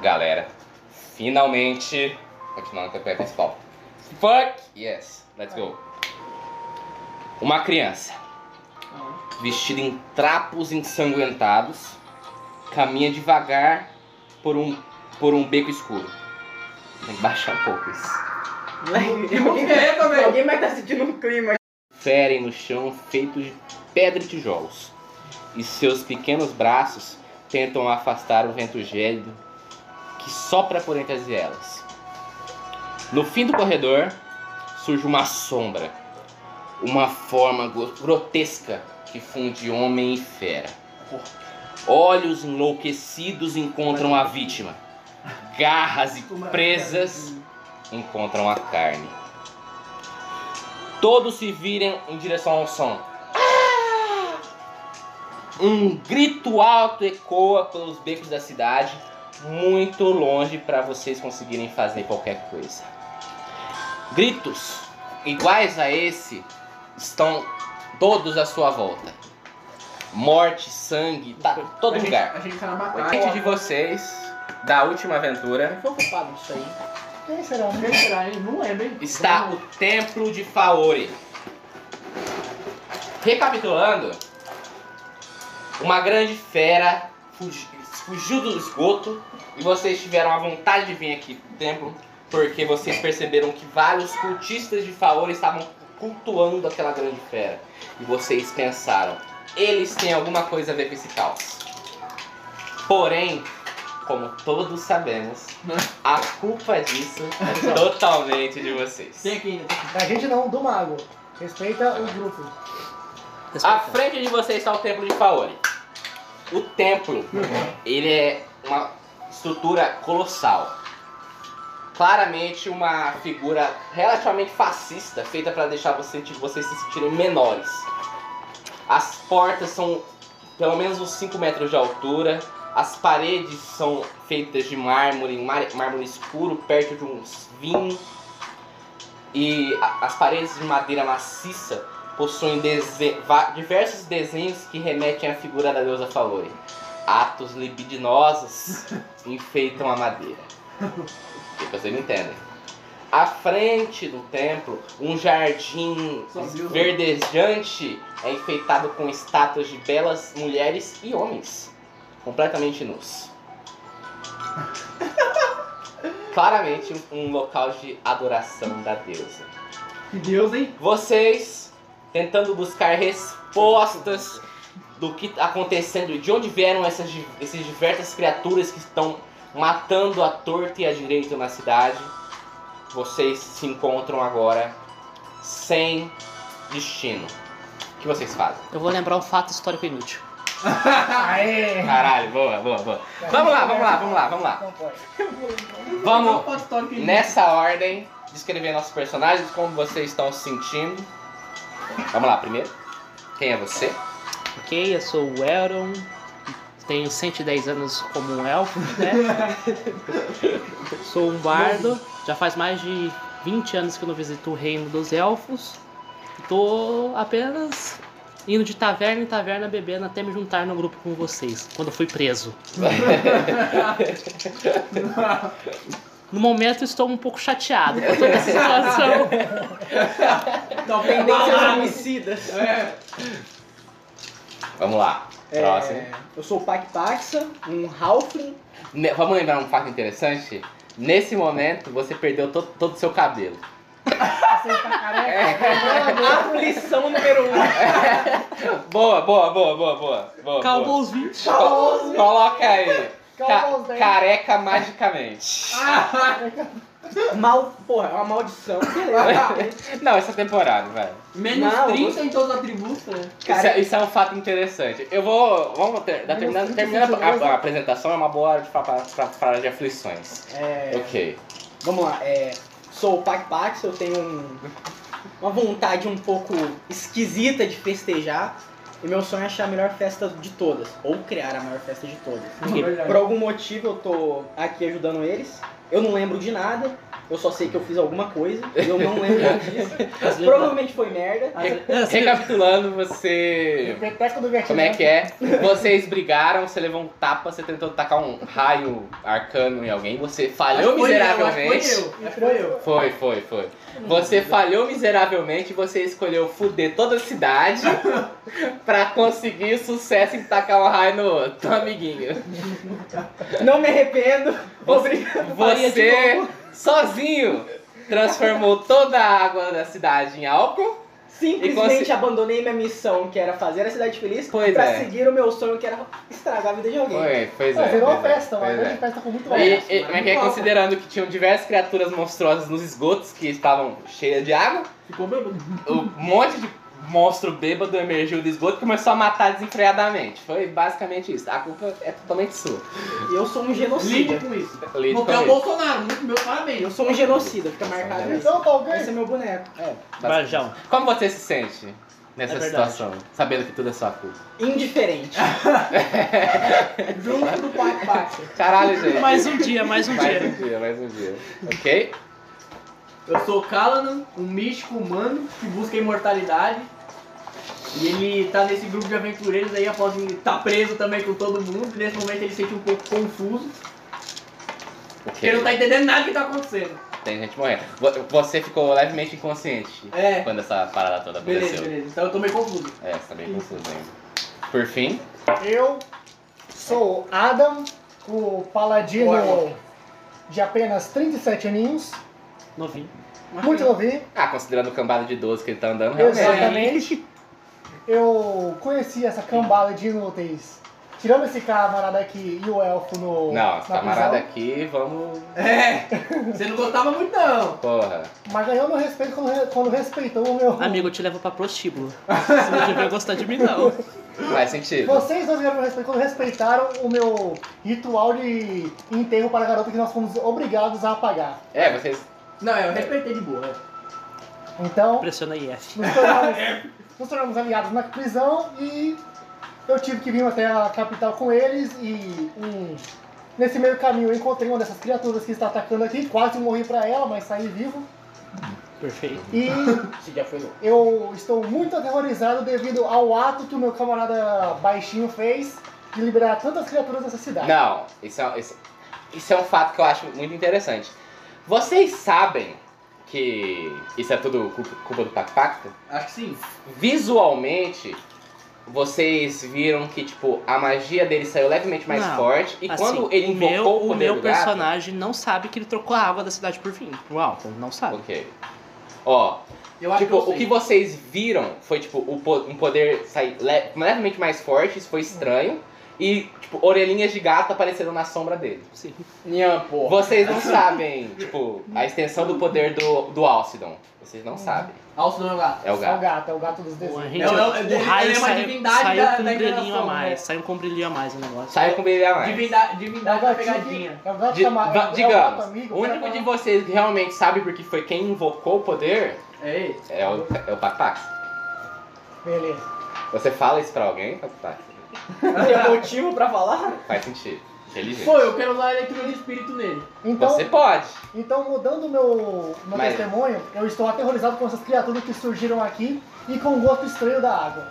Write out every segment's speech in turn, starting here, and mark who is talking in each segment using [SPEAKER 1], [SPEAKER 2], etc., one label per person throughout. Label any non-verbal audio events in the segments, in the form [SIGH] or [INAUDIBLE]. [SPEAKER 1] galera. Finalmente, continuando com a campanha principal. Fuck yes, let's go. Uma criança vestida em trapos ensanguentados caminha devagar por um por um beco escuro. Tem que baixar um pouco isso.
[SPEAKER 2] Alguém vai- tá
[SPEAKER 3] Alguém vai estar sentindo um clima.
[SPEAKER 1] ferem no chão feitos de pedra e tijolos, e seus pequenos braços tentam afastar o vento gélido que sopra por entre as vielas. No fim do corredor surge uma sombra, uma forma gro- grotesca que funde homem e fera. Olhos enlouquecidos encontram a vítima, garras e presas encontram a carne. Todos se viram em direção ao som. Ah! Um grito alto ecoa pelos becos da cidade, muito longe para vocês conseguirem fazer qualquer coisa. Gritos iguais a esse estão todos à sua volta. Morte, sangue, tá em todo
[SPEAKER 2] a gente-
[SPEAKER 1] lugar.
[SPEAKER 2] A gente tá na
[SPEAKER 1] A
[SPEAKER 2] batalha.
[SPEAKER 1] gente de vocês da última aventura
[SPEAKER 3] Foi ocupado disso aí.
[SPEAKER 2] Quem será? Quem será? hein? Não lembro, hein?
[SPEAKER 1] está o Templo de Faore. Recapitulando, uma grande fera fugi- fugiu do esgoto e vocês tiveram a vontade de vir aqui pro templo porque vocês perceberam que vários cultistas de Faore estavam cultuando aquela grande fera. E vocês pensaram, eles têm alguma coisa a ver com esse caos. Porém, como todos sabemos, a culpa disso é totalmente de vocês.
[SPEAKER 2] Tem aqui né? ainda. tem aqui.
[SPEAKER 4] Da gente não, do mago. Respeita o grupo.
[SPEAKER 1] À frente de vocês está o templo de Paoli. O templo, ele é uma estrutura colossal. Claramente uma figura relativamente fascista, feita para deixar você- tipo, vocês se sentirem menores. As portas são pelo menos uns 5 metros de altura. As paredes são feitas de mármore, um mar- mármore escuro, perto de uns vinhos. E a- as paredes de madeira maciça possuem dese- va- diversos desenhos que remetem à figura da deusa Faori. Atos libidinosos enfeitam a madeira. Que vocês me entendem. À frente do templo, um jardim
[SPEAKER 2] Sombrio.
[SPEAKER 1] verdejante é enfeitado com estátuas de belas mulheres e homens, completamente nus. Claramente um local de adoração da deusa
[SPEAKER 2] Que Deus, hein?
[SPEAKER 1] vocês tentando buscar respostas do que está acontecendo, de onde vieram essas, di- essas diversas criaturas que estão matando a torta e a direita na cidade. Vocês se encontram agora sem destino. O que vocês fazem?
[SPEAKER 3] Eu vou lembrar um fato histórico inútil.
[SPEAKER 4] Aê!
[SPEAKER 1] Caralho, boa, boa, boa. Vamos lá, vamos lá, vamos lá, vamos lá.
[SPEAKER 4] Não pode.
[SPEAKER 1] Vamos.
[SPEAKER 2] Uma foto histórica aí.
[SPEAKER 1] Nessa ordem, descrever nossos personagens, como vocês estão se sentindo. Vamos lá, primeiro. Quem é você?
[SPEAKER 3] Ok, eu sou o Elron. Tenho 110 anos como um elfo, né? [LAUGHS] sou um bardo. Já faz mais de 20 anos que eu não visito o reino dos elfos. Tô apenas indo de taverna em taverna bebendo até me juntar no grupo com vocês, quando eu fui [LAUGHS] preso. No momento estou um pouco chateado com toda a
[SPEAKER 5] [LAUGHS]
[SPEAKER 3] situação.
[SPEAKER 2] Não,
[SPEAKER 3] Tendências
[SPEAKER 2] homicidas. É.
[SPEAKER 1] Vamos lá. Próximo.
[SPEAKER 5] Eu sou o Pac Paxa, um Halfling.
[SPEAKER 1] Ne- Vamos lembrar um fato interessante? Nesse momento, você perdeu to- todo o seu cabelo.
[SPEAKER 4] Você tá careca?
[SPEAKER 5] Aflição número 1. Um.
[SPEAKER 1] Boa, boa, boa, boa, boa. boa
[SPEAKER 3] Calma
[SPEAKER 1] boa.
[SPEAKER 3] os 20.
[SPEAKER 1] Co- Coloca aí.
[SPEAKER 4] Calma
[SPEAKER 1] Ca-
[SPEAKER 4] os dentes.
[SPEAKER 1] careca magicamente.
[SPEAKER 5] Ah. Mal, porra, é uma
[SPEAKER 2] [LAUGHS]
[SPEAKER 5] maldição. Beleza.
[SPEAKER 1] Não, essa é temporada, velho.
[SPEAKER 2] Menos
[SPEAKER 5] Não,
[SPEAKER 2] 30
[SPEAKER 3] então.
[SPEAKER 2] em todos os atributos, né?
[SPEAKER 1] Isso, é-
[SPEAKER 5] Cara,
[SPEAKER 1] isso é um fato interessante. Eu vou. Vamos ter, da- terminando terminando a, a apresentação, é uma boa hora de fa- pra- pra- falar de aflições.
[SPEAKER 5] é,
[SPEAKER 1] Ok.
[SPEAKER 5] vamos lá. É, sou o Pac Paxa, eu tenho um- uma vontade um pouco esquisita de festejar. E meu sonho é achar a melhor festa de todas. Ou criar a maior festa de todas.
[SPEAKER 3] Ninguém-
[SPEAKER 5] Por algum motivo eu tô aqui ajudando eles. Eu não lembro de nada. Eu só sei que eu fiz alguma coisa. e Eu não
[SPEAKER 2] [LAUGHS]
[SPEAKER 5] lembro disso.
[SPEAKER 3] Às vezes-
[SPEAKER 5] Provavelmente É foi merda.
[SPEAKER 3] às vezes- É,
[SPEAKER 1] Recapitulando, você.
[SPEAKER 4] Peteco do Vietnã.
[SPEAKER 1] Como é que é? Vocês brigaram, você levou um tapa, você tentou tacar um raio arcano em alguém, você falhou
[SPEAKER 2] Foi eu, acho que
[SPEAKER 1] miseravelmente.
[SPEAKER 2] Foi eu, acho que foi eu.
[SPEAKER 1] Foi, foi, foi. Você falhou miseravelmente, você escolheu fuder toda a
[SPEAKER 2] [LAUGHS]
[SPEAKER 1] cidade pra conseguir sucesso em tacar um raio no outro amiguinho.
[SPEAKER 5] Não me arrependo.
[SPEAKER 1] Você, é
[SPEAKER 3] faria de
[SPEAKER 1] você, sozinho transformou toda a água da cidade em álcool.
[SPEAKER 5] Simplesmente
[SPEAKER 1] E consi-
[SPEAKER 5] abandonei minha missão, que era fazer a cidade feliz,
[SPEAKER 1] Pois
[SPEAKER 5] pra
[SPEAKER 1] é.
[SPEAKER 5] seguir o meu sonho, que era estragar a vida de alguém.
[SPEAKER 1] Foi, pois
[SPEAKER 4] Ah,
[SPEAKER 1] é.
[SPEAKER 4] virou uma
[SPEAKER 1] pois é,
[SPEAKER 4] festa, uma
[SPEAKER 1] pois
[SPEAKER 4] grande
[SPEAKER 1] é.
[SPEAKER 4] festa com muito
[SPEAKER 1] E,
[SPEAKER 4] graça.
[SPEAKER 1] e, como é que é? considerando que tinham diversas criaturas monstruosas nos esgotos que estavam cheias de água,
[SPEAKER 2] Ficou bêbado.
[SPEAKER 1] um monte de monstro bêbado emergiu do esgoto e começou a matar desenfreadamente. Foi basicamente isso. A culpa é totalmente sua.
[SPEAKER 5] E eu sou um genocida.
[SPEAKER 2] Lide com isso.
[SPEAKER 1] Lide
[SPEAKER 2] Vou
[SPEAKER 1] com
[SPEAKER 2] é o
[SPEAKER 1] isso.
[SPEAKER 2] Bolsonaro, muito meu
[SPEAKER 5] Eu
[SPEAKER 2] parabéns.
[SPEAKER 5] sou um genocida, fica marcado isso.
[SPEAKER 4] Então, tá
[SPEAKER 5] Esse é
[SPEAKER 4] ok?
[SPEAKER 5] meu boneco.
[SPEAKER 3] Barjão.
[SPEAKER 1] Como você se sente nessa
[SPEAKER 3] É verdade.
[SPEAKER 1] situação, sabendo que tudo é sua culpa?
[SPEAKER 5] Indiferente.
[SPEAKER 2] [LAUGHS] Junto do Pai Pax.
[SPEAKER 1] Caralho, gente.
[SPEAKER 3] Mais um dia, mais um
[SPEAKER 1] mais um
[SPEAKER 3] dia.
[SPEAKER 1] dia, mais um dia. Ok?
[SPEAKER 2] Eu sou Callanan, um místico humano que busca a imortalidade. E ele tá nesse grupo de aventureiros aí após estar tá preso também com todo mundo. E nesse momento ele se sente um pouco confuso, porque
[SPEAKER 1] Ok.
[SPEAKER 2] ele não tá entendendo nada que tá acontecendo.
[SPEAKER 1] Tem gente morrendo. Vo- Você ficou levemente inconsciente
[SPEAKER 2] É,
[SPEAKER 1] quando essa parada toda aconteceu.
[SPEAKER 2] beleza, beleza. Então eu tô meio confuso.
[SPEAKER 1] É, você tá bem confuso ainda. Por fim,
[SPEAKER 4] Eu sou Adam, o paladino
[SPEAKER 2] Orc.
[SPEAKER 4] de apenas 37 aninhos,
[SPEAKER 3] Novinho.
[SPEAKER 4] muito novinho,
[SPEAKER 1] ah, considerando o cambado de 12 que ele tá andando, realmente.
[SPEAKER 4] exatamente. Eu conheci essa cambada de inúteis. Tirando esse camarada aqui e o elfo
[SPEAKER 1] Não,
[SPEAKER 4] no. na
[SPEAKER 1] esse camarada
[SPEAKER 4] prisão,
[SPEAKER 1] aqui, vamos.
[SPEAKER 2] É, você não gostava muito não.
[SPEAKER 1] Porra.
[SPEAKER 4] Mas ganhou meu respeito quando, re- quando respeitou o meu.
[SPEAKER 3] Amigo, eu te levo pra prostíbulo. Você não tiver gostar de mim, não.
[SPEAKER 1] Faz sentido.
[SPEAKER 4] Vocês dois ganharam meu respeito quando respeitaram o meu ritual de enterro para a garota que nós fomos obrigados a apagar.
[SPEAKER 1] É, vocês.
[SPEAKER 2] Não, eu respeitei de boa. é.
[SPEAKER 4] Então,
[SPEAKER 3] Pressiona IF.
[SPEAKER 4] nos tornamos, nos tornamos aliados na prisão e eu tive que vir até a capital com eles e um- nesse meio caminho eu encontrei uma dessas criaturas que está atacando aqui, quase morri pra ela, mas saí vivo.
[SPEAKER 3] Perfeito.
[SPEAKER 4] E
[SPEAKER 5] Esse já foi louco.
[SPEAKER 4] eu estou muito aterrorizado devido ao ato que o meu camarada baixinho fez de liberar tantas criaturas dessa cidade.
[SPEAKER 1] Não, isso é, isso, isso é um fato que eu acho muito interessante. Vocês sabem que isso é tudo culpa, culpa do Pac Pacto?
[SPEAKER 2] Acho que sim.
[SPEAKER 1] Visualmente, vocês viram que, tipo, a magia dele saiu levemente mais
[SPEAKER 3] Não,
[SPEAKER 1] forte. E
[SPEAKER 3] Assim,
[SPEAKER 1] quando ele
[SPEAKER 3] o meu,
[SPEAKER 1] invocou o
[SPEAKER 3] o
[SPEAKER 1] poder
[SPEAKER 3] meu
[SPEAKER 1] do gato-
[SPEAKER 3] personagem não sabe que ele trocou a água da cidade por fim. Pro álcool, não sabe.
[SPEAKER 1] Ok. Ó,
[SPEAKER 2] Eu acho
[SPEAKER 1] tipo,
[SPEAKER 2] que eu
[SPEAKER 1] o que vocês viram foi, tipo, o po- um poder sair le- levemente mais forte, isso foi estranho. E, tipo, orelhinhas de gato apareceram na sombra dele.
[SPEAKER 3] Sim.
[SPEAKER 5] Nhan, porra.
[SPEAKER 1] Vocês não sabem, tipo, a extensão do poder do, do Alcidon. Vocês não sabem.
[SPEAKER 2] Alço não é o gato.
[SPEAKER 1] É o
[SPEAKER 4] É o
[SPEAKER 1] gato.
[SPEAKER 4] gato, é o gato dos
[SPEAKER 3] Bom, a
[SPEAKER 4] desejos.
[SPEAKER 3] gente,
[SPEAKER 2] Não, não, ele-
[SPEAKER 3] o raio
[SPEAKER 2] ele é uma
[SPEAKER 3] saiu,
[SPEAKER 2] divindade
[SPEAKER 3] saiu
[SPEAKER 2] da-
[SPEAKER 3] com um
[SPEAKER 2] da
[SPEAKER 3] brilhinho a
[SPEAKER 2] enganação,
[SPEAKER 3] mais.
[SPEAKER 2] né?
[SPEAKER 3] Saiu com um brilhinho a mais o negócio.
[SPEAKER 1] Saiu com brilho a mais.
[SPEAKER 2] Divindade,
[SPEAKER 4] É o
[SPEAKER 2] divindade da
[SPEAKER 4] gatinho que-
[SPEAKER 2] pegadinha.
[SPEAKER 4] é o gato
[SPEAKER 1] Di-
[SPEAKER 4] chamado.
[SPEAKER 1] va-
[SPEAKER 4] é o gato
[SPEAKER 1] digamos,
[SPEAKER 4] amigo,
[SPEAKER 1] o único
[SPEAKER 4] que
[SPEAKER 1] de
[SPEAKER 4] é-
[SPEAKER 1] vocês que realmente sabe porque foi quem invocou o poder
[SPEAKER 2] Ei,
[SPEAKER 1] é o, é o Pac-Pax.
[SPEAKER 4] Beleza.
[SPEAKER 1] Você fala isso pra alguém, Pac-Pax?
[SPEAKER 5] Tem motivo pra falar?
[SPEAKER 1] Faz sentido. Inteligente.
[SPEAKER 2] pô, eu quero usar a leitura de espírito nele.
[SPEAKER 4] Então,
[SPEAKER 1] Você pode.
[SPEAKER 4] Então, mudando meu, meu
[SPEAKER 1] Mas-
[SPEAKER 4] testemunho, eu estou aterrorizado com essas criaturas que surgiram aqui e com o gosto estranho da água.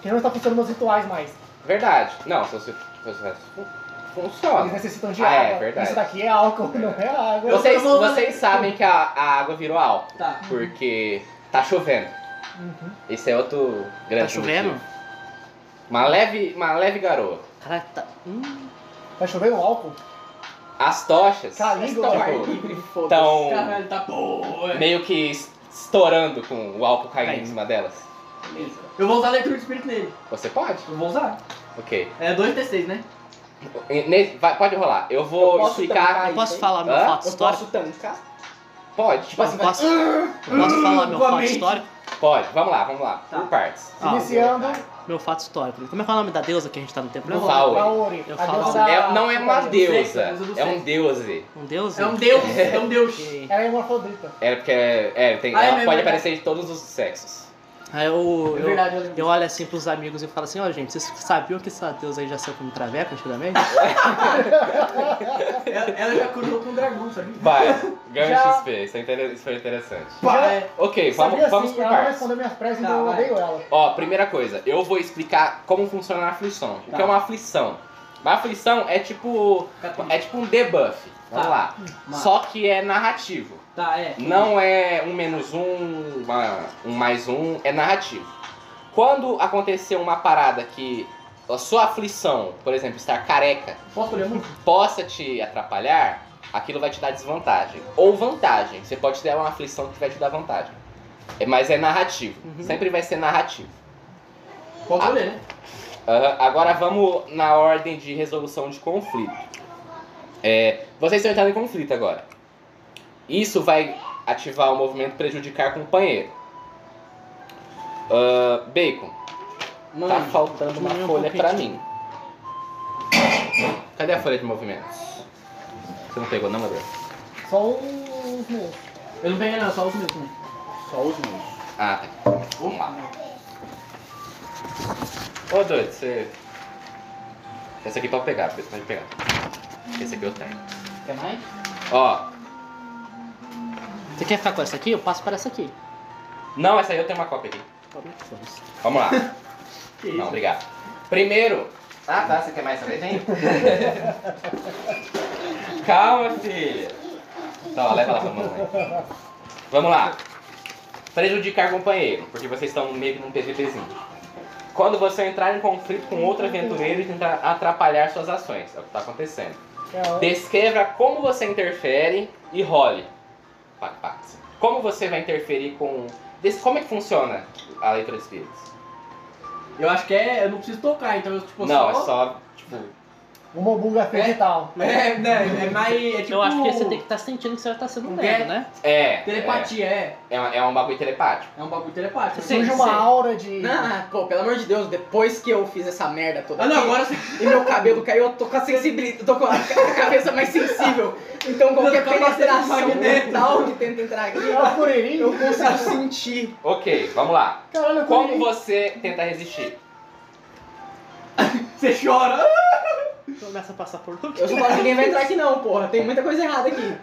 [SPEAKER 4] Que não está funcionando meus rituais mais.
[SPEAKER 1] Verdade. Não, se você. se você
[SPEAKER 4] Eles
[SPEAKER 1] funciona.
[SPEAKER 4] necessitam de
[SPEAKER 1] Ah, é,
[SPEAKER 4] água.
[SPEAKER 1] verdade.
[SPEAKER 4] Isso daqui é álcool, [LAUGHS] não é água.
[SPEAKER 1] Vocês,
[SPEAKER 2] Eu vou-
[SPEAKER 1] vocês sabem que a, a água virou álcool
[SPEAKER 2] Tá.
[SPEAKER 1] porque tá chovendo.
[SPEAKER 4] Uhum.
[SPEAKER 1] Esse é outro grande
[SPEAKER 3] Tá chovendo?
[SPEAKER 1] motivo. Uma leve, uma leve garoa.
[SPEAKER 3] Caraca, tá... Hum,
[SPEAKER 4] Tá chovendo álcool?
[SPEAKER 1] As tochas
[SPEAKER 4] Calígula.
[SPEAKER 5] Tá
[SPEAKER 1] Tipo,
[SPEAKER 5] livre, foda-se.
[SPEAKER 1] estão
[SPEAKER 2] Então, Caralho, tá boa.
[SPEAKER 1] meio que es- estourando com o álcool caindo em
[SPEAKER 3] Caindo.
[SPEAKER 1] cima delas.
[SPEAKER 2] Beleza. Eu vou usar a leitura de espírito nele.
[SPEAKER 1] Você pode?
[SPEAKER 2] Eu vou usar.
[SPEAKER 1] Ok.
[SPEAKER 2] É 2D6, né?
[SPEAKER 1] E- ne- vai- pode rolar. Eu vou
[SPEAKER 5] Eu posso
[SPEAKER 1] explicar.
[SPEAKER 5] tacar?
[SPEAKER 3] eu posso falar meu
[SPEAKER 1] Hã?
[SPEAKER 3] fato
[SPEAKER 5] Eu
[SPEAKER 3] histórico?
[SPEAKER 5] posso tancar?
[SPEAKER 1] Pode,
[SPEAKER 3] Eu
[SPEAKER 1] tipo,
[SPEAKER 3] posso, eu posso falar meu
[SPEAKER 2] com a
[SPEAKER 3] fato
[SPEAKER 2] mente.
[SPEAKER 3] histórico?
[SPEAKER 1] pode. Vamos lá, vamos lá.
[SPEAKER 2] Tá.
[SPEAKER 1] Por partes.
[SPEAKER 3] Ah,
[SPEAKER 4] Iniciando,
[SPEAKER 3] Meu fato histórico. Como é que é o nome da deusa que a gente tá no templo?
[SPEAKER 1] Não.
[SPEAKER 3] Não.
[SPEAKER 1] Faori.
[SPEAKER 4] Faori.
[SPEAKER 3] Eu
[SPEAKER 4] A
[SPEAKER 3] falo.
[SPEAKER 4] deusa da-
[SPEAKER 1] É- não é uma
[SPEAKER 4] da-
[SPEAKER 1] deusa,
[SPEAKER 2] Deusa do
[SPEAKER 1] é um deuse.
[SPEAKER 3] Um deus?
[SPEAKER 2] É um deus, é um deus.
[SPEAKER 4] Ela é hermafrodita.
[SPEAKER 1] É porque é, tem-
[SPEAKER 2] Ah, é
[SPEAKER 1] ela
[SPEAKER 2] mesmo,
[SPEAKER 1] pode
[SPEAKER 2] é
[SPEAKER 1] aparecer de todos os sexos.
[SPEAKER 3] Aí eu,
[SPEAKER 2] É
[SPEAKER 3] eu,
[SPEAKER 2] verdade, eu lembro.
[SPEAKER 3] eu olho assim pros amigos e falo assim, ó
[SPEAKER 1] Ah.
[SPEAKER 3] gente, vocês
[SPEAKER 4] [LAUGHS]
[SPEAKER 3] sabiam que essa deusa aí já saiu com um traveco antigamente?
[SPEAKER 2] Eu, Ela já cruzou com o dragão, sabe?
[SPEAKER 1] Vai, ganha
[SPEAKER 4] Já-
[SPEAKER 1] XP. Isso, é inter- isso foi interessante.
[SPEAKER 4] Já-
[SPEAKER 2] É,
[SPEAKER 1] Ok, vamos,
[SPEAKER 4] Sabia
[SPEAKER 1] vamos
[SPEAKER 4] sim,
[SPEAKER 1] por
[SPEAKER 4] ela não
[SPEAKER 1] partes.
[SPEAKER 4] respondeu minhas preces,
[SPEAKER 2] Tá,
[SPEAKER 4] então eu
[SPEAKER 2] vai.
[SPEAKER 4] odeio ela.
[SPEAKER 1] Ó, primeira coisa, eu vou explicar como funciona a aflição. O que
[SPEAKER 5] Tá.
[SPEAKER 1] é uma aflição? Uma aflição é tipo.
[SPEAKER 2] Catarina.
[SPEAKER 1] É tipo um debuff. Vamos
[SPEAKER 2] Tá.
[SPEAKER 1] lá.
[SPEAKER 2] Mas-
[SPEAKER 1] Só que é narrativo.
[SPEAKER 2] Tá, é.
[SPEAKER 1] Não é um menos um, uma- um mais um, é narrativo. Quando acontecer uma parada que a sua aflição, por exemplo, estar careca,
[SPEAKER 2] Posso olhar muito?
[SPEAKER 1] possa te atrapalhar, aquilo vai te dar desvantagem. Ou vantagem. Você pode ter uma aflição que vai te dar vantagem. É- Mas é narrativo.
[SPEAKER 3] Uhum.
[SPEAKER 1] Sempre vai ser narrativo.
[SPEAKER 2] Posso
[SPEAKER 1] Ah.
[SPEAKER 2] ler, né?
[SPEAKER 1] Aham, agora vamos na ordem de resolução de conflito. É, vocês estão entrando em conflito agora. Isso vai ativar o movimento prejudicar companheiro. Ah, bacon, tá
[SPEAKER 5] Mano,
[SPEAKER 1] faltando uma
[SPEAKER 3] diminui um
[SPEAKER 1] folha
[SPEAKER 3] pouquinho.
[SPEAKER 1] pra mim. Cadê a folha de movimentos? Você não pegou não, Gabriel?
[SPEAKER 4] Só uns minutos.
[SPEAKER 2] Eu não peguei não, só os meus também.
[SPEAKER 5] só os meus.
[SPEAKER 1] Ah, tá aqui. Vamos lá. Ô, doido, você... Essa aqui pode pegar, pode pegar. Esse aqui eu tenho.
[SPEAKER 5] Quer mais?
[SPEAKER 1] Ó,
[SPEAKER 3] Você quer ficar com essa aqui? Eu passo para essa aqui.
[SPEAKER 1] Não, essa aí eu tenho uma cópia aqui. Vamos lá. [LAUGHS]
[SPEAKER 2] Que isso?
[SPEAKER 1] Não, obrigado. Primeiro. Ah, tá. Você quer mais essa vez, hein? [LAUGHS] Calma, filha. Tá, ó, leva lá pra mamãe. Vamos lá. Prejudicar companheiro, porque vocês estão meio que num PVPzinho. Quando você entrar em conflito com outro aventureiro e tentar atrapalhar suas ações, é o que tá acontecendo.
[SPEAKER 4] É,
[SPEAKER 1] Descreva como você interfere e role. Pac, pac. Como você vai interferir com. Des- Como é que funciona a leitura de espíritos?
[SPEAKER 2] Eu acho que é. Eu não preciso tocar, então eu tipo
[SPEAKER 1] Não,
[SPEAKER 2] só.
[SPEAKER 1] é só. Tipo.
[SPEAKER 4] uma buga
[SPEAKER 2] É?
[SPEAKER 4] digital.
[SPEAKER 2] É, né? É mais. É tipo.
[SPEAKER 3] Eu acho que você tem que estar sentindo que você vai estar sendo um
[SPEAKER 2] É.
[SPEAKER 3] dedo, né?
[SPEAKER 1] É.
[SPEAKER 2] Telepatia, é.
[SPEAKER 1] É, é, um- é um bagulho telepático.
[SPEAKER 2] É um bagulho telepático.
[SPEAKER 5] Sim.
[SPEAKER 4] Surge uma
[SPEAKER 5] sim.
[SPEAKER 4] aura de.
[SPEAKER 5] Não, pô, pelo amor de Deus, depois que eu fiz essa merda toda.
[SPEAKER 2] Ah, não,
[SPEAKER 5] aqui,
[SPEAKER 2] agora você.
[SPEAKER 5] E meu cabelo caiu, eu tô com a sensibilidade, tô com a a cabeça mais sensível. Então qualquer
[SPEAKER 2] Não, calma,
[SPEAKER 5] penetração
[SPEAKER 2] você é
[SPEAKER 5] mental que tenta entrar aqui,
[SPEAKER 4] É uma furerinha.
[SPEAKER 5] eu consigo sentir.
[SPEAKER 1] Ok, vamos lá.
[SPEAKER 4] Caralho, eu
[SPEAKER 1] Como
[SPEAKER 4] furiri.
[SPEAKER 1] você tenta resistir?
[SPEAKER 2] Você chora.
[SPEAKER 3] Começa a passar por
[SPEAKER 5] Eu só falo, ninguém vai entrar aqui não, porra. Tem muita coisa errada aqui.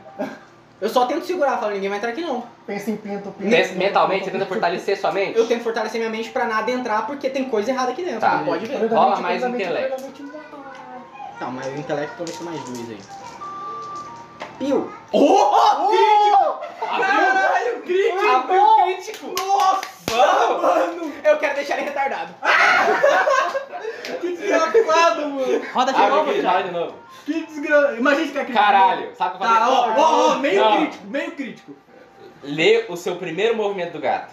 [SPEAKER 5] Eu só tento segurar, falo, ninguém vai entrar aqui não.
[SPEAKER 4] Pensa em pinto, pinto.
[SPEAKER 1] Nes-
[SPEAKER 4] pinto,
[SPEAKER 1] Mentalmente, você
[SPEAKER 4] pinto.
[SPEAKER 1] tenta fortalecer sua mente?
[SPEAKER 5] Eu tento fortalecer minha mente pra nada entrar, porque tem coisa errada aqui dentro,
[SPEAKER 1] Tá.
[SPEAKER 5] não pode ver.
[SPEAKER 4] Olha da
[SPEAKER 1] mais
[SPEAKER 4] mente, olha da
[SPEAKER 1] intelecto.
[SPEAKER 4] mente, olha da mente.
[SPEAKER 5] Tá, mas o intelecto pode ser mais duas aí. Piu!
[SPEAKER 2] Caralho, grito!
[SPEAKER 5] Abriu crítico! Nossa, mano! Eu quero deixar ele retardado.
[SPEAKER 2] Que desgraçado, mano!
[SPEAKER 3] Roda Tá de
[SPEAKER 1] Abre
[SPEAKER 3] novo,
[SPEAKER 1] aqui,
[SPEAKER 3] já.
[SPEAKER 1] fala de novo.
[SPEAKER 2] Que desgraçado! Imagina que é crítico.
[SPEAKER 1] Caralho, sabe o que eu
[SPEAKER 2] Tá, ó,
[SPEAKER 1] falei?
[SPEAKER 2] ó, ó, meio
[SPEAKER 1] Não.
[SPEAKER 2] crítico, meio crítico.
[SPEAKER 1] Lê o seu primeiro movimento do gato.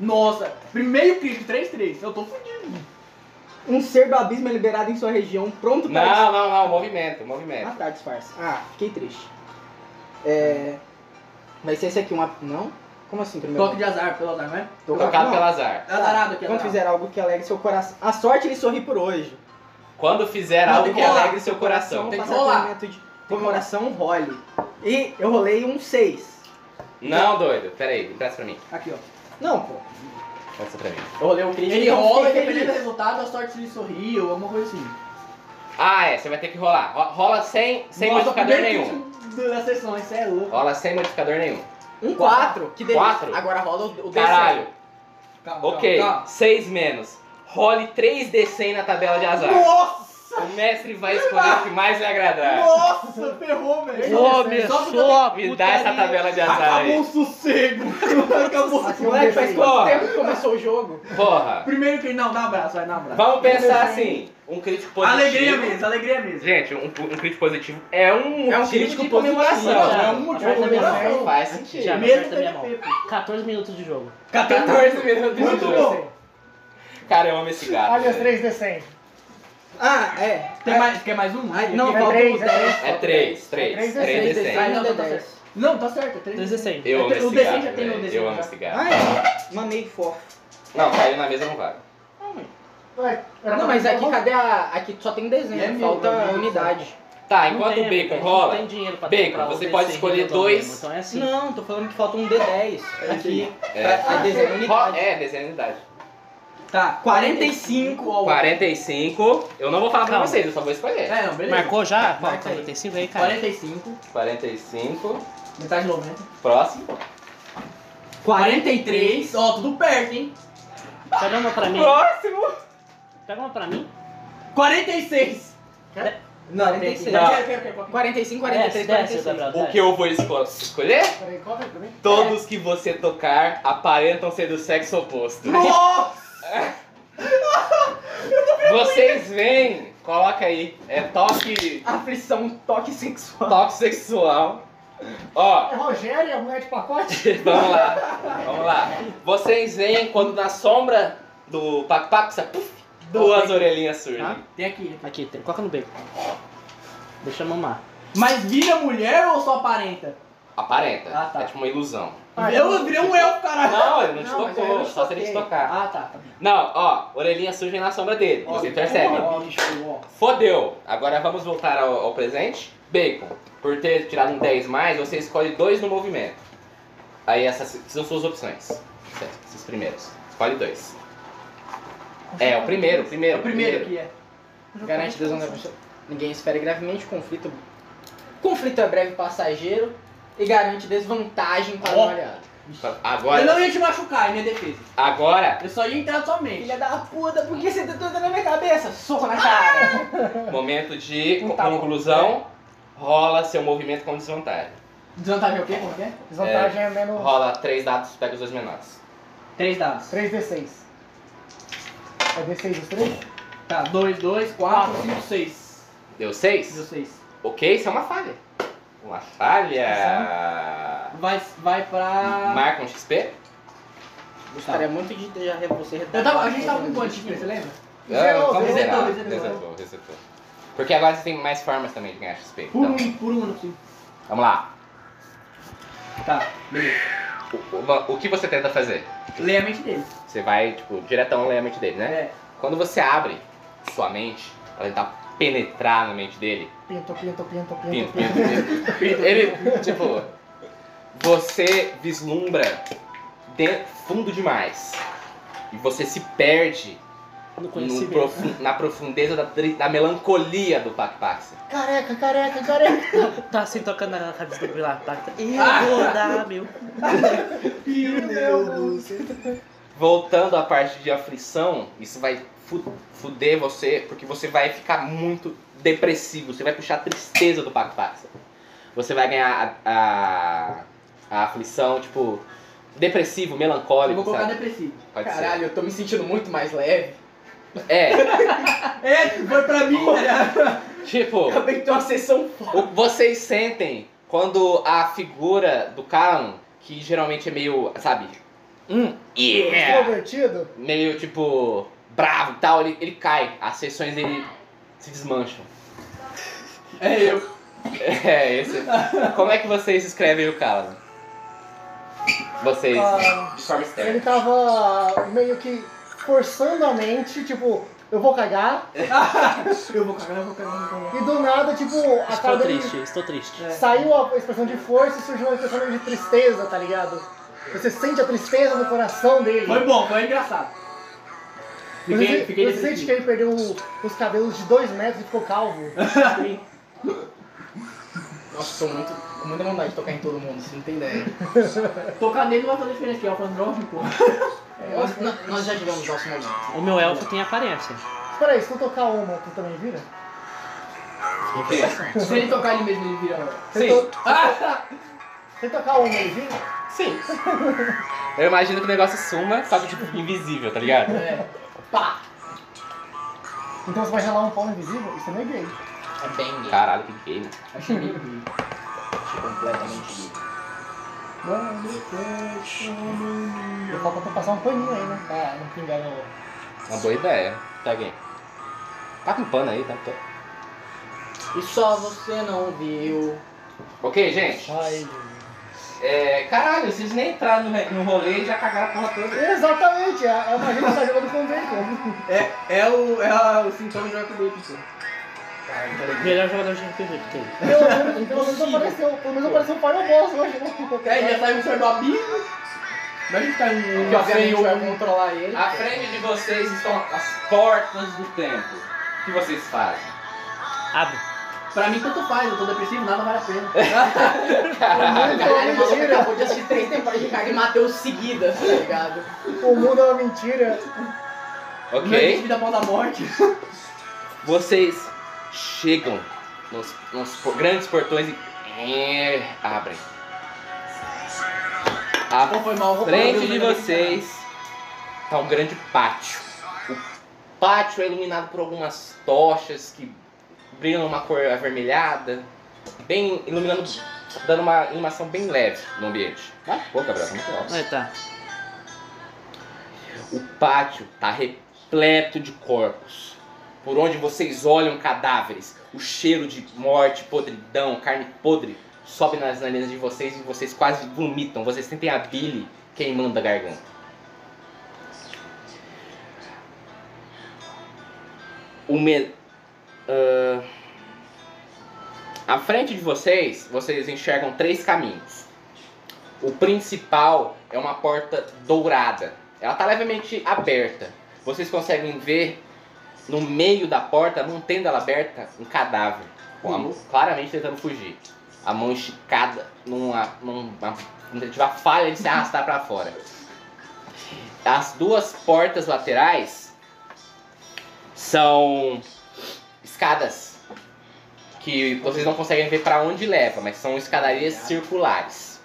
[SPEAKER 2] Nossa, primeiro crítico, 3-3. Eu tô fudido.
[SPEAKER 5] Um ser do abismo é liberado em sua região, pronto para
[SPEAKER 1] Não, não, não, movimento,
[SPEAKER 5] Ah,
[SPEAKER 1] movimento.
[SPEAKER 5] tá, disfarce. Ah, fiquei triste. É. Vai ser esse aqui, é uma. Não? Como assim, primeiro?
[SPEAKER 2] Toque de azar, pelo azar, né?
[SPEAKER 5] Tô
[SPEAKER 1] Tocado
[SPEAKER 5] não.
[SPEAKER 1] pelo azar.
[SPEAKER 2] Azarado tá aqui,
[SPEAKER 5] Quando
[SPEAKER 2] azarado.
[SPEAKER 5] fizer algo que alegre seu coração. A sorte ele sorri por hoje.
[SPEAKER 1] Quando fizer
[SPEAKER 2] Não,
[SPEAKER 1] algo
[SPEAKER 2] tem
[SPEAKER 1] que
[SPEAKER 2] que rolar.
[SPEAKER 1] alegre seu é coração.
[SPEAKER 2] Tem que
[SPEAKER 5] passa
[SPEAKER 2] rolar.
[SPEAKER 5] tormento de comemoração, role. E eu rolei um 6.
[SPEAKER 1] Não, doido. Pera aí, empresta pra mim.
[SPEAKER 2] Aqui, ó.
[SPEAKER 5] Não, pô.
[SPEAKER 1] Empresta pra mim.
[SPEAKER 5] Eu rolei um crítico.
[SPEAKER 2] Ele
[SPEAKER 5] então eu
[SPEAKER 2] rola,
[SPEAKER 5] fiquei
[SPEAKER 2] dependendo do
[SPEAKER 5] feliz.
[SPEAKER 2] resultado, a sorte lhe sorri ou alguma coisa assim.
[SPEAKER 1] Ah, é. Você vai ter que rolar. Ro- Rola sem, sem
[SPEAKER 2] Nossa,
[SPEAKER 1] modificador
[SPEAKER 2] primeiro
[SPEAKER 1] nenhum.
[SPEAKER 2] crítico Da sessão, isso é louco.
[SPEAKER 1] Rola sem modificador nenhum.
[SPEAKER 5] Um 4. Que delícia.
[SPEAKER 1] Quatro?
[SPEAKER 5] Agora rola o, o D100.
[SPEAKER 1] Caralho.
[SPEAKER 2] Calma,
[SPEAKER 1] Ok.
[SPEAKER 2] calma,
[SPEAKER 1] 6 menos. Role 3D100 na tabela de Tá azar.
[SPEAKER 2] Nossa!
[SPEAKER 1] O mestre vai escolher o que mais lhe agradar.
[SPEAKER 2] Nossa, ferrou, velho.
[SPEAKER 3] Começou a
[SPEAKER 1] Me dá essa
[SPEAKER 3] putaria.
[SPEAKER 1] tabela de azar
[SPEAKER 2] Acabou o
[SPEAKER 1] aí.
[SPEAKER 5] [LAUGHS]
[SPEAKER 2] sossego. Acabou o sossego.
[SPEAKER 4] Aqui é um
[SPEAKER 5] Assim, Moleque, faz quanto
[SPEAKER 1] Porra.
[SPEAKER 5] tempo que começou o jogo?
[SPEAKER 1] Porra.
[SPEAKER 2] Primeiro que não, dá um abraço, vai, dá abraço.
[SPEAKER 1] Vamos pensar assim. Um crítico positivo.
[SPEAKER 2] Alegria mesmo, alegria mesmo.
[SPEAKER 1] Gente, um, um crítico positivo é um,
[SPEAKER 5] É um
[SPEAKER 1] motivo
[SPEAKER 5] crítico
[SPEAKER 1] de
[SPEAKER 5] positivo,
[SPEAKER 1] comemoração.
[SPEAKER 3] já.
[SPEAKER 2] É um motivo de
[SPEAKER 4] Já
[SPEAKER 2] comemoração.
[SPEAKER 4] comecei.
[SPEAKER 1] Faz sentido.
[SPEAKER 3] Já.
[SPEAKER 2] Mesmo
[SPEAKER 3] Aperta minha
[SPEAKER 2] TPP.
[SPEAKER 3] 14 minutos de jogo.
[SPEAKER 1] 14 minutos.
[SPEAKER 2] Muito bom.
[SPEAKER 1] Cara, eu amo esse gato.
[SPEAKER 4] Aliás,
[SPEAKER 1] velho.
[SPEAKER 4] 3D100.
[SPEAKER 5] Ah, é.
[SPEAKER 2] Tem mais, quer mais um?
[SPEAKER 5] Ai, não,
[SPEAKER 4] É
[SPEAKER 5] falta
[SPEAKER 4] três,
[SPEAKER 5] o
[SPEAKER 4] é
[SPEAKER 5] 10.
[SPEAKER 1] É 3, 3, 3
[SPEAKER 4] Três
[SPEAKER 5] 3
[SPEAKER 1] de 100.
[SPEAKER 2] Ah, não,
[SPEAKER 5] D100 e
[SPEAKER 2] tá
[SPEAKER 5] D10.
[SPEAKER 2] Não, tá certo, é 3
[SPEAKER 3] 3 e 100.
[SPEAKER 1] Eu amo
[SPEAKER 2] O
[SPEAKER 1] esse
[SPEAKER 2] desenho
[SPEAKER 1] gato.
[SPEAKER 2] já tem, o
[SPEAKER 1] velho.
[SPEAKER 2] desenho
[SPEAKER 1] Eu amo
[SPEAKER 2] já.
[SPEAKER 1] esse gato.
[SPEAKER 5] Ai, Ah, é. mamei fofo.
[SPEAKER 1] Não, caiu na mesa não vale.
[SPEAKER 4] Ué, era
[SPEAKER 5] Não, mas
[SPEAKER 4] pra- tá
[SPEAKER 5] aqui cadê a. Aqui só tem desenho,
[SPEAKER 2] É meu,
[SPEAKER 5] falta
[SPEAKER 2] meu Deus.
[SPEAKER 5] unidade.
[SPEAKER 1] Tá,
[SPEAKER 3] Não
[SPEAKER 1] enquanto
[SPEAKER 3] tem,
[SPEAKER 1] o
[SPEAKER 3] a
[SPEAKER 1] bacon
[SPEAKER 3] gente
[SPEAKER 1] rola.
[SPEAKER 3] Não tem dinheiro pra
[SPEAKER 1] Bacon,
[SPEAKER 3] comprar o
[SPEAKER 1] você
[SPEAKER 3] DC
[SPEAKER 1] pode escolher
[SPEAKER 3] Random
[SPEAKER 1] dois.
[SPEAKER 3] mesmo, então é assim.
[SPEAKER 5] Não, tô falando que falta um D10 aqui.
[SPEAKER 1] É.
[SPEAKER 5] Pra, a desenho é
[SPEAKER 1] Ro-
[SPEAKER 5] unidade.
[SPEAKER 1] É, desenho de unidade.
[SPEAKER 2] Tá,
[SPEAKER 5] 45
[SPEAKER 2] ao
[SPEAKER 1] 45. Eu não vou falar pra
[SPEAKER 3] Calma.
[SPEAKER 1] vocês, eu só vou escolher.
[SPEAKER 2] É, não, beleza.
[SPEAKER 3] Marcou já? Qual?
[SPEAKER 5] Marca aí.
[SPEAKER 3] 45 aí, cara.
[SPEAKER 2] 45,
[SPEAKER 1] 45.
[SPEAKER 2] metade de 90.
[SPEAKER 1] Próximo.
[SPEAKER 5] 43.
[SPEAKER 2] Ó, tudo perto, hein?
[SPEAKER 3] Pega uma pra mim.
[SPEAKER 1] Próximo!
[SPEAKER 3] Pega uma pra mim.
[SPEAKER 2] 46.
[SPEAKER 5] Não,
[SPEAKER 1] Não.
[SPEAKER 5] 46.
[SPEAKER 2] Quero, quero, quero, quero.
[SPEAKER 5] 45,
[SPEAKER 3] Desce,
[SPEAKER 5] 43,
[SPEAKER 3] desce,
[SPEAKER 5] 46.
[SPEAKER 3] Gabriel.
[SPEAKER 1] O
[SPEAKER 3] desce.
[SPEAKER 1] que eu vou esco- escolher?
[SPEAKER 4] Peraí, qual é foi pra mim?
[SPEAKER 1] Todos que você tocar aparentam ser do sexo oposto.
[SPEAKER 5] Nossa!
[SPEAKER 1] [LAUGHS] Vocês vêm, coloca aí. É toque.
[SPEAKER 5] Aflição, toque sexual.
[SPEAKER 1] toque sexual. Ó,
[SPEAKER 4] É Rogério, é a mulher de pacote?
[SPEAKER 1] vamos lá. Vamos lá. Vocês veem quando na sombra do Pac Pac, você- puf, duas orelhinhas
[SPEAKER 3] Tá?
[SPEAKER 1] surgem.
[SPEAKER 2] Tem aqui. né?
[SPEAKER 3] Aqui, tem- coloca no beco. Deixa eu mamar.
[SPEAKER 2] Mas vira mulher ou só aparenta?
[SPEAKER 1] Aparenta.
[SPEAKER 2] Ah, tá.
[SPEAKER 1] É tipo uma ilusão.
[SPEAKER 4] Ah,
[SPEAKER 2] eu virei um elfo, caralho.
[SPEAKER 1] Não, ele não te
[SPEAKER 5] Não, mas eu
[SPEAKER 1] tocou,
[SPEAKER 5] não
[SPEAKER 1] só se ele te
[SPEAKER 5] toquei.
[SPEAKER 1] tocar.
[SPEAKER 2] Ah, tá. tá bem.
[SPEAKER 1] Não, ó, orelhinhas surgem na sombra dele.
[SPEAKER 2] Ó,
[SPEAKER 1] Você percebe.
[SPEAKER 2] Ó, bicho, ó.
[SPEAKER 1] Fodeu! Agora vamos voltar ao, ao presente. Bacon, por ter tirado um 10 mais, você escolhe dois no movimento. Aí essas são suas opções. Certo, esses primeiros. Escolhe dois. É, o primeiro, o
[SPEAKER 2] É
[SPEAKER 1] primeiro.
[SPEAKER 2] o primeiro que é.
[SPEAKER 5] Garante Deus honra a pessoa. Ninguém espere gravemente o conflito. Conflito é breve e passageiro e garante desvantagem para
[SPEAKER 2] Ó.
[SPEAKER 5] o aliado.
[SPEAKER 2] Eu não
[SPEAKER 1] Agora,
[SPEAKER 2] ia te machucar, é minha defesa.
[SPEAKER 1] agora,
[SPEAKER 2] Eu só ia entrar na sua mente.
[SPEAKER 5] Filha da puta, por que você tá toda na minha cabeça? Soco na cara!
[SPEAKER 2] Tá.
[SPEAKER 1] momento de
[SPEAKER 5] Um
[SPEAKER 1] co-
[SPEAKER 5] tapa.
[SPEAKER 2] É.
[SPEAKER 1] conclusão. Rola seu movimento com desvantagem.
[SPEAKER 2] Desvantagem é o quê? Como que é?
[SPEAKER 4] Desvantagem é menos
[SPEAKER 1] Rola três dados, pega os dois menores.
[SPEAKER 2] Três dados.
[SPEAKER 4] 3d6. É d6 os três?
[SPEAKER 2] Tá, dois, dois, quatro, cinco, seis.
[SPEAKER 1] Deu
[SPEAKER 2] Deu
[SPEAKER 1] seis?
[SPEAKER 2] seis.
[SPEAKER 1] Ok, isso é uma falha. Uma falha.
[SPEAKER 2] Vai, vai pra...
[SPEAKER 1] Marca um XP.
[SPEAKER 5] Gostaria muito de ter já re- você
[SPEAKER 2] Eu tava, a gente tava
[SPEAKER 5] um
[SPEAKER 2] com quanto, Chico, você lembra?
[SPEAKER 4] Zerou,
[SPEAKER 1] É, vamos
[SPEAKER 2] zerou,
[SPEAKER 1] zerar.
[SPEAKER 2] zerou, zerou.
[SPEAKER 1] Resetou, resetou. Porque agora você tem mais formas também de ganhar XP.
[SPEAKER 2] Por
[SPEAKER 1] Então,
[SPEAKER 2] um, por um, sim.
[SPEAKER 1] vamos lá.
[SPEAKER 2] Tá, beleza.
[SPEAKER 1] O, o- o que você tenta fazer?
[SPEAKER 2] Lê a mente dele.
[SPEAKER 1] Você vai, tipo, diretão ler a mente dele, né?
[SPEAKER 2] É.
[SPEAKER 1] Quando você abre sua mente, pra tentar penetrar na mente dele,
[SPEAKER 4] Pinto, pinto, pinto,
[SPEAKER 1] pinto, pinto,
[SPEAKER 4] pinto, pinto.
[SPEAKER 1] pinto, ele, tipo, você vislumbra de- fundo demais. E você se perde
[SPEAKER 3] Não
[SPEAKER 1] no
[SPEAKER 3] conheci
[SPEAKER 1] profu- na profundeza da, tri- da melancolia do Pac Pax.
[SPEAKER 4] Careca, careca, careca.
[SPEAKER 3] Tá assim tocando na cabeça do tá. Pilar Pacta. Eu
[SPEAKER 2] Ah!
[SPEAKER 3] vou dar, [LAUGHS] meu.
[SPEAKER 4] Meu Deus.
[SPEAKER 1] voltando à parte de aflição, isso vai fu- fuder você, porque você vai ficar muito depressivo, você vai puxar a tristeza do Paco Paxa. Você vai ganhar a, a, a aflição, tipo, depressivo,
[SPEAKER 2] Eu
[SPEAKER 1] melancólico,
[SPEAKER 2] vou colocar
[SPEAKER 1] sabe?
[SPEAKER 2] depressivo.
[SPEAKER 1] Pode ser.
[SPEAKER 5] Caralho, eu tô me sentindo muito mais leve. [LAUGHS]
[SPEAKER 1] É,
[SPEAKER 2] É, foi pra mim, né?
[SPEAKER 1] tipo,
[SPEAKER 5] Acabei de ter uma sessão
[SPEAKER 1] o que vocês sentem quando a figura do Calum, que geralmente é meio, sabe? Hum, yeah!
[SPEAKER 4] Extrovertido?
[SPEAKER 1] meio tipo bravo e tal, ele, ele cai. As sessões dele se desmancham. [LAUGHS]
[SPEAKER 2] É eu.
[SPEAKER 1] É, esse. Como é que vocês escrevem o Calum? Vocês.
[SPEAKER 4] Ah,
[SPEAKER 1] De forma externa.
[SPEAKER 4] ele tava meio que forçando a mente, tipo, eu vou cagar.
[SPEAKER 2] Eu vou cagar, eu vou cagar, eu vou cagar.
[SPEAKER 4] E do nada, tipo, a
[SPEAKER 3] Estou
[SPEAKER 4] cara dele
[SPEAKER 3] triste, estou triste.
[SPEAKER 2] É.
[SPEAKER 4] saiu a expressão de força e surgiu uma expressão de tristeza, tá ligado? Você sente a tristeza no coração dele.
[SPEAKER 2] Foi bom, foi engraçado.
[SPEAKER 4] você
[SPEAKER 2] Fiquei, fiquei
[SPEAKER 4] você sente que ele perdeu o- os cabelos de dois metros e ficou calvo.
[SPEAKER 5] Nossa, tô muito, com muita vontade de tocar em todo mundo, você não tem ideia.
[SPEAKER 2] Tocar nele não vai fazer diferença, que é o Fandrão, pô.
[SPEAKER 5] Nós, nós- nós já tivemos nosso momento.
[SPEAKER 3] O meu elfo tem aparência.
[SPEAKER 4] Espera aí, se tu tocar uma, tu também vira?
[SPEAKER 2] Se ele tocar ele mesmo, ele vira. ó.
[SPEAKER 4] Se,
[SPEAKER 1] Sim,
[SPEAKER 4] to-
[SPEAKER 2] Ah!
[SPEAKER 4] se tocar uma, ele vira?
[SPEAKER 1] sim. Eu imagino que o negócio suma, só que tipo invisível, tá ligado?
[SPEAKER 2] É. Pá!
[SPEAKER 4] Então você vai relar um pau invisível? Isso não é gay.
[SPEAKER 5] É bem gay.
[SPEAKER 1] Caralho, que game.
[SPEAKER 2] Achei meio ruim.
[SPEAKER 5] Achei completamente gay.
[SPEAKER 4] Eu falta pra passar um paninho aí, né? Pra não pingar no...
[SPEAKER 1] Uma boa ideia. Tá game. Tá com pano aí, tá com pano.
[SPEAKER 5] E só você não viu.
[SPEAKER 1] Ok, gente.
[SPEAKER 4] Ai.
[SPEAKER 1] É, caralho, vocês nem entraram no, re- no rolê e já cagaram a porra toda.
[SPEAKER 4] Exatamente, é, é uma gente que tá jogando com bacon.
[SPEAKER 2] É, é o, é a- o sintoma de Arco Baby, pô.
[SPEAKER 3] Melhor jogador de RPG que tem.
[SPEAKER 4] Pelo menos, pelo menos apareceu, pelo menos apareceu um Fire Boss hoje, né?
[SPEAKER 2] É, já saiu o Chernobyl. Imagina ficar um,
[SPEAKER 5] Que
[SPEAKER 2] um
[SPEAKER 5] obviamente
[SPEAKER 2] senhor,
[SPEAKER 5] vai
[SPEAKER 2] um-
[SPEAKER 5] controlar ele.
[SPEAKER 1] À frente de vocês estão as portas do templo. O que vocês fazem?
[SPEAKER 3] Abre.
[SPEAKER 2] Pra mim, tanto faz, eu tô depressivo, nada vale a pena.
[SPEAKER 5] Caralho, o maluco
[SPEAKER 4] mentira.
[SPEAKER 5] acabou de assistir três temporadas de Ricardo e Matheus seguidas, tá ligado?
[SPEAKER 4] O mundo é uma mentira.
[SPEAKER 2] Não
[SPEAKER 1] Ok?
[SPEAKER 2] existe da mão da morte.
[SPEAKER 1] Vocês chegam nos, nos po- grandes portões e é, abrem.
[SPEAKER 2] Não
[SPEAKER 1] À
[SPEAKER 2] foi mal, vou
[SPEAKER 1] frente de vocês está um grande pátio. O pátio é iluminado por algumas tochas que brilham uma cor avermelhada, bem iluminando, dando uma iluminação bem leve no ambiente. Mas, pô, Gabriel, tá muito alto.
[SPEAKER 3] Aí tá.
[SPEAKER 1] O pátio tá repleto de corpos. Por onde vocês olham cadáveres, o cheiro de morte, podridão, carne podre sobe nas narinas de vocês e vocês quase vomitam. Vocês sentem a bile queimando a garganta. O me... ah, À frente de vocês, vocês enxergam três caminhos. O principal é uma porta dourada. Ela tá levemente aberta. Vocês conseguem ver no meio da porta, mantendo ela aberta, um cadáver. Com a mão claramente tentando fugir. A mão esticada numa, numa tentativa falha de se arrastar para fora. As duas portas laterais são escadas que vocês não conseguem ver para onde leva, mas são escadarias circulares.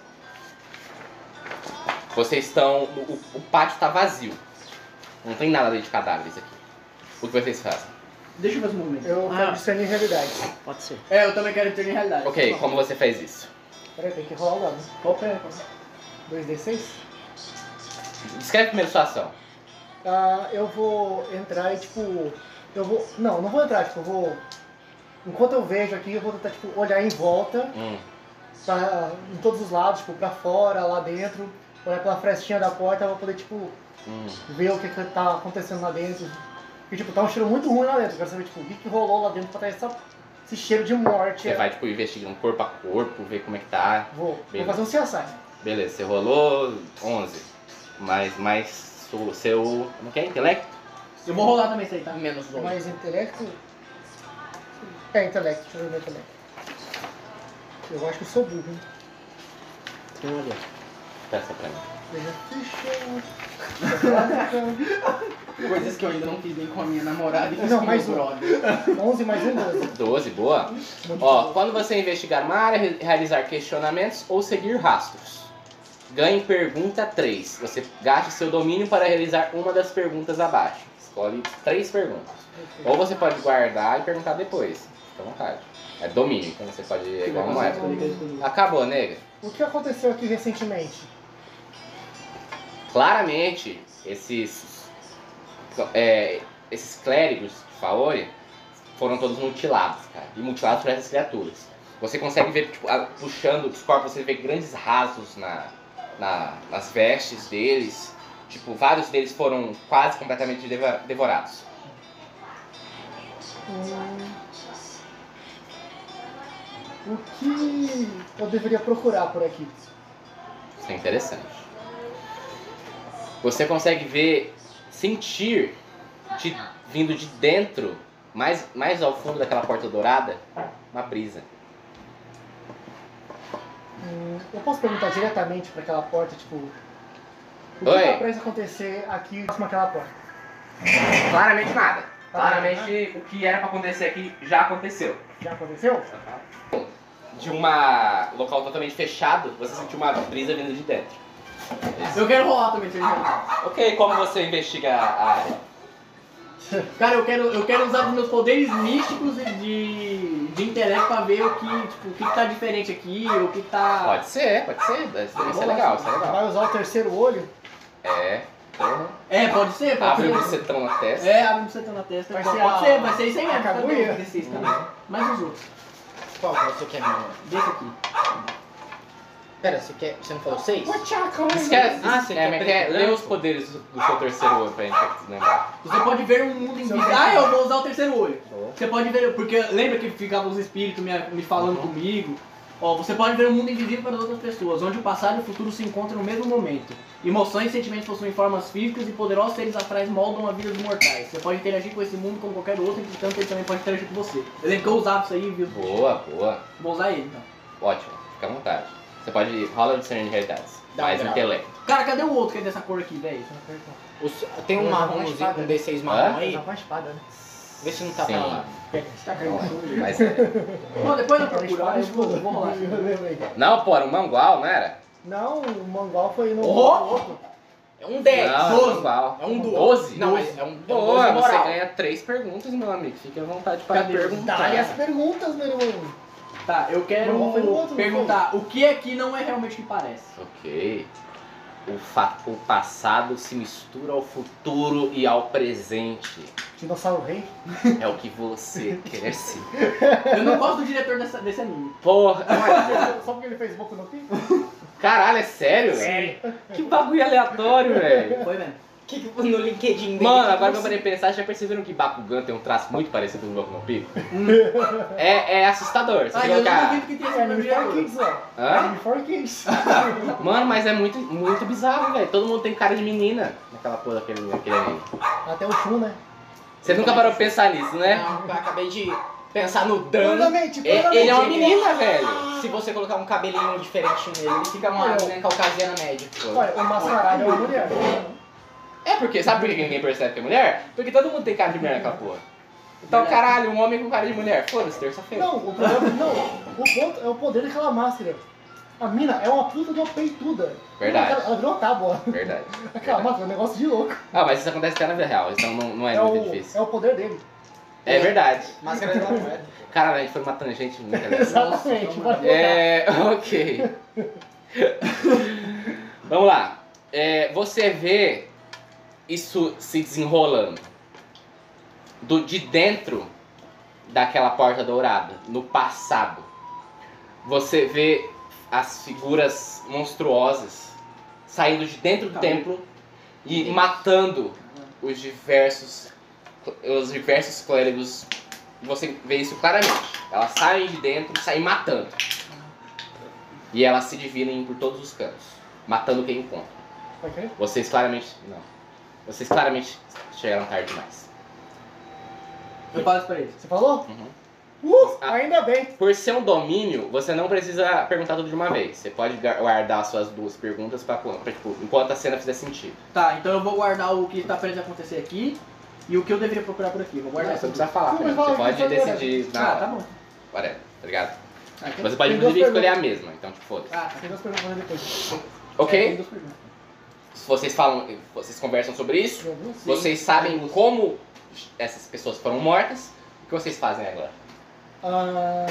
[SPEAKER 1] Vocês estão. O, o pátio tá vazio. Não tem nada de cadáveres aqui. O que vocês fazem?
[SPEAKER 2] Deixa eu ver um momento.
[SPEAKER 4] Eu
[SPEAKER 3] Ah.
[SPEAKER 4] quero discernir realidade.
[SPEAKER 3] Pode ser.
[SPEAKER 2] É, eu também quero ter em realidade.
[SPEAKER 1] Ok, como você fez isso?
[SPEAKER 4] Peraí, tem que rolar o dado.
[SPEAKER 2] Qual que é?
[SPEAKER 4] 2d6?
[SPEAKER 1] Descreve primeiro sua ação.
[SPEAKER 4] Ah, eu vou entrar e tipo. Eu vou. Não, não vou entrar, tipo, eu vou. Enquanto eu vejo aqui, eu vou tentar, tipo, olhar em volta,
[SPEAKER 1] Hum.
[SPEAKER 4] pra, em todos os lados, tipo, pra fora, lá dentro, olhar pela frestinha da porta pra poder, tipo,
[SPEAKER 1] Hum.
[SPEAKER 4] ver o que, que tá acontecendo lá dentro. E tipo, tá um cheiro muito ruim lá dentro. Eu quero saber, tipo, o que, que rolou lá dentro pra ter essa, esse cheiro de morte.
[SPEAKER 1] Você vai, tipo, investigando corpo a corpo, ver como é que tá.
[SPEAKER 4] Vou, vou
[SPEAKER 1] Beleza.
[SPEAKER 4] fazer um CSI.
[SPEAKER 1] Beleza, você rolou 11. Mas, mas o seu. Como que é? Intelecto?
[SPEAKER 2] Eu vou rolar também isso aí, tá?
[SPEAKER 5] Menos dois.
[SPEAKER 4] Mais intelecto? É, intelecto, deixa eu ver meu intelecto. Eu acho que eu sou burro, hein?
[SPEAKER 3] Tem um ali. ó.
[SPEAKER 1] Peça pra mim.
[SPEAKER 4] Veja a ficha.
[SPEAKER 5] [LAUGHS] Coisas que eu ainda não fiz nem com a minha namorada e fiz
[SPEAKER 4] Não,
[SPEAKER 5] com
[SPEAKER 4] mais
[SPEAKER 5] meu
[SPEAKER 4] um.
[SPEAKER 5] brother.
[SPEAKER 4] 11 mais um, 12.
[SPEAKER 1] 12, boa. [LAUGHS] Ó, quando você investigar uma área, re- realizar questionamentos ou seguir rastros. Ganhe pergunta 3. Você gaste seu domínio para realizar uma das perguntas abaixo. Escolhe três perguntas. Ou você pode guardar e perguntar depois. Fica à vontade. É domínio, então você pode. É igual moeda. Acabou, nega.
[SPEAKER 4] O que aconteceu aqui recentemente?
[SPEAKER 1] claramente esses é, esses clérigos de Faoria foram todos mutilados, cara, e mutilados por essas criaturas. Você consegue ver, tipo, a- puxando os corpos, você vê grandes rasos na, na- nas vestes deles. Tipo, vários deles foram quase completamente deva- devorados.
[SPEAKER 4] O que eu deveria procurar por aqui?
[SPEAKER 1] Isso é interessante. Você consegue ver, sentir, de- vindo de dentro, mais, mais ao fundo daquela porta dourada, uma brisa.
[SPEAKER 4] Hum, eu posso perguntar diretamente pra aquela porta, tipo. O que
[SPEAKER 1] Oi.
[SPEAKER 4] tá prestes a acontecer aqui próximo àquela porta?
[SPEAKER 1] Claramente nada. Claramente o que era pra acontecer aqui já aconteceu.
[SPEAKER 4] Já aconteceu?
[SPEAKER 1] De uma local totalmente fechado, você sentiu uma brisa vindo de dentro.
[SPEAKER 2] Eu quero rolar também, tá Tony.
[SPEAKER 1] Ok, como você investiga a área?
[SPEAKER 2] Cara, eu quero, eu quero usar os meus poderes místicos e de, de intelecto pra ver o que, tipo, o que, que tá diferente aqui, o que que tá.
[SPEAKER 1] Ah, Pode ser, pode ser. Isso é legal, isso é legal.
[SPEAKER 4] Vai usar o terceiro olho?
[SPEAKER 1] É. Então,
[SPEAKER 2] É, pode ser, pode
[SPEAKER 1] abre um
[SPEAKER 2] ser.
[SPEAKER 1] o bucetão na testa.
[SPEAKER 2] É, abre um setão na testa.
[SPEAKER 4] Vai
[SPEAKER 2] pode
[SPEAKER 4] ser
[SPEAKER 2] pode
[SPEAKER 4] a-
[SPEAKER 2] ser, vai ser isso aí mesmo.
[SPEAKER 4] a
[SPEAKER 2] tá bom,
[SPEAKER 4] cabuia?
[SPEAKER 2] desse aí também. Mas os outros.
[SPEAKER 5] Qual que é? você quer menor?
[SPEAKER 2] Desse aqui.
[SPEAKER 5] Pera, você quer. Você não falou seis?
[SPEAKER 1] Esquece.
[SPEAKER 5] Ah, você
[SPEAKER 1] é,
[SPEAKER 5] quer
[SPEAKER 1] mas
[SPEAKER 5] preto e
[SPEAKER 1] quer- lê
[SPEAKER 5] branco?
[SPEAKER 1] os poderes do, do seu terceiro olho pra gente lembrar.
[SPEAKER 2] Você pode ver um mundo invisível. Ah, eu vou usar o terceiro olho. Você pode ver, porque lembra que ficavam os espíritos me, me falando comigo? Ó, você pode ver o mundo invisível para outras pessoas, onde o passado e o futuro se encontram no mesmo momento. Emoções e sentimentos possuem formas físicas e poderosos seres astrais moldam a vida dos mortais. Você pode interagir com esse mundo como qualquer outro, entretanto ele também pode interagir com você. Eu lembro que eu usava isso aí, viu?
[SPEAKER 1] Boa, boa.
[SPEAKER 2] Vou usar ele, então.
[SPEAKER 1] Ótimo, fica à vontade. Você pode ir, rola de de realidades.
[SPEAKER 5] Dá um
[SPEAKER 1] mais
[SPEAKER 5] grau.
[SPEAKER 1] intelecto.
[SPEAKER 2] Cara, cadê o outro que é dessa cor aqui, velho?
[SPEAKER 5] Os- tem um
[SPEAKER 4] Vou jogar
[SPEAKER 5] marrom,
[SPEAKER 4] uma
[SPEAKER 5] um
[SPEAKER 4] espada.
[SPEAKER 5] D6 marrom
[SPEAKER 1] Hã?
[SPEAKER 5] aí.
[SPEAKER 4] Usava uma espada, né?
[SPEAKER 5] Vê se não tá
[SPEAKER 1] Sim.
[SPEAKER 5] pra lá.
[SPEAKER 2] Tá
[SPEAKER 1] Mas, é.
[SPEAKER 2] Bom, depois eu
[SPEAKER 4] Usava uma
[SPEAKER 2] procurar,
[SPEAKER 4] espada,
[SPEAKER 2] eu vou, vou rolar.
[SPEAKER 4] Eu lembrei.
[SPEAKER 1] não, pô, era um mangual, não era?
[SPEAKER 4] Não, o Mangual foi no.
[SPEAKER 5] Oh! É um 10.
[SPEAKER 1] não, era um mangual.
[SPEAKER 5] É um 12.
[SPEAKER 1] Doze?
[SPEAKER 5] Não, mas é um é um 12
[SPEAKER 1] Então, Boa, você
[SPEAKER 5] moral.
[SPEAKER 1] ganha três perguntas, meu amigo. Fique à vontade para
[SPEAKER 2] Cadê?
[SPEAKER 1] perguntar.
[SPEAKER 4] Dá-lhe as perguntas, meu irmão.
[SPEAKER 2] Tá, eu quero
[SPEAKER 4] Não, foi no outro, não
[SPEAKER 2] perguntar o que aqui não é realmente o que parece.
[SPEAKER 1] Ok. O, fa- o passado se mistura ao futuro e ao presente.
[SPEAKER 4] Dinossauro Rei.
[SPEAKER 1] É o que você [LAUGHS] quer ser.
[SPEAKER 2] Eu não gosto do diretor dessa, desse anime.
[SPEAKER 1] Porra!
[SPEAKER 4] Só porque ele fez Boku no Pico?
[SPEAKER 1] Caralho, é sério? Que bagulho aleatório, velho. [LAUGHS]
[SPEAKER 2] Foi né? mesmo.
[SPEAKER 5] Que que no LinkedIn dele?
[SPEAKER 1] Mano,
[SPEAKER 5] que
[SPEAKER 1] agora que eu
[SPEAKER 5] você-
[SPEAKER 1] parei de pensar, já perceberam que Bakugan tem um traço muito parecido com o Boku no Pico? é, é assustador. Você
[SPEAKER 2] Ah, eu não
[SPEAKER 1] colocar-
[SPEAKER 2] duvido que tem esse
[SPEAKER 4] É Anime for
[SPEAKER 2] primeiro
[SPEAKER 4] Kids, ó.
[SPEAKER 1] Hã?
[SPEAKER 4] Anime for Kids.
[SPEAKER 1] Mano, mas é muito, muito bizarro, velho. Todo mundo tem cara de menina naquela porra daquele daquele anime.
[SPEAKER 4] Até o Shun, né?
[SPEAKER 1] Você nunca parou pra pensar nisso, né?
[SPEAKER 5] Não, É um eu acabei de pensar no Dan.
[SPEAKER 4] Puramente,
[SPEAKER 1] É-
[SPEAKER 4] puramente.
[SPEAKER 1] ele é uma menina, velho.
[SPEAKER 5] Se você colocar um cabelinho diferente nele, ele fica uma
[SPEAKER 4] Olha.
[SPEAKER 5] né, caucasiana média.
[SPEAKER 4] Olha, o Mascarado é uma mulher.
[SPEAKER 1] É porque, sabe por que ninguém percebe que é mulher? Porque todo mundo tem cara de mulher naquela porra. Então, caralho, um homem com cara de mulher. Foda-se, terça-feira.
[SPEAKER 4] Não, o problema não. O ponto é o poder daquela máscara. A mina é uma puta de uma peituda.
[SPEAKER 1] Verdade.
[SPEAKER 4] Ela, ela virou uma tábua. [LAUGHS]
[SPEAKER 1] Verdade.
[SPEAKER 4] Aquela máscara é um negócio de louco.
[SPEAKER 1] Ah, mas isso acontece até na vida real, então não, não é,
[SPEAKER 4] É
[SPEAKER 1] muito
[SPEAKER 4] o,
[SPEAKER 1] difícil.
[SPEAKER 4] é o poder dele.
[SPEAKER 1] É verdade.
[SPEAKER 5] Máscara de lamento.
[SPEAKER 2] né?
[SPEAKER 1] Caralho, a gente foi uma tangente muito legal.
[SPEAKER 4] Exatamente.
[SPEAKER 2] Nossa,
[SPEAKER 4] Pode botar.
[SPEAKER 1] É, [LAUGHS] ok. Vamos lá. É, você vê isso se desenrolando do de dentro daquela porta dourada, no passado. Você vê as figuras monstruosas saindo de dentro do
[SPEAKER 2] Tá.
[SPEAKER 1] templo e matando os diversos os diversos clérigos. Você vê isso claramente. Elas saem de dentro e saem matando. E elas se dividem por todos os cantos, matando quem encontra.
[SPEAKER 4] Vai querer?
[SPEAKER 1] Vocês claramente. Não. Vocês claramente chegaram tarde demais.
[SPEAKER 2] Eu falo isso pra eles.
[SPEAKER 4] Você falou?
[SPEAKER 1] Uhum.
[SPEAKER 4] Uh,
[SPEAKER 1] Ah.
[SPEAKER 4] ainda bem.
[SPEAKER 1] Por ser um domínio, você não precisa perguntar tudo de uma vez. Você pode gar- guardar suas duas perguntas para tipo, enquanto a cena fizer sentido.
[SPEAKER 2] Tá, então eu vou guardar o que tá prestes a acontecer aqui e o que eu deveria procurar por aqui. Vou
[SPEAKER 1] Não,
[SPEAKER 2] guardar
[SPEAKER 1] você
[SPEAKER 2] isso.
[SPEAKER 1] não precisa falar.
[SPEAKER 4] Não, mas
[SPEAKER 1] né?
[SPEAKER 4] fala
[SPEAKER 1] Você
[SPEAKER 4] que
[SPEAKER 1] pode
[SPEAKER 4] foi agora.
[SPEAKER 1] decidir na
[SPEAKER 2] Ah,
[SPEAKER 1] hora.
[SPEAKER 2] tá bom.
[SPEAKER 1] Whatever, tá ligado?
[SPEAKER 2] Ah, tem-
[SPEAKER 1] Você pode
[SPEAKER 4] Tem duas
[SPEAKER 1] inclusive escolher a mesma, então tipo, foda-se.
[SPEAKER 2] Ah,
[SPEAKER 4] Tem duas perguntas pra fazer depois.
[SPEAKER 1] Ah, Ok?
[SPEAKER 2] tem duas perguntas.
[SPEAKER 1] Vocês falam, vocês conversam sobre isso.
[SPEAKER 4] Já viu?
[SPEAKER 1] Vocês sabem como essas pessoas foram mortas. O que vocês fazem agora?
[SPEAKER 4] Ah,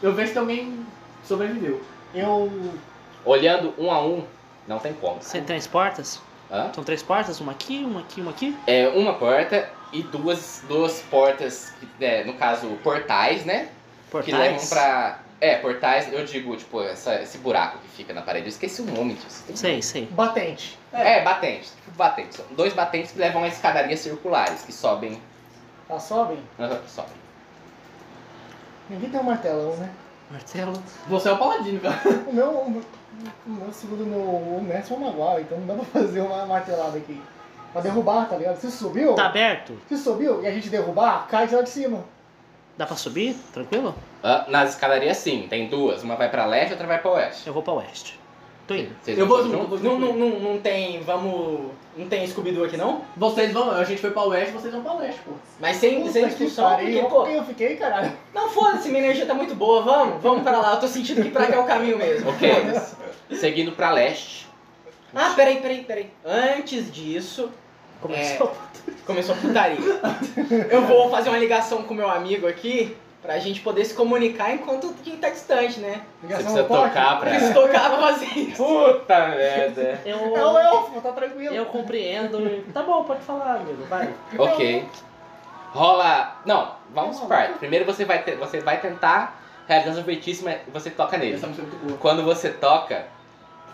[SPEAKER 2] Eu vejo se alguém sobreviveu.
[SPEAKER 4] eu.
[SPEAKER 1] Olhando um a um, não tem como.
[SPEAKER 3] Você tem três portas?
[SPEAKER 1] Hã?
[SPEAKER 3] São três portas? Uma aqui, uma aqui, uma aqui?
[SPEAKER 1] É uma porta e duas, duas portas, que, é, no caso, portais, né? Que levam
[SPEAKER 3] Portais?
[SPEAKER 1] pra. É, portais, eu digo, tipo, essa- esse buraco que fica na parede. Eu esqueci o nome disso. Tem um
[SPEAKER 3] Sei, sei.
[SPEAKER 4] Batente.
[SPEAKER 1] É, batente. Tipo, batente. São dois batentes que levam a escadarias circulares, que sobem.
[SPEAKER 4] Elas sobem?
[SPEAKER 1] Aham, sobem.
[SPEAKER 4] Ninguém tem um martelão, né?
[SPEAKER 3] Martelo.
[SPEAKER 2] Você é o paladino, cara.
[SPEAKER 4] O meu. O meu- o meu segundo meu. O mestre é um magual, então não dá pra [LAUGHS] fazer uma martelada aqui. Pra derrubar, tá ligado? Se subiu.
[SPEAKER 3] Tá aberto?
[SPEAKER 4] Se subiu e a gente derrubar, cai de lá de cima.
[SPEAKER 3] Dá pra subir? Tranquilo?
[SPEAKER 1] Ah, Nas escadarias, sim, tem duas. Uma vai pra leste, outra vai pra oeste.
[SPEAKER 3] Eu vou pra oeste. Tô indo.
[SPEAKER 1] Vocês
[SPEAKER 2] Eu vou
[SPEAKER 1] vão
[SPEAKER 2] junto, eu vou
[SPEAKER 5] Não,
[SPEAKER 2] junto.
[SPEAKER 5] não, não, não tem, vamos. Não tem Scooby-Doo aqui não?
[SPEAKER 2] Vocês vão, a gente foi pra oeste, vocês vão pra leste, pô.
[SPEAKER 5] Mas sem,
[SPEAKER 4] Puta
[SPEAKER 5] sem
[SPEAKER 4] que
[SPEAKER 5] discussão,
[SPEAKER 4] pariu,
[SPEAKER 5] porque,
[SPEAKER 4] olha
[SPEAKER 5] pô.
[SPEAKER 4] com quem eu fiquei, caralho.
[SPEAKER 5] Não foda-se, minha energia tá muito boa, vamos, vamos pra lá. Eu tô sentindo que pra cá é o caminho mesmo.
[SPEAKER 1] Ok.
[SPEAKER 5] Foda-se.
[SPEAKER 1] Seguindo pra leste.
[SPEAKER 5] Ah, peraí, peraí, peraí. Antes disso,
[SPEAKER 4] É.
[SPEAKER 3] Começou.
[SPEAKER 5] começou a putaria. Eu vou fazer uma ligação com meu amigo aqui pra gente poder se comunicar enquanto quem tá distante, né?
[SPEAKER 1] Você
[SPEAKER 4] Ligação
[SPEAKER 1] precisa
[SPEAKER 4] no toque.
[SPEAKER 1] tocar pra.
[SPEAKER 5] Porque
[SPEAKER 4] [LAUGHS]
[SPEAKER 5] se tocar, vai fazer isso.
[SPEAKER 1] Puta merda.
[SPEAKER 4] É o
[SPEAKER 3] Eu,
[SPEAKER 4] elfo, tá tranquilo.
[SPEAKER 3] eu compreendo. Tá bom, pode falar, amigo. Vai.
[SPEAKER 1] Ok. Rola. Não, vamos por parte. Primeiro você vai, te- você vai tentar realizar seu feitiço, mas você toca
[SPEAKER 2] Essa
[SPEAKER 1] nele.
[SPEAKER 2] música é muito boa.
[SPEAKER 1] Quando você toca,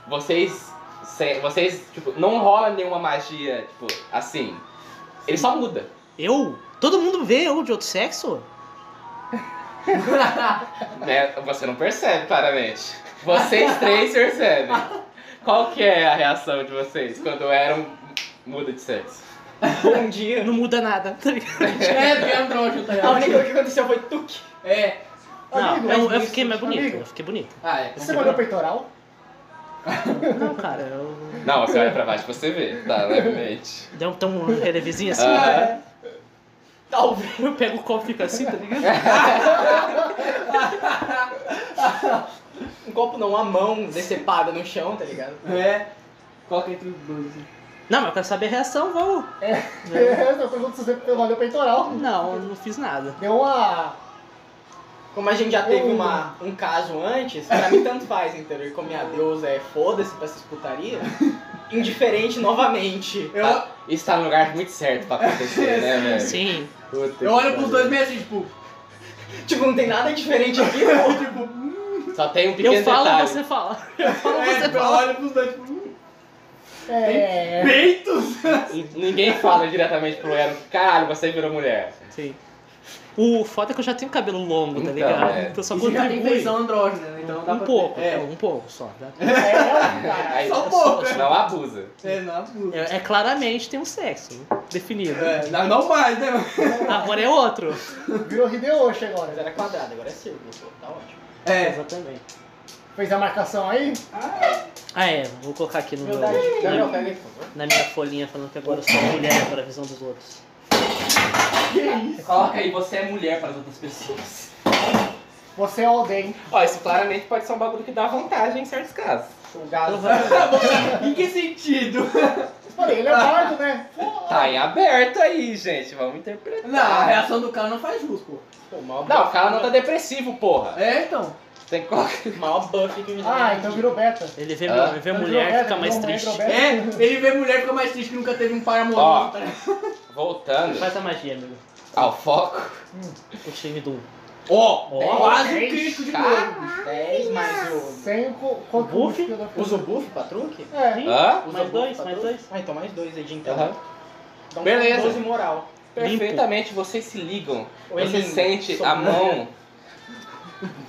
[SPEAKER 1] vocês. se- Vocês, tipo, não rola nenhuma magia, tipo, assim. Ele só muda.
[SPEAKER 3] Eu? Todo mundo vê eu de outro sexo?
[SPEAKER 1] Né, Você não percebe, claramente. [LAUGHS] Vocês três percebem. Qual que é a reação de vocês quando eram muda de sexo?
[SPEAKER 5] Bom Um dia.
[SPEAKER 3] Não muda nada, tá ligado?
[SPEAKER 2] [LAUGHS] É, porque entrou junto aí.
[SPEAKER 5] A única coisa que aconteceu foi tuque.
[SPEAKER 2] É.
[SPEAKER 3] Não,
[SPEAKER 4] Amigo,
[SPEAKER 3] eu, eu
[SPEAKER 4] amigo,
[SPEAKER 3] um fiquei mais bonito.
[SPEAKER 4] amigo.
[SPEAKER 3] Eu fiquei bonito.
[SPEAKER 2] Ah, é.
[SPEAKER 4] Você olhou o peitoral?
[SPEAKER 3] Não, cara, eu.
[SPEAKER 1] Não, você olha pra baixo pra você ver, tá? [LAUGHS] Levemente.
[SPEAKER 3] Deu um tão relevezinho assim.
[SPEAKER 1] Aham.
[SPEAKER 5] Talvez.
[SPEAKER 3] Eu pego o copo e fica assim, tá ligado?
[SPEAKER 5] Um copo não, uma mão decepada no chão, tá ligado?
[SPEAKER 2] É. Coloca entre os dois. assim.
[SPEAKER 3] Não, mas eu quero saber a reação, vamos.
[SPEAKER 4] [LAUGHS] É, eu pergunto se você olhou o peitoral.
[SPEAKER 3] Não, eu não fiz nada.
[SPEAKER 4] Deu uma.
[SPEAKER 5] Como a gente já teve
[SPEAKER 4] Hum.
[SPEAKER 5] uma, um caso antes, pra mim tanto faz, entendeu? Como minha deusa é foda-se pra essas [LAUGHS] putarias, indiferente novamente.
[SPEAKER 2] Eu,
[SPEAKER 1] Tá. Isso tá no lugar muito certo pra acontecer, [LAUGHS] né,
[SPEAKER 3] É.
[SPEAKER 1] velho?
[SPEAKER 3] Sim.
[SPEAKER 1] Puta que
[SPEAKER 2] eu olho pros
[SPEAKER 1] pariu.
[SPEAKER 2] dois meio assim, tipo. [LAUGHS]
[SPEAKER 5] Tipo, não tem nada diferente aqui, não. Tipo,
[SPEAKER 1] Só tem um pequeno
[SPEAKER 3] Eu falo,
[SPEAKER 1] detalhe.
[SPEAKER 3] você fala. Eu falo,
[SPEAKER 2] É,
[SPEAKER 3] você
[SPEAKER 2] tipo, eu
[SPEAKER 3] fala.
[SPEAKER 2] olho pros dois, tipo.
[SPEAKER 4] É.
[SPEAKER 2] Peitos!
[SPEAKER 1] N- Ninguém fala diretamente pro Aaron, caralho, você virou mulher.
[SPEAKER 3] Sim. O foda é que eu já tenho cabelo longo, tá
[SPEAKER 1] Então,
[SPEAKER 3] ligado?
[SPEAKER 1] é.
[SPEAKER 3] Então só
[SPEAKER 2] E você já tem
[SPEAKER 3] contribui.
[SPEAKER 2] feição andrógena, né? Então dá
[SPEAKER 3] Um
[SPEAKER 2] pra
[SPEAKER 3] pouco,
[SPEAKER 2] ter-
[SPEAKER 3] é,
[SPEAKER 2] É,
[SPEAKER 3] um pouco só. dá-
[SPEAKER 4] É,
[SPEAKER 1] [LAUGHS] Aí,
[SPEAKER 2] Só um pouco.
[SPEAKER 1] Não abusa.
[SPEAKER 2] é não, pô.
[SPEAKER 3] É, é claramente tem um sexo definido.
[SPEAKER 2] É, não, não mais, né?
[SPEAKER 3] Agora é outro.
[SPEAKER 4] virou Hideoshi
[SPEAKER 5] mas
[SPEAKER 4] agora.
[SPEAKER 5] era quadrado, agora é círculo, pô, tá ótimo.
[SPEAKER 2] É.
[SPEAKER 3] Exatamente.
[SPEAKER 4] Fez a marcação aí?
[SPEAKER 3] Ah, é, vou colocar aqui no meu,
[SPEAKER 5] Verdade. Gabriel,
[SPEAKER 3] na,
[SPEAKER 5] pega aí, por favor.
[SPEAKER 3] na minha folhinha falando que agora eu sou mulher para a visão dos outros.
[SPEAKER 1] Coloca aí, você é mulher para as outras pessoas.
[SPEAKER 4] Você é Alden.
[SPEAKER 1] Ó, isso claramente pode ser um bagulho que dá vantagem em certos casos.
[SPEAKER 5] O gado
[SPEAKER 2] Em que sentido?
[SPEAKER 4] Falei, ele é bardo, né?
[SPEAKER 1] Tá em aberto aí, gente. Vamos interpretar.
[SPEAKER 2] Não, a reação do cara não faz jus, pô.
[SPEAKER 5] Pô, o maior
[SPEAKER 1] Não, o
[SPEAKER 5] buff-
[SPEAKER 1] cara não tá depressivo, porra.
[SPEAKER 2] É, então.
[SPEAKER 1] Tem que colocar.
[SPEAKER 5] o maior buff que me
[SPEAKER 4] Ah, então virou beta.
[SPEAKER 3] Ele vê,
[SPEAKER 1] Ah.
[SPEAKER 3] ele vê
[SPEAKER 4] Então
[SPEAKER 3] mulher,
[SPEAKER 4] virou
[SPEAKER 3] fica
[SPEAKER 4] beta,
[SPEAKER 3] mais
[SPEAKER 4] virou
[SPEAKER 3] triste.
[SPEAKER 4] mulher, virou
[SPEAKER 2] É,
[SPEAKER 4] beta.
[SPEAKER 2] ele vê mulher fica mais triste que nunca teve um par
[SPEAKER 1] Ó.
[SPEAKER 2] amoroso. tá ligado?
[SPEAKER 1] Voltando
[SPEAKER 3] Faz a magia, amigo.
[SPEAKER 1] ao foco.
[SPEAKER 3] O time do.
[SPEAKER 2] Ó,
[SPEAKER 3] Ó.
[SPEAKER 2] quase um crítico de
[SPEAKER 4] [LAUGHS]
[SPEAKER 2] novo.
[SPEAKER 5] 10 mais o...
[SPEAKER 4] Sem o co- co-
[SPEAKER 3] Buff?
[SPEAKER 4] que eu dou-
[SPEAKER 5] Usa o buff pra truque?
[SPEAKER 4] É.
[SPEAKER 1] Hã?
[SPEAKER 5] Usa
[SPEAKER 3] Mais
[SPEAKER 5] buff
[SPEAKER 3] dois,
[SPEAKER 5] pra
[SPEAKER 3] mais
[SPEAKER 5] truque?
[SPEAKER 3] dois.
[SPEAKER 5] Ah, então mais dois aí de então.
[SPEAKER 1] Aham.
[SPEAKER 5] Então,
[SPEAKER 1] Beleza.
[SPEAKER 5] 12 moral.
[SPEAKER 1] Perfeitamente, vocês se ligam.
[SPEAKER 5] Oi,
[SPEAKER 1] Você
[SPEAKER 5] lindo.
[SPEAKER 1] sente
[SPEAKER 5] Sou
[SPEAKER 1] a
[SPEAKER 5] mulher.
[SPEAKER 1] mão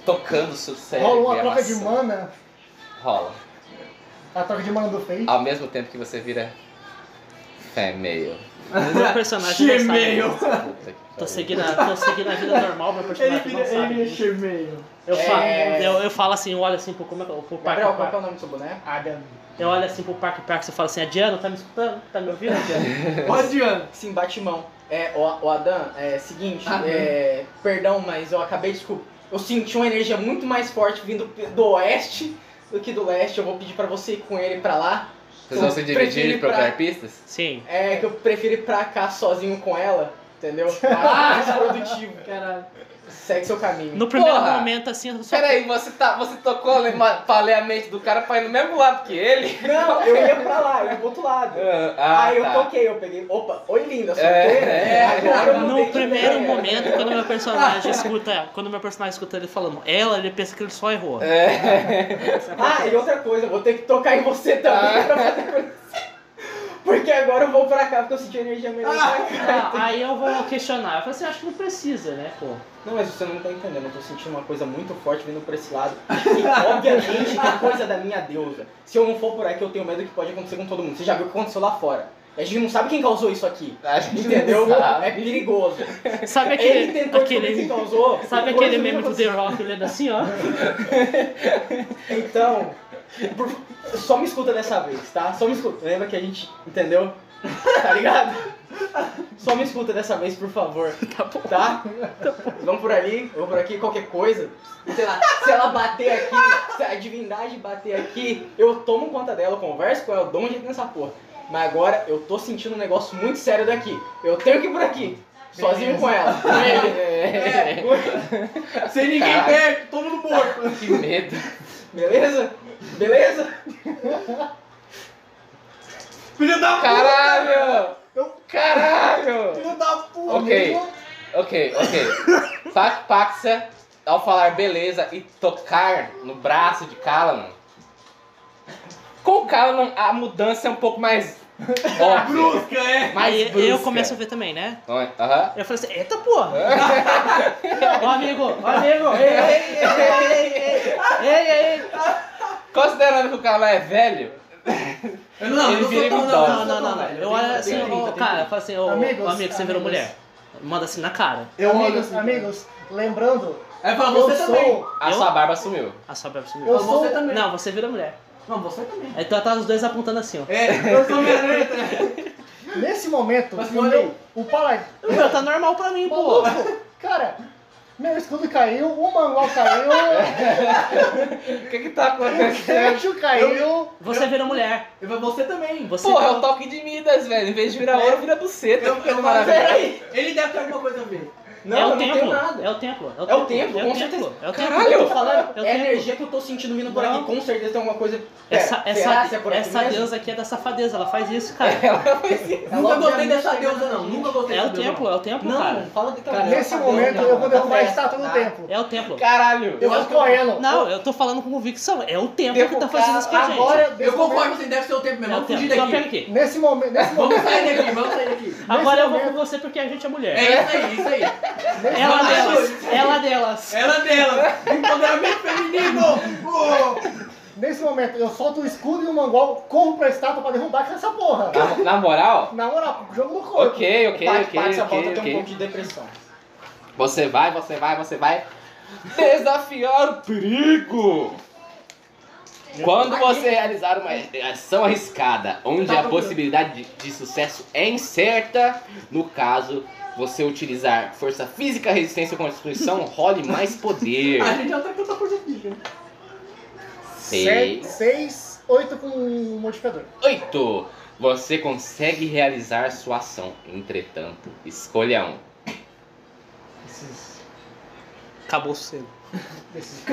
[SPEAKER 1] tocando o seu cérebro.
[SPEAKER 4] Rolou
[SPEAKER 1] e
[SPEAKER 3] é
[SPEAKER 4] uma
[SPEAKER 1] a
[SPEAKER 4] troca de
[SPEAKER 1] maçã.
[SPEAKER 4] mana.
[SPEAKER 1] Rola.
[SPEAKER 4] A troca de mana do Fate.
[SPEAKER 1] Ao mesmo tempo que você vira female.
[SPEAKER 3] Mas meu personagem não
[SPEAKER 2] Gmail.
[SPEAKER 3] sabe.
[SPEAKER 1] Puta que
[SPEAKER 3] Tô
[SPEAKER 1] pariu.
[SPEAKER 3] seguindo, a, tô seguindo a vida normal, meu
[SPEAKER 2] Ele
[SPEAKER 3] personagem
[SPEAKER 2] vira,
[SPEAKER 3] não sabe.
[SPEAKER 2] ele vira chemeio.
[SPEAKER 3] Eu, falo,
[SPEAKER 4] É.
[SPEAKER 3] eu, eu falo assim, eu olho assim pro, como é, que- pro Parque
[SPEAKER 5] Gabriel, qual que é
[SPEAKER 3] Park.
[SPEAKER 5] o nome do seu boneco?
[SPEAKER 3] Ah.
[SPEAKER 4] Adam.
[SPEAKER 3] Eu olho assim pro Parque Park e falo assim, a Diana, tá me escutando? Tá me ouvindo, Diana?
[SPEAKER 2] Ó, Diana.
[SPEAKER 5] Sim, Batman. É, o, o Adam, é seguinte,
[SPEAKER 2] Adam.
[SPEAKER 5] é, perdão, mas eu acabei de. descul- Eu senti uma energia muito mais forte vindo do oeste do que do leste. Eu vou pedir pra você ir com ele pra lá.
[SPEAKER 1] Vocês vão se dividir
[SPEAKER 5] Prefiro
[SPEAKER 1] e
[SPEAKER 5] ir pra-
[SPEAKER 1] procurar pistas?
[SPEAKER 3] Sim.
[SPEAKER 5] É que eu prefiro ir pra cá sozinho com ela, [LAUGHS] entendeu?
[SPEAKER 3] Ah,
[SPEAKER 5] Mais
[SPEAKER 3] é
[SPEAKER 5] produtivo.
[SPEAKER 2] Caralho.
[SPEAKER 5] Segue seu caminho.
[SPEAKER 3] No primeiro
[SPEAKER 1] Porra!
[SPEAKER 3] momento, assim, eu só...
[SPEAKER 1] Peraí, você, tá, você tocou, lema- falei a mente do cara pra ir no mesmo lado que ele?
[SPEAKER 5] Não, eu ia pra lá, eu ia pro outro lado.
[SPEAKER 1] Ah,
[SPEAKER 5] Aí eu
[SPEAKER 1] tá.
[SPEAKER 5] toquei, eu peguei. Opa, oi linda, sou
[SPEAKER 1] É,
[SPEAKER 5] solteira.
[SPEAKER 1] é.
[SPEAKER 5] agora eu É. mudei
[SPEAKER 3] No
[SPEAKER 5] de
[SPEAKER 3] primeiro
[SPEAKER 5] ideia.
[SPEAKER 3] momento, quando meu personagem escuta, quando meu personagem escuta ele falando ela, ele pensa que ele só errou.
[SPEAKER 5] Ah, e outra coisa, eu vou ter que tocar em você também pra fazer coisa. Porque agora eu vou pra cá porque eu senti a energia melhor [LAUGHS] pra cá.
[SPEAKER 3] Ah, aí eu vou questionar. Eu falo assim, acho que não precisa, né, pô?
[SPEAKER 5] Não, mas você não tá entendendo, eu tô sentindo uma coisa muito forte vindo pra esse lado. E obviamente que é coisa da minha deusa. Se eu não for por aqui, eu tenho medo que pode acontecer com todo mundo. Você já viu o que aconteceu lá fora. A gente não sabe quem causou isso aqui.
[SPEAKER 1] A gente
[SPEAKER 5] Entendeu?
[SPEAKER 1] não sabe.
[SPEAKER 5] É perigoso.
[SPEAKER 3] Sabe
[SPEAKER 5] Ele
[SPEAKER 3] aquele,
[SPEAKER 5] tentou descobrir quem
[SPEAKER 3] É aquele,
[SPEAKER 5] causou.
[SPEAKER 3] sabe
[SPEAKER 5] depois
[SPEAKER 3] aquele
[SPEAKER 5] o que
[SPEAKER 3] meme do
[SPEAKER 5] aconteceu.
[SPEAKER 3] The Rock olhando assim, [LAUGHS] ó?
[SPEAKER 5] Então, por- só me escuta dessa vez, tá? Só me escuta. Lembra que a gente. Entendeu? Tá ligado? Só me escuta dessa vez, por favor. [LAUGHS] Tá bom. Tá? Vamos por ali, eu vou por aqui, qualquer coisa. Sei lá, se ela bater aqui, se a divindade bater aqui, eu tomo conta dela, eu converso com ela, eu dou um jeito nessa porra. Mas agora eu tô sentindo um negócio muito sério daqui. Eu tenho que ir por aqui. Sozinho com ela.
[SPEAKER 2] Sem ninguém
[SPEAKER 1] Caralho.
[SPEAKER 2] perto, todo mundo morto.
[SPEAKER 1] Que medo.
[SPEAKER 5] [LAUGHS] Beleza? Beleza?
[SPEAKER 2] Filho da
[SPEAKER 1] Caralho! Caralho!
[SPEAKER 2] Filho da puta.
[SPEAKER 1] Ok, ok, [LAUGHS] ok. Pac Paxa, ao falar beleza e tocar no [LAUGHS] braço de Callanan, com o Callanan a mudança é um pouco mais Óbvio.
[SPEAKER 2] Brusca, é!
[SPEAKER 1] Mais
[SPEAKER 3] Aí eu
[SPEAKER 1] brusca. é?
[SPEAKER 3] começo a ver também, né?
[SPEAKER 1] Aham.
[SPEAKER 3] Eu falei assim, eita porra! Ó, amigo, ó, amigo! Ei, ei, ei, ei, ei, ei, ei, ei!
[SPEAKER 1] Considerando que o cara é velho,
[SPEAKER 2] Eu não,
[SPEAKER 1] Ele
[SPEAKER 2] eu não
[SPEAKER 1] vira
[SPEAKER 2] sou tão,
[SPEAKER 1] imortal.
[SPEAKER 2] não,
[SPEAKER 3] Não, não, não, não. Eu olho assim, ô, cara, eu falo assim, ô, ô,
[SPEAKER 4] Amigos,
[SPEAKER 3] ô, amigo, você virou
[SPEAKER 4] amigos.
[SPEAKER 3] mulher. Manda assim na cara.
[SPEAKER 2] Eu olho
[SPEAKER 4] amigos,
[SPEAKER 2] assim,
[SPEAKER 4] amigos, lembrando,
[SPEAKER 2] É pra
[SPEAKER 4] eu
[SPEAKER 2] você
[SPEAKER 4] sou,
[SPEAKER 2] também.
[SPEAKER 1] a
[SPEAKER 3] Eu?
[SPEAKER 1] sua barba sumiu.
[SPEAKER 3] A sua bebe
[SPEAKER 4] eu
[SPEAKER 3] sumiu.
[SPEAKER 2] Mas você
[SPEAKER 4] sou,
[SPEAKER 2] também.
[SPEAKER 3] Não, você vira é mulher.
[SPEAKER 2] Não, você também.
[SPEAKER 3] Então tá os dois apontando assim, ó.
[SPEAKER 2] É, eu sou minha neta.
[SPEAKER 4] nesse momento,
[SPEAKER 2] Mas
[SPEAKER 4] o meu,
[SPEAKER 2] olha
[SPEAKER 4] o paladino,
[SPEAKER 3] O meu tá normal pra mim, pô.
[SPEAKER 4] maluco, [LAUGHS] cara, meu escudo caiu, o
[SPEAKER 3] [LAUGHS] É.
[SPEAKER 4] manual caiu,
[SPEAKER 1] O que que tá
[SPEAKER 4] o queixo caiu,
[SPEAKER 3] Você virou mulher.
[SPEAKER 2] E É pra você também.
[SPEAKER 3] Você
[SPEAKER 1] Porra, é
[SPEAKER 3] virou-
[SPEAKER 1] o toque de Midas, velho. Em vez de virar ouro, vira buceta.
[SPEAKER 2] Eu,
[SPEAKER 1] que coisa
[SPEAKER 2] eu,
[SPEAKER 1] maravilhosa.
[SPEAKER 2] peraí, ele deve ter alguma coisa a ver.
[SPEAKER 5] Não,
[SPEAKER 3] é
[SPEAKER 5] eu
[SPEAKER 3] o
[SPEAKER 5] não
[SPEAKER 3] templo.
[SPEAKER 5] tenho nada.
[SPEAKER 3] É o templo. É
[SPEAKER 5] É o
[SPEAKER 3] templo.
[SPEAKER 5] templo,
[SPEAKER 3] É
[SPEAKER 5] com
[SPEAKER 3] o templo.
[SPEAKER 5] certeza.
[SPEAKER 3] É o templo.
[SPEAKER 5] Caralho, eu tô falando,
[SPEAKER 3] É o
[SPEAKER 5] é, a
[SPEAKER 3] templo.
[SPEAKER 5] energia que eu tô sentindo vindo por
[SPEAKER 2] Não.
[SPEAKER 5] aqui. Com certeza tem alguma coisa.
[SPEAKER 3] Essa,
[SPEAKER 5] Pera, será que é
[SPEAKER 3] essa,
[SPEAKER 5] por aqui
[SPEAKER 3] essa
[SPEAKER 5] mesmo? É
[SPEAKER 3] deusa aqui é dessa safadeza, ela faz isso, cara.
[SPEAKER 2] Nunca gostei
[SPEAKER 5] obviamente
[SPEAKER 2] dessa
[SPEAKER 5] tem
[SPEAKER 2] deusa,
[SPEAKER 5] nada
[SPEAKER 2] não.
[SPEAKER 5] a
[SPEAKER 2] Nunca gostei
[SPEAKER 3] É o
[SPEAKER 2] dessa deusa,
[SPEAKER 3] templo, é o templo,
[SPEAKER 5] Não,
[SPEAKER 3] cara.
[SPEAKER 5] fala que tá
[SPEAKER 2] Cara,
[SPEAKER 5] olhando
[SPEAKER 4] nesse
[SPEAKER 5] essa
[SPEAKER 4] momento
[SPEAKER 5] deusa,
[SPEAKER 4] eu vou
[SPEAKER 5] não.
[SPEAKER 4] derrubar a
[SPEAKER 5] Tá
[SPEAKER 4] estátua do
[SPEAKER 5] certo, tá?
[SPEAKER 4] templo.
[SPEAKER 3] É o templo.
[SPEAKER 1] Caralho.
[SPEAKER 4] Eu
[SPEAKER 2] acho
[SPEAKER 4] vou
[SPEAKER 2] que eu-
[SPEAKER 4] correndo.
[SPEAKER 3] Não, eu tô falando com convicção. É o templo
[SPEAKER 1] Tempo,
[SPEAKER 3] que tá fazendo isso com a gente.
[SPEAKER 5] é
[SPEAKER 4] Agora,
[SPEAKER 2] Eu
[SPEAKER 4] nesse
[SPEAKER 2] concordo,
[SPEAKER 4] momento-
[SPEAKER 2] você deve ser o tempo
[SPEAKER 3] É
[SPEAKER 2] mesmo.
[SPEAKER 3] o
[SPEAKER 2] Vamos
[SPEAKER 3] templo.
[SPEAKER 2] fugir
[SPEAKER 3] Então pega
[SPEAKER 2] daqui.
[SPEAKER 3] aqui.
[SPEAKER 4] Nesse momento, nesse
[SPEAKER 2] Vamos
[SPEAKER 4] momento,
[SPEAKER 2] sair daqui, vamos sair daqui.
[SPEAKER 3] Agora eu vou com
[SPEAKER 4] momento-
[SPEAKER 3] você porque a gente é
[SPEAKER 2] É
[SPEAKER 3] mulher.
[SPEAKER 2] isso aí, isso aí.
[SPEAKER 5] É,
[SPEAKER 3] Ela
[SPEAKER 2] momento-
[SPEAKER 3] delas. Ela delas.
[SPEAKER 2] Ela é dela. Empoderamento feminino. Pô.
[SPEAKER 4] nesse momento, eu solto o escudo e o mangual, corro pra estátua pra derrubar essa porra.
[SPEAKER 1] Na, na moral?
[SPEAKER 4] Na moral, jogo no corpo.
[SPEAKER 1] Ok, ok,
[SPEAKER 5] Parte-
[SPEAKER 1] ok,
[SPEAKER 5] parte dessa
[SPEAKER 1] ok,
[SPEAKER 5] pauta tem um
[SPEAKER 1] ok.
[SPEAKER 5] pouco de depressão.
[SPEAKER 1] Você vai, você vai, você vai desafiar o perigo. Quando você realizar uma ação arriscada, onde a possibilidade de, de sucesso é incerta, no caso, você utilizar força física, resistência ou constituição, role mais poder.
[SPEAKER 2] A gente já tá com tanta coisa aqui. né?
[SPEAKER 1] Sei.
[SPEAKER 4] 6, 8 com um modificador.
[SPEAKER 1] 8. Você consegue realizar sua ação. Entretanto, escolha um.
[SPEAKER 3] Acabou o selo.
[SPEAKER 4] Desses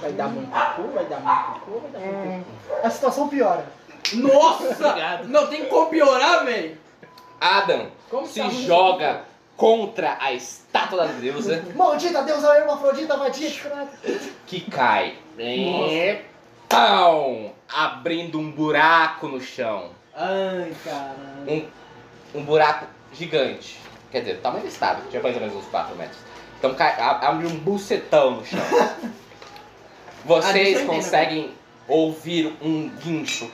[SPEAKER 5] Vai dar muito cu, vai dar muito cu, vai dar muito cu.
[SPEAKER 4] Hum, A situação piora.
[SPEAKER 2] Nossa.
[SPEAKER 3] Obrigado.
[SPEAKER 2] Não tem como piorar, velho.
[SPEAKER 1] Adam
[SPEAKER 5] Como
[SPEAKER 1] se
[SPEAKER 5] tá ruim
[SPEAKER 1] joga contra a estátua da deusa
[SPEAKER 4] Maldita deusa hermafrodita vadia, escrota.
[SPEAKER 1] que cai. E... Pão! Abrindo um buraco no chão.
[SPEAKER 2] Ai, caralho.
[SPEAKER 1] Um, um buraco gigante. Quer dizer, do tamanho do estado, tinha mais ou menos uns 4 metros. Então cai, a- abre um bucetão
[SPEAKER 2] [LAUGHS]
[SPEAKER 1] no chão.
[SPEAKER 2] Ah, deixa eu
[SPEAKER 1] Vocês
[SPEAKER 2] entender,
[SPEAKER 1] conseguem ouvir um guincho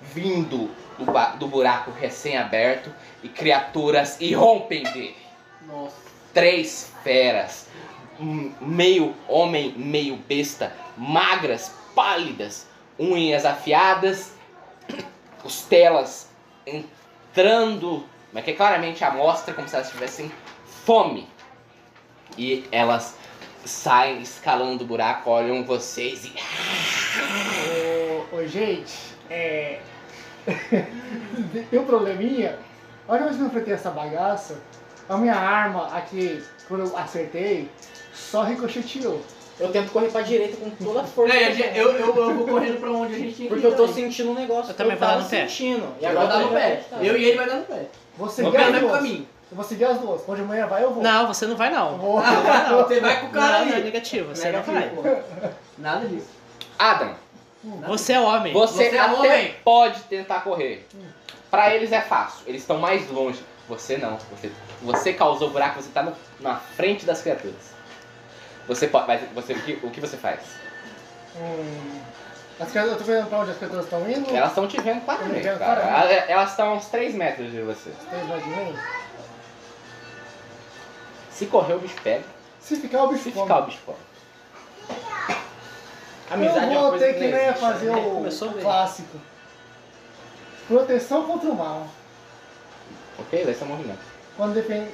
[SPEAKER 1] vindo do, ba- do buraco recém-aberto e criaturas irrompem dele.
[SPEAKER 2] Nossa.
[SPEAKER 1] três feras, um meio homem, meio besta, magras, pálidas, unhas afiadas, costelas entrando, mas que claramente a mostra é como se elas tivessem fome. E elas saem escalando o buraco, olham vocês e
[SPEAKER 4] Ô, ô, gente, é. [LAUGHS] Tem um probleminha. A única vez que eu enfrentei essa bagaça, a minha arma aqui, quando eu acertei, só ricocheteou.
[SPEAKER 5] Eu tento correr pra direita com toda a força.
[SPEAKER 2] É, eu, eu, eu, eu vou correndo pra onde a gente tinha que ir
[SPEAKER 5] Porque eu tô
[SPEAKER 2] também.
[SPEAKER 5] sentindo um negócio.
[SPEAKER 3] Eu também vou
[SPEAKER 5] tava
[SPEAKER 3] dar no pé.
[SPEAKER 5] sentindo. E
[SPEAKER 2] Eu vou
[SPEAKER 5] agora
[SPEAKER 2] dar no pé. Eu e ele vai dar no pé. tá
[SPEAKER 4] Vou seguir
[SPEAKER 2] Vamos pelo
[SPEAKER 4] as
[SPEAKER 2] mesmo
[SPEAKER 4] duas.
[SPEAKER 2] caminho.
[SPEAKER 4] Eu vou seguir as duas. Onde amanhã vai, eu vou.
[SPEAKER 3] Não, você não vai
[SPEAKER 4] Eu
[SPEAKER 3] não.
[SPEAKER 4] vou. Hum.
[SPEAKER 2] Você vai com o cara
[SPEAKER 3] Não, não é
[SPEAKER 2] ali.
[SPEAKER 3] negativo, você não vai.
[SPEAKER 2] Negativo, pô. Nada disso.
[SPEAKER 1] Adam,
[SPEAKER 3] Você é homem.
[SPEAKER 1] Você,
[SPEAKER 2] Você é
[SPEAKER 1] até
[SPEAKER 2] homem.
[SPEAKER 1] pode tentar correr. Pra eles é fácil, eles estão mais longe. Você não. Você, você causou o buraco, você tá no- na frente das criaturas. Você pode. Mas você, o, que, o que você faz?
[SPEAKER 4] Hum, as criaturas, eu tô vendo pra onde as criaturas estão indo.
[SPEAKER 1] Elas estão te vendo claramente,
[SPEAKER 4] Obrigado,
[SPEAKER 1] cara.
[SPEAKER 4] caralho.
[SPEAKER 1] Elas- Elas estão a uns 3 metros de você.
[SPEAKER 4] Vocês mais de mim?
[SPEAKER 1] Se correr, o bicho pega.
[SPEAKER 4] Se ficar, o bicho
[SPEAKER 1] Se
[SPEAKER 4] come.
[SPEAKER 1] ficar, o bicho come.
[SPEAKER 5] Amizade é
[SPEAKER 4] eu
[SPEAKER 5] uma
[SPEAKER 4] vou
[SPEAKER 5] coisa
[SPEAKER 4] ter que
[SPEAKER 5] não
[SPEAKER 4] né,
[SPEAKER 5] existe,
[SPEAKER 4] fazer
[SPEAKER 5] né?
[SPEAKER 4] o
[SPEAKER 3] Começou bem.
[SPEAKER 4] clássico. Proteção contra o mal.
[SPEAKER 1] Ok? Vai ser um movimento.
[SPEAKER 4] Quando defende.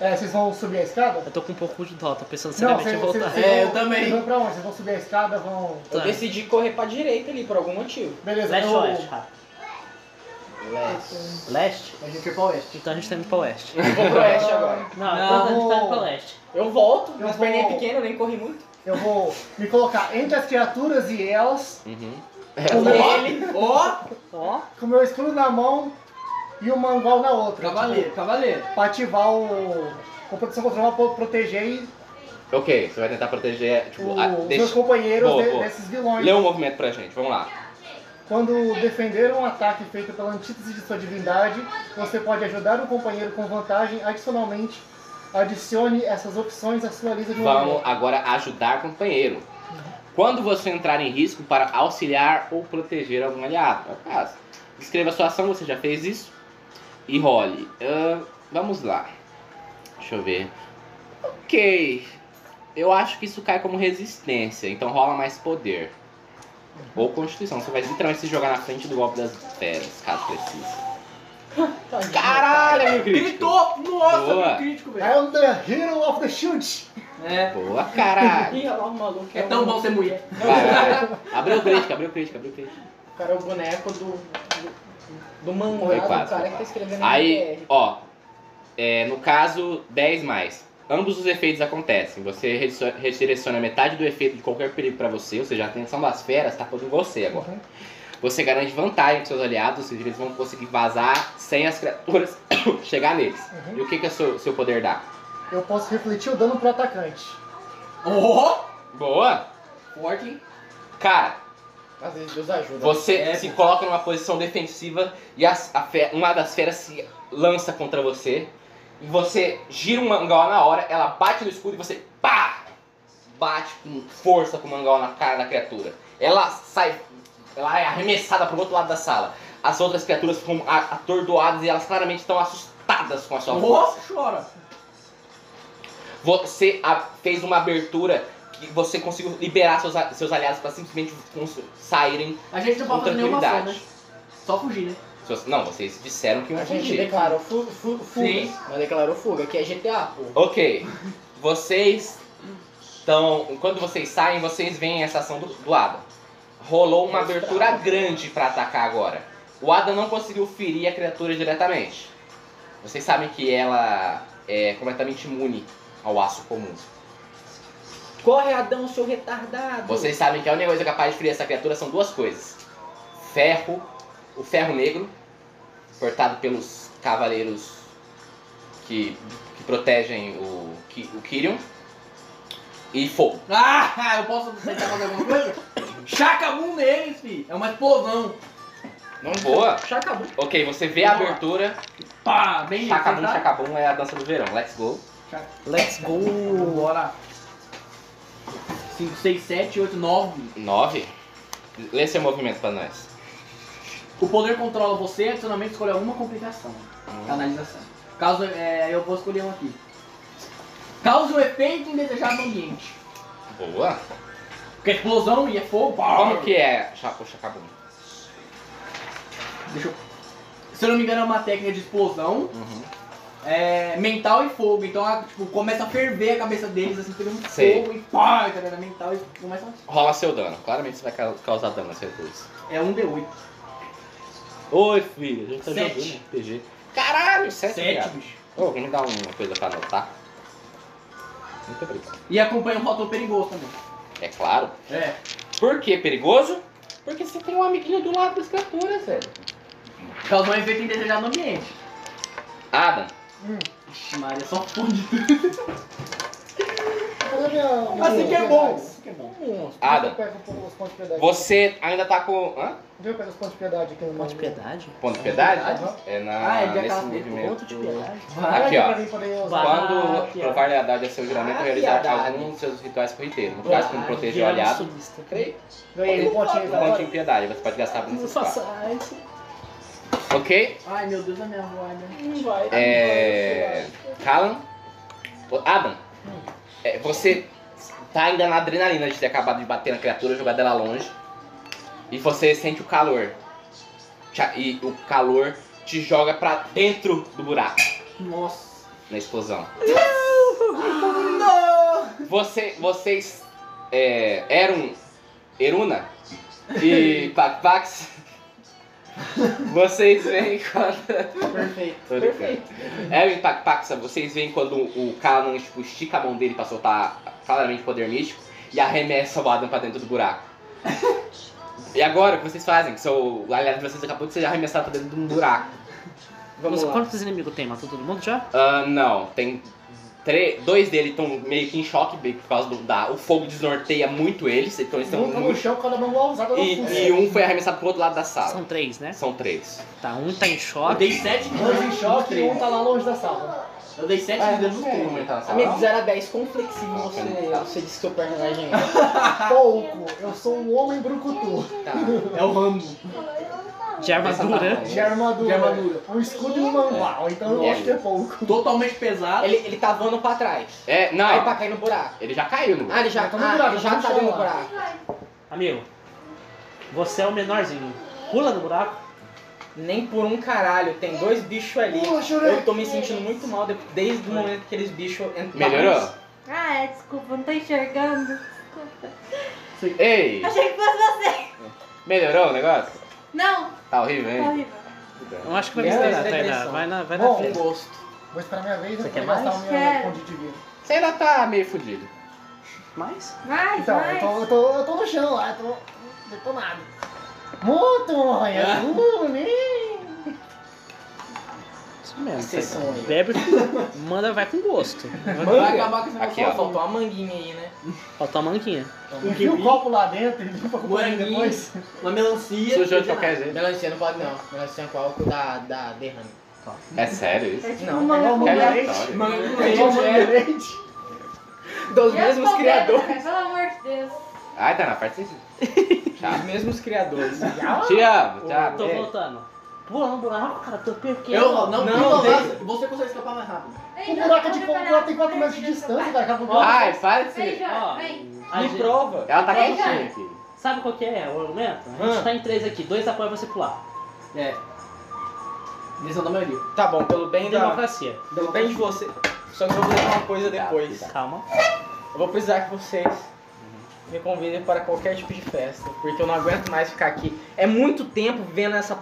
[SPEAKER 4] É, vocês vão subir a escada?
[SPEAKER 3] Eu tô com um pouco de dó, tô pensando
[SPEAKER 4] Não,
[SPEAKER 3] seriamente em
[SPEAKER 4] vocês-
[SPEAKER 3] voltar.
[SPEAKER 4] vocês
[SPEAKER 2] É,
[SPEAKER 4] vão-
[SPEAKER 2] eu também.
[SPEAKER 4] Vocês vão pra onde? Vocês vão subir a escada, vão.
[SPEAKER 5] Eu
[SPEAKER 3] Tá.
[SPEAKER 5] decidi correr pra direita ali por algum motivo.
[SPEAKER 4] Beleza,
[SPEAKER 3] Leste ou
[SPEAKER 4] eu-
[SPEAKER 3] oeste, Rafa? Leste?
[SPEAKER 2] A gente foi pra oeste.
[SPEAKER 3] Então a gente tá indo pra oeste.
[SPEAKER 5] Eu vou pro oeste agora.
[SPEAKER 3] Não,
[SPEAKER 2] Não.
[SPEAKER 3] então a gente tá indo pra leste.
[SPEAKER 5] Eu volto,
[SPEAKER 4] Eu
[SPEAKER 5] minhas
[SPEAKER 4] vou-
[SPEAKER 5] perninhas pequenas, eu nem corri muito.
[SPEAKER 4] eu vou me colocar entre as criaturas e elas,
[SPEAKER 1] Uhum.
[SPEAKER 4] com o meu,
[SPEAKER 2] Ó,
[SPEAKER 3] Ó.
[SPEAKER 4] com o meu escudo na mão e o mangual na outra.
[SPEAKER 2] cavaleiro, cavaleiro.
[SPEAKER 4] Pra ativar o. Com proteção contra o mal, pra proteger e
[SPEAKER 1] Ok, você vai tentar proteger, tipo, a-
[SPEAKER 4] os meus
[SPEAKER 1] deixa...
[SPEAKER 4] companheiros
[SPEAKER 1] Boa,
[SPEAKER 4] de-
[SPEAKER 1] boa.
[SPEAKER 4] desses vilões.
[SPEAKER 1] Lê o movimento pra gente, vamos lá.
[SPEAKER 4] Quando defender um ataque feito pela antítese de sua divindade, você pode ajudar um companheiro com vantagem. Adicionalmente, adicione essas opções à sua lista de um
[SPEAKER 1] Vamos
[SPEAKER 4] movimento.
[SPEAKER 1] agora ajudar companheiro. Quando você entrar em risco para auxiliar ou proteger algum aliado, é o caso. Escreva sua ação, você já fez isso. E role. Ahn, vamos lá. Deixa eu ver. Ok. Eu acho que isso cai como resistência, então rola mais poder. Ou constituição, você vai literalmente se jogar na frente do golpe das feras, caso precise.
[SPEAKER 5] Tá,
[SPEAKER 1] Caralho, meu crítico!
[SPEAKER 2] Gritou! Nossa,
[SPEAKER 1] Boa.
[SPEAKER 2] meu crítico, velho.
[SPEAKER 4] I'm the hero of the shoot!
[SPEAKER 2] É.
[SPEAKER 1] Boa, caralho!
[SPEAKER 5] Ih, olha lá o maluco.
[SPEAKER 2] É tão bom ser mulher.
[SPEAKER 1] Vai, vai. Abriu o crítico, abriu o crítico, abriu o crítico.
[SPEAKER 5] O cara é o boneco do. do, do
[SPEAKER 1] Foi
[SPEAKER 5] mangá do
[SPEAKER 1] quase,
[SPEAKER 5] cara
[SPEAKER 1] foi
[SPEAKER 5] que tá escrevendo
[SPEAKER 1] Aí,
[SPEAKER 5] MPR.
[SPEAKER 1] ó, é, no caso, 10 mais. Ambos os efeitos acontecem. Você redicio- redireciona metade do efeito de qualquer perigo pra você, ou seja, a atenção das feras tá toda em você agora.
[SPEAKER 4] Uhum.
[SPEAKER 1] Você garante vantagem pros seus aliados, ou seja, eles vão conseguir vazar sem as criaturas [COUGHS] chegar neles.
[SPEAKER 4] Uhum.
[SPEAKER 1] E o que que o seu, seu poder dá?
[SPEAKER 4] Eu posso refletir o dano pro atacante.
[SPEAKER 2] Oh!
[SPEAKER 1] Boa!
[SPEAKER 2] Forte, hein?
[SPEAKER 1] Cara,
[SPEAKER 5] Às vezes Deus ajuda.
[SPEAKER 1] você
[SPEAKER 2] É.
[SPEAKER 1] se coloca numa posição defensiva e as- a fe- uma das feras se lança contra você. E você gira o mangal na hora, ela bate no escudo e você pá! Bate com força com o mangal na cara da criatura. Ela sai, ela é arremessada pro outro lado da sala. As outras criaturas ficam a- atordoadas e elas claramente estão assustadas com a sua força.
[SPEAKER 2] Nossa, chora.
[SPEAKER 1] Você a- fez uma abertura que você conseguiu liberar seus, a- seus aliados para simplesmente cons- saírem
[SPEAKER 2] A gente não
[SPEAKER 1] com
[SPEAKER 2] pode fazer nenhuma ação, né?
[SPEAKER 1] tranquilidade.
[SPEAKER 2] Só fugir, né?
[SPEAKER 1] Se você- Não, vocês disseram que iam
[SPEAKER 5] A gente
[SPEAKER 1] fugir.
[SPEAKER 5] declarou fu fu fuga.
[SPEAKER 2] Sim.
[SPEAKER 5] Não declarou fuga, que é GTA, pô.
[SPEAKER 1] Ok. Vocês estão. Quando vocês saem, vocês veem essa ação do, do Adam. Rolou uma abertura grande pra atacar agora. O Adam não conseguiu ferir a criatura diretamente. Vocês sabem que ela é completamente imune ao aço comum.
[SPEAKER 5] Corre, Adão, seu retardado.
[SPEAKER 1] Vocês sabem que a única coisa capaz de ferir essa criatura são duas coisas: ferro, o ferro negro, portado pelos cavaleiros que, que protegem o, Ki- o Kyrion, e fogo.
[SPEAKER 2] Ah, eu posso tentar fazer alguma coisa? Chacabum neles, fi. É uma explosão.
[SPEAKER 1] Não boa.
[SPEAKER 5] Chacabum.
[SPEAKER 1] Ok, você vê a
[SPEAKER 2] Boa.
[SPEAKER 1] abertura.
[SPEAKER 2] Pá, bem
[SPEAKER 1] Chacabum,
[SPEAKER 2] acertado.
[SPEAKER 1] chacabum é a dança do verão. Let's go.
[SPEAKER 3] Let's go.
[SPEAKER 2] Bora. 5, 6, 7, 8, 9.
[SPEAKER 1] 9. Lê seu movimento pra nós.
[SPEAKER 2] O poder controla você, adicionalmente escolhe alguma complicação. Canalização. Caso, é, eu vou escolher um aqui. Causa um efeito indesejado no ambiente.
[SPEAKER 1] Boa.
[SPEAKER 2] Porque é explosão e é fogo. pá.
[SPEAKER 1] Como que é cha- o chacabum?
[SPEAKER 2] Deixa eu... Se eu não me engano, é uma técnica de explosão
[SPEAKER 1] Uhum.
[SPEAKER 2] é, mental e fogo. Então, ah, tipo, começa a ferver a cabeça deles, assim, pegando
[SPEAKER 1] Sei.
[SPEAKER 2] fogo e pá, galera, mental e começa a...
[SPEAKER 1] Rola seu dano. Claramente você vai ca- causar dano nessa coisa.
[SPEAKER 2] É um D8.
[SPEAKER 1] Oi, filho, a gente tá
[SPEAKER 2] Sete.
[SPEAKER 1] jogando RPG. Caralho, sete.
[SPEAKER 2] Sete,
[SPEAKER 1] viado.
[SPEAKER 2] bicho.
[SPEAKER 1] Ô, alguém me dá uma coisa pra anotar? Muito obrigado.
[SPEAKER 2] E acompanha um rótulo perigoso também.
[SPEAKER 1] É claro.
[SPEAKER 2] É.
[SPEAKER 1] Por que perigoso? Porque você tem um amiguinho do lado das criaturas, velho.
[SPEAKER 2] Causa um efeito indesejado no ambiente.
[SPEAKER 1] Adam,
[SPEAKER 4] Hum.
[SPEAKER 2] Ixi, Maria, só funde.
[SPEAKER 4] Cadê minha- minha-
[SPEAKER 2] Assim que é
[SPEAKER 4] minha
[SPEAKER 2] bom.
[SPEAKER 4] dice?
[SPEAKER 2] Assim que é bom.
[SPEAKER 5] Monstro.
[SPEAKER 4] Onde
[SPEAKER 1] Adam,
[SPEAKER 4] eu pego os pontos de piedade?
[SPEAKER 1] você ainda tá com. Hã?
[SPEAKER 4] Onde eu pego os pontos de piedade aqui no
[SPEAKER 3] Ponto de piedade?
[SPEAKER 1] Ponto de piedade?
[SPEAKER 4] Aham.
[SPEAKER 1] É na.
[SPEAKER 2] Ah, ele já
[SPEAKER 1] nesse
[SPEAKER 2] tá-
[SPEAKER 1] movimento.
[SPEAKER 3] Ponto de piedade?
[SPEAKER 4] Olha
[SPEAKER 1] Aqui, ó.
[SPEAKER 4] pra mim poder usar.
[SPEAKER 3] Vai.
[SPEAKER 1] Quando provar lealdade a seu juramento,
[SPEAKER 5] Ah,
[SPEAKER 1] realizar
[SPEAKER 5] piedade.
[SPEAKER 1] algum dos seus rituais corriqueiros. No caso, como proteger o
[SPEAKER 3] Virado
[SPEAKER 1] aliado.
[SPEAKER 3] sulista.
[SPEAKER 1] Creio.
[SPEAKER 4] Ganhei um pontinho
[SPEAKER 1] Um ponto
[SPEAKER 4] agora.
[SPEAKER 1] em piedade, você pode gastar nesses quatro.
[SPEAKER 3] isso.
[SPEAKER 1] Ok?
[SPEAKER 2] Ai, meu Deus, a minha avó, né?
[SPEAKER 5] Não vai.
[SPEAKER 1] É. Callan. Ô, Adam. é, você tá ainda na adrenalina de ter acabado de bater na criatura, jogar dela longe. E você sente o calor. Te- E o calor te joga pra dentro do buraco
[SPEAKER 2] Nossa.
[SPEAKER 1] na explosão. Você, vocês é, eram Eruna e Pax Vocês veem quando.
[SPEAKER 5] Perfeito.
[SPEAKER 1] Tô ligado.
[SPEAKER 5] Perfeito.
[SPEAKER 1] É o Impact Paxa, vocês veem quando o Kalan tipo, estica a mão dele pra soltar claramente o poder místico e arremessa o Adam pra dentro do buraco. e agora o que vocês fazem? Que seu o aliado de vocês acabou de ser arremessado pra dentro de um buraco.
[SPEAKER 5] Vamos
[SPEAKER 3] Nossa,
[SPEAKER 5] lá.
[SPEAKER 3] Quantos inimigos tem? Matou todo mundo já?
[SPEAKER 1] Ah, não, tem tre- dois dele estão meio que em choque bem, por causa do da, o fogo desnorteia muito eles, então eles estão
[SPEAKER 4] Um tá no
[SPEAKER 1] muito.
[SPEAKER 4] chão, cada mão usada no
[SPEAKER 1] E,
[SPEAKER 4] fundo.
[SPEAKER 1] e um foi arremessado pro outro lado da
[SPEAKER 3] São
[SPEAKER 1] sala.
[SPEAKER 3] três, né?
[SPEAKER 1] São três.
[SPEAKER 3] Tá, um tá em
[SPEAKER 2] Eu
[SPEAKER 3] choque.
[SPEAKER 2] dei 7 de
[SPEAKER 4] Dois
[SPEAKER 2] dano
[SPEAKER 4] em
[SPEAKER 2] nos
[SPEAKER 4] choque e
[SPEAKER 2] três.
[SPEAKER 4] um tá lá longe da sala.
[SPEAKER 2] Eu dei 7 de dano no
[SPEAKER 1] Todo
[SPEAKER 2] três.
[SPEAKER 1] mundo tá na
[SPEAKER 5] A
[SPEAKER 1] sala.
[SPEAKER 5] minha de 0 a 10, quão flexível você,
[SPEAKER 1] Ok.
[SPEAKER 5] você disse que seu personagem é. [LAUGHS]
[SPEAKER 4] Pouco, eu sou um homem brucutu.
[SPEAKER 1] Tá.
[SPEAKER 2] É o Rambo.
[SPEAKER 3] De armadura.
[SPEAKER 4] De armadura.
[SPEAKER 2] De armadura.
[SPEAKER 4] Um escudo e um manual, então eu
[SPEAKER 1] É.
[SPEAKER 4] acho que é pouco.
[SPEAKER 2] Totalmente
[SPEAKER 5] é.
[SPEAKER 2] pesado.
[SPEAKER 5] Ele, ele tá voando pra trás.
[SPEAKER 1] É,
[SPEAKER 5] Aí
[SPEAKER 1] não,
[SPEAKER 5] pra cair no buraco.
[SPEAKER 1] ele já caiu no.
[SPEAKER 5] Ah, ele já,
[SPEAKER 4] Já tá no
[SPEAKER 5] ah,
[SPEAKER 4] buraco,
[SPEAKER 5] ele
[SPEAKER 4] tá
[SPEAKER 5] já
[SPEAKER 4] no
[SPEAKER 5] tá
[SPEAKER 4] chão
[SPEAKER 5] dentro do
[SPEAKER 4] lá.
[SPEAKER 5] buraco.
[SPEAKER 3] Amigo, você é o menorzinho. Pula no buraco.
[SPEAKER 5] Nem por um caralho, tem dois bichos ali.
[SPEAKER 4] Pula, Shurei.
[SPEAKER 5] Eu tô me sentindo muito mal de- desde o momento que aqueles bichos entraram.
[SPEAKER 1] Melhorou?
[SPEAKER 6] Ah, é, desculpa, não tô enxergando. Desculpa.
[SPEAKER 1] Ei,
[SPEAKER 6] Achei que fosse você.
[SPEAKER 1] melhorou o negócio?
[SPEAKER 6] Não,
[SPEAKER 1] Tá horrível,
[SPEAKER 4] É.
[SPEAKER 6] tá
[SPEAKER 1] hein?
[SPEAKER 6] horrível.
[SPEAKER 3] Eu acho que vai
[SPEAKER 5] Meu
[SPEAKER 3] misturar,
[SPEAKER 5] Deus,
[SPEAKER 3] Tainá.
[SPEAKER 5] depressão.
[SPEAKER 3] Vai tá na, vai na
[SPEAKER 4] Bom,
[SPEAKER 5] Com
[SPEAKER 3] frente.
[SPEAKER 5] gosto.
[SPEAKER 4] Vou esperar minha vez,
[SPEAKER 3] Você
[SPEAKER 4] eu
[SPEAKER 3] quer
[SPEAKER 4] vou
[SPEAKER 3] mais?
[SPEAKER 4] gastar o meu
[SPEAKER 6] Quero.
[SPEAKER 4] ponto de vida.
[SPEAKER 1] Você ainda tá meio fudido.
[SPEAKER 3] Mas,
[SPEAKER 6] Vai,
[SPEAKER 4] Então,
[SPEAKER 6] vai.
[SPEAKER 4] eu tô, eu, tô, eu tô no chão lá, eu tô detonado. Muito, Monha!
[SPEAKER 5] Ah.
[SPEAKER 4] Uh, nem-
[SPEAKER 3] isso mesmo.
[SPEAKER 5] Vocês
[SPEAKER 3] Tainá.
[SPEAKER 5] são aí.
[SPEAKER 3] Bebe, manda, vai com gosto.
[SPEAKER 5] Vai acabar com esse
[SPEAKER 1] Aqui,
[SPEAKER 5] negócio.
[SPEAKER 1] ó.
[SPEAKER 5] Faltou uma manguinha aí, né?
[SPEAKER 3] Falta a manquinha.
[SPEAKER 4] Enfia o copo lá dentro [LAUGHS] e limpa com o banho
[SPEAKER 2] Moranguinho.
[SPEAKER 4] depois.
[SPEAKER 2] Uma melancia.
[SPEAKER 1] Sujou de qualquer jeito.
[SPEAKER 5] Melancia não pode não. Melancia com álcool dá, dá derrame.
[SPEAKER 1] É sério isso?
[SPEAKER 6] É tipo
[SPEAKER 5] Não,
[SPEAKER 6] um manga
[SPEAKER 4] não,
[SPEAKER 6] com
[SPEAKER 4] não,
[SPEAKER 1] É
[SPEAKER 6] leite.
[SPEAKER 4] leite.
[SPEAKER 1] aleatório.
[SPEAKER 2] Manga com
[SPEAKER 4] É igual banho de
[SPEAKER 2] leite.
[SPEAKER 4] leite.
[SPEAKER 5] Dos
[SPEAKER 6] E as
[SPEAKER 5] mesmos
[SPEAKER 6] palmeiras,
[SPEAKER 5] criadores.
[SPEAKER 6] cara, Pelo amor de Deus.
[SPEAKER 1] Ai, tá na parte
[SPEAKER 5] Dos
[SPEAKER 1] Tchau.
[SPEAKER 5] mesmos [LAUGHS] criadores.
[SPEAKER 1] Te amo, te
[SPEAKER 3] Tá,
[SPEAKER 1] amo.
[SPEAKER 3] tô voltando. Pula no buraco, cara, tô pequeno.
[SPEAKER 2] Eu não,
[SPEAKER 5] Não,
[SPEAKER 2] não,
[SPEAKER 5] deixa.
[SPEAKER 2] Você consegue escapar mais rápido.
[SPEAKER 4] O
[SPEAKER 6] Vem,
[SPEAKER 4] buraco
[SPEAKER 6] Jô,
[SPEAKER 4] de
[SPEAKER 6] vem
[SPEAKER 4] copo
[SPEAKER 6] pra
[SPEAKER 4] lá
[SPEAKER 6] cá.
[SPEAKER 4] tem 4
[SPEAKER 6] Vem,
[SPEAKER 4] metros de
[SPEAKER 6] vem,
[SPEAKER 4] distância,
[SPEAKER 6] vem.
[SPEAKER 4] cara. Acabou
[SPEAKER 1] Ai, para de
[SPEAKER 6] Vem,
[SPEAKER 1] se.
[SPEAKER 6] Jô,
[SPEAKER 3] Ó,
[SPEAKER 6] vem.
[SPEAKER 3] a
[SPEAKER 5] Me
[SPEAKER 3] gente-
[SPEAKER 5] prova.
[SPEAKER 1] Ela tá
[SPEAKER 6] Vem,
[SPEAKER 1] quietinha
[SPEAKER 6] cara.
[SPEAKER 1] aqui.
[SPEAKER 3] Sabe qual que é o argumento? A gente
[SPEAKER 5] Ah.
[SPEAKER 3] tá em três aqui, dois apoiam você pular.
[SPEAKER 2] É. Decisão da maioria.
[SPEAKER 5] Tá bom, pelo bem da...
[SPEAKER 3] Democracia.
[SPEAKER 5] Pelo bem de você. Só que eu vou fazer uma coisa depois.
[SPEAKER 3] Calma.
[SPEAKER 5] Eu vou precisar que vocês me convidem para qualquer tipo de festa, porque eu não aguento mais ficar aqui. É muito tempo vivendo essa.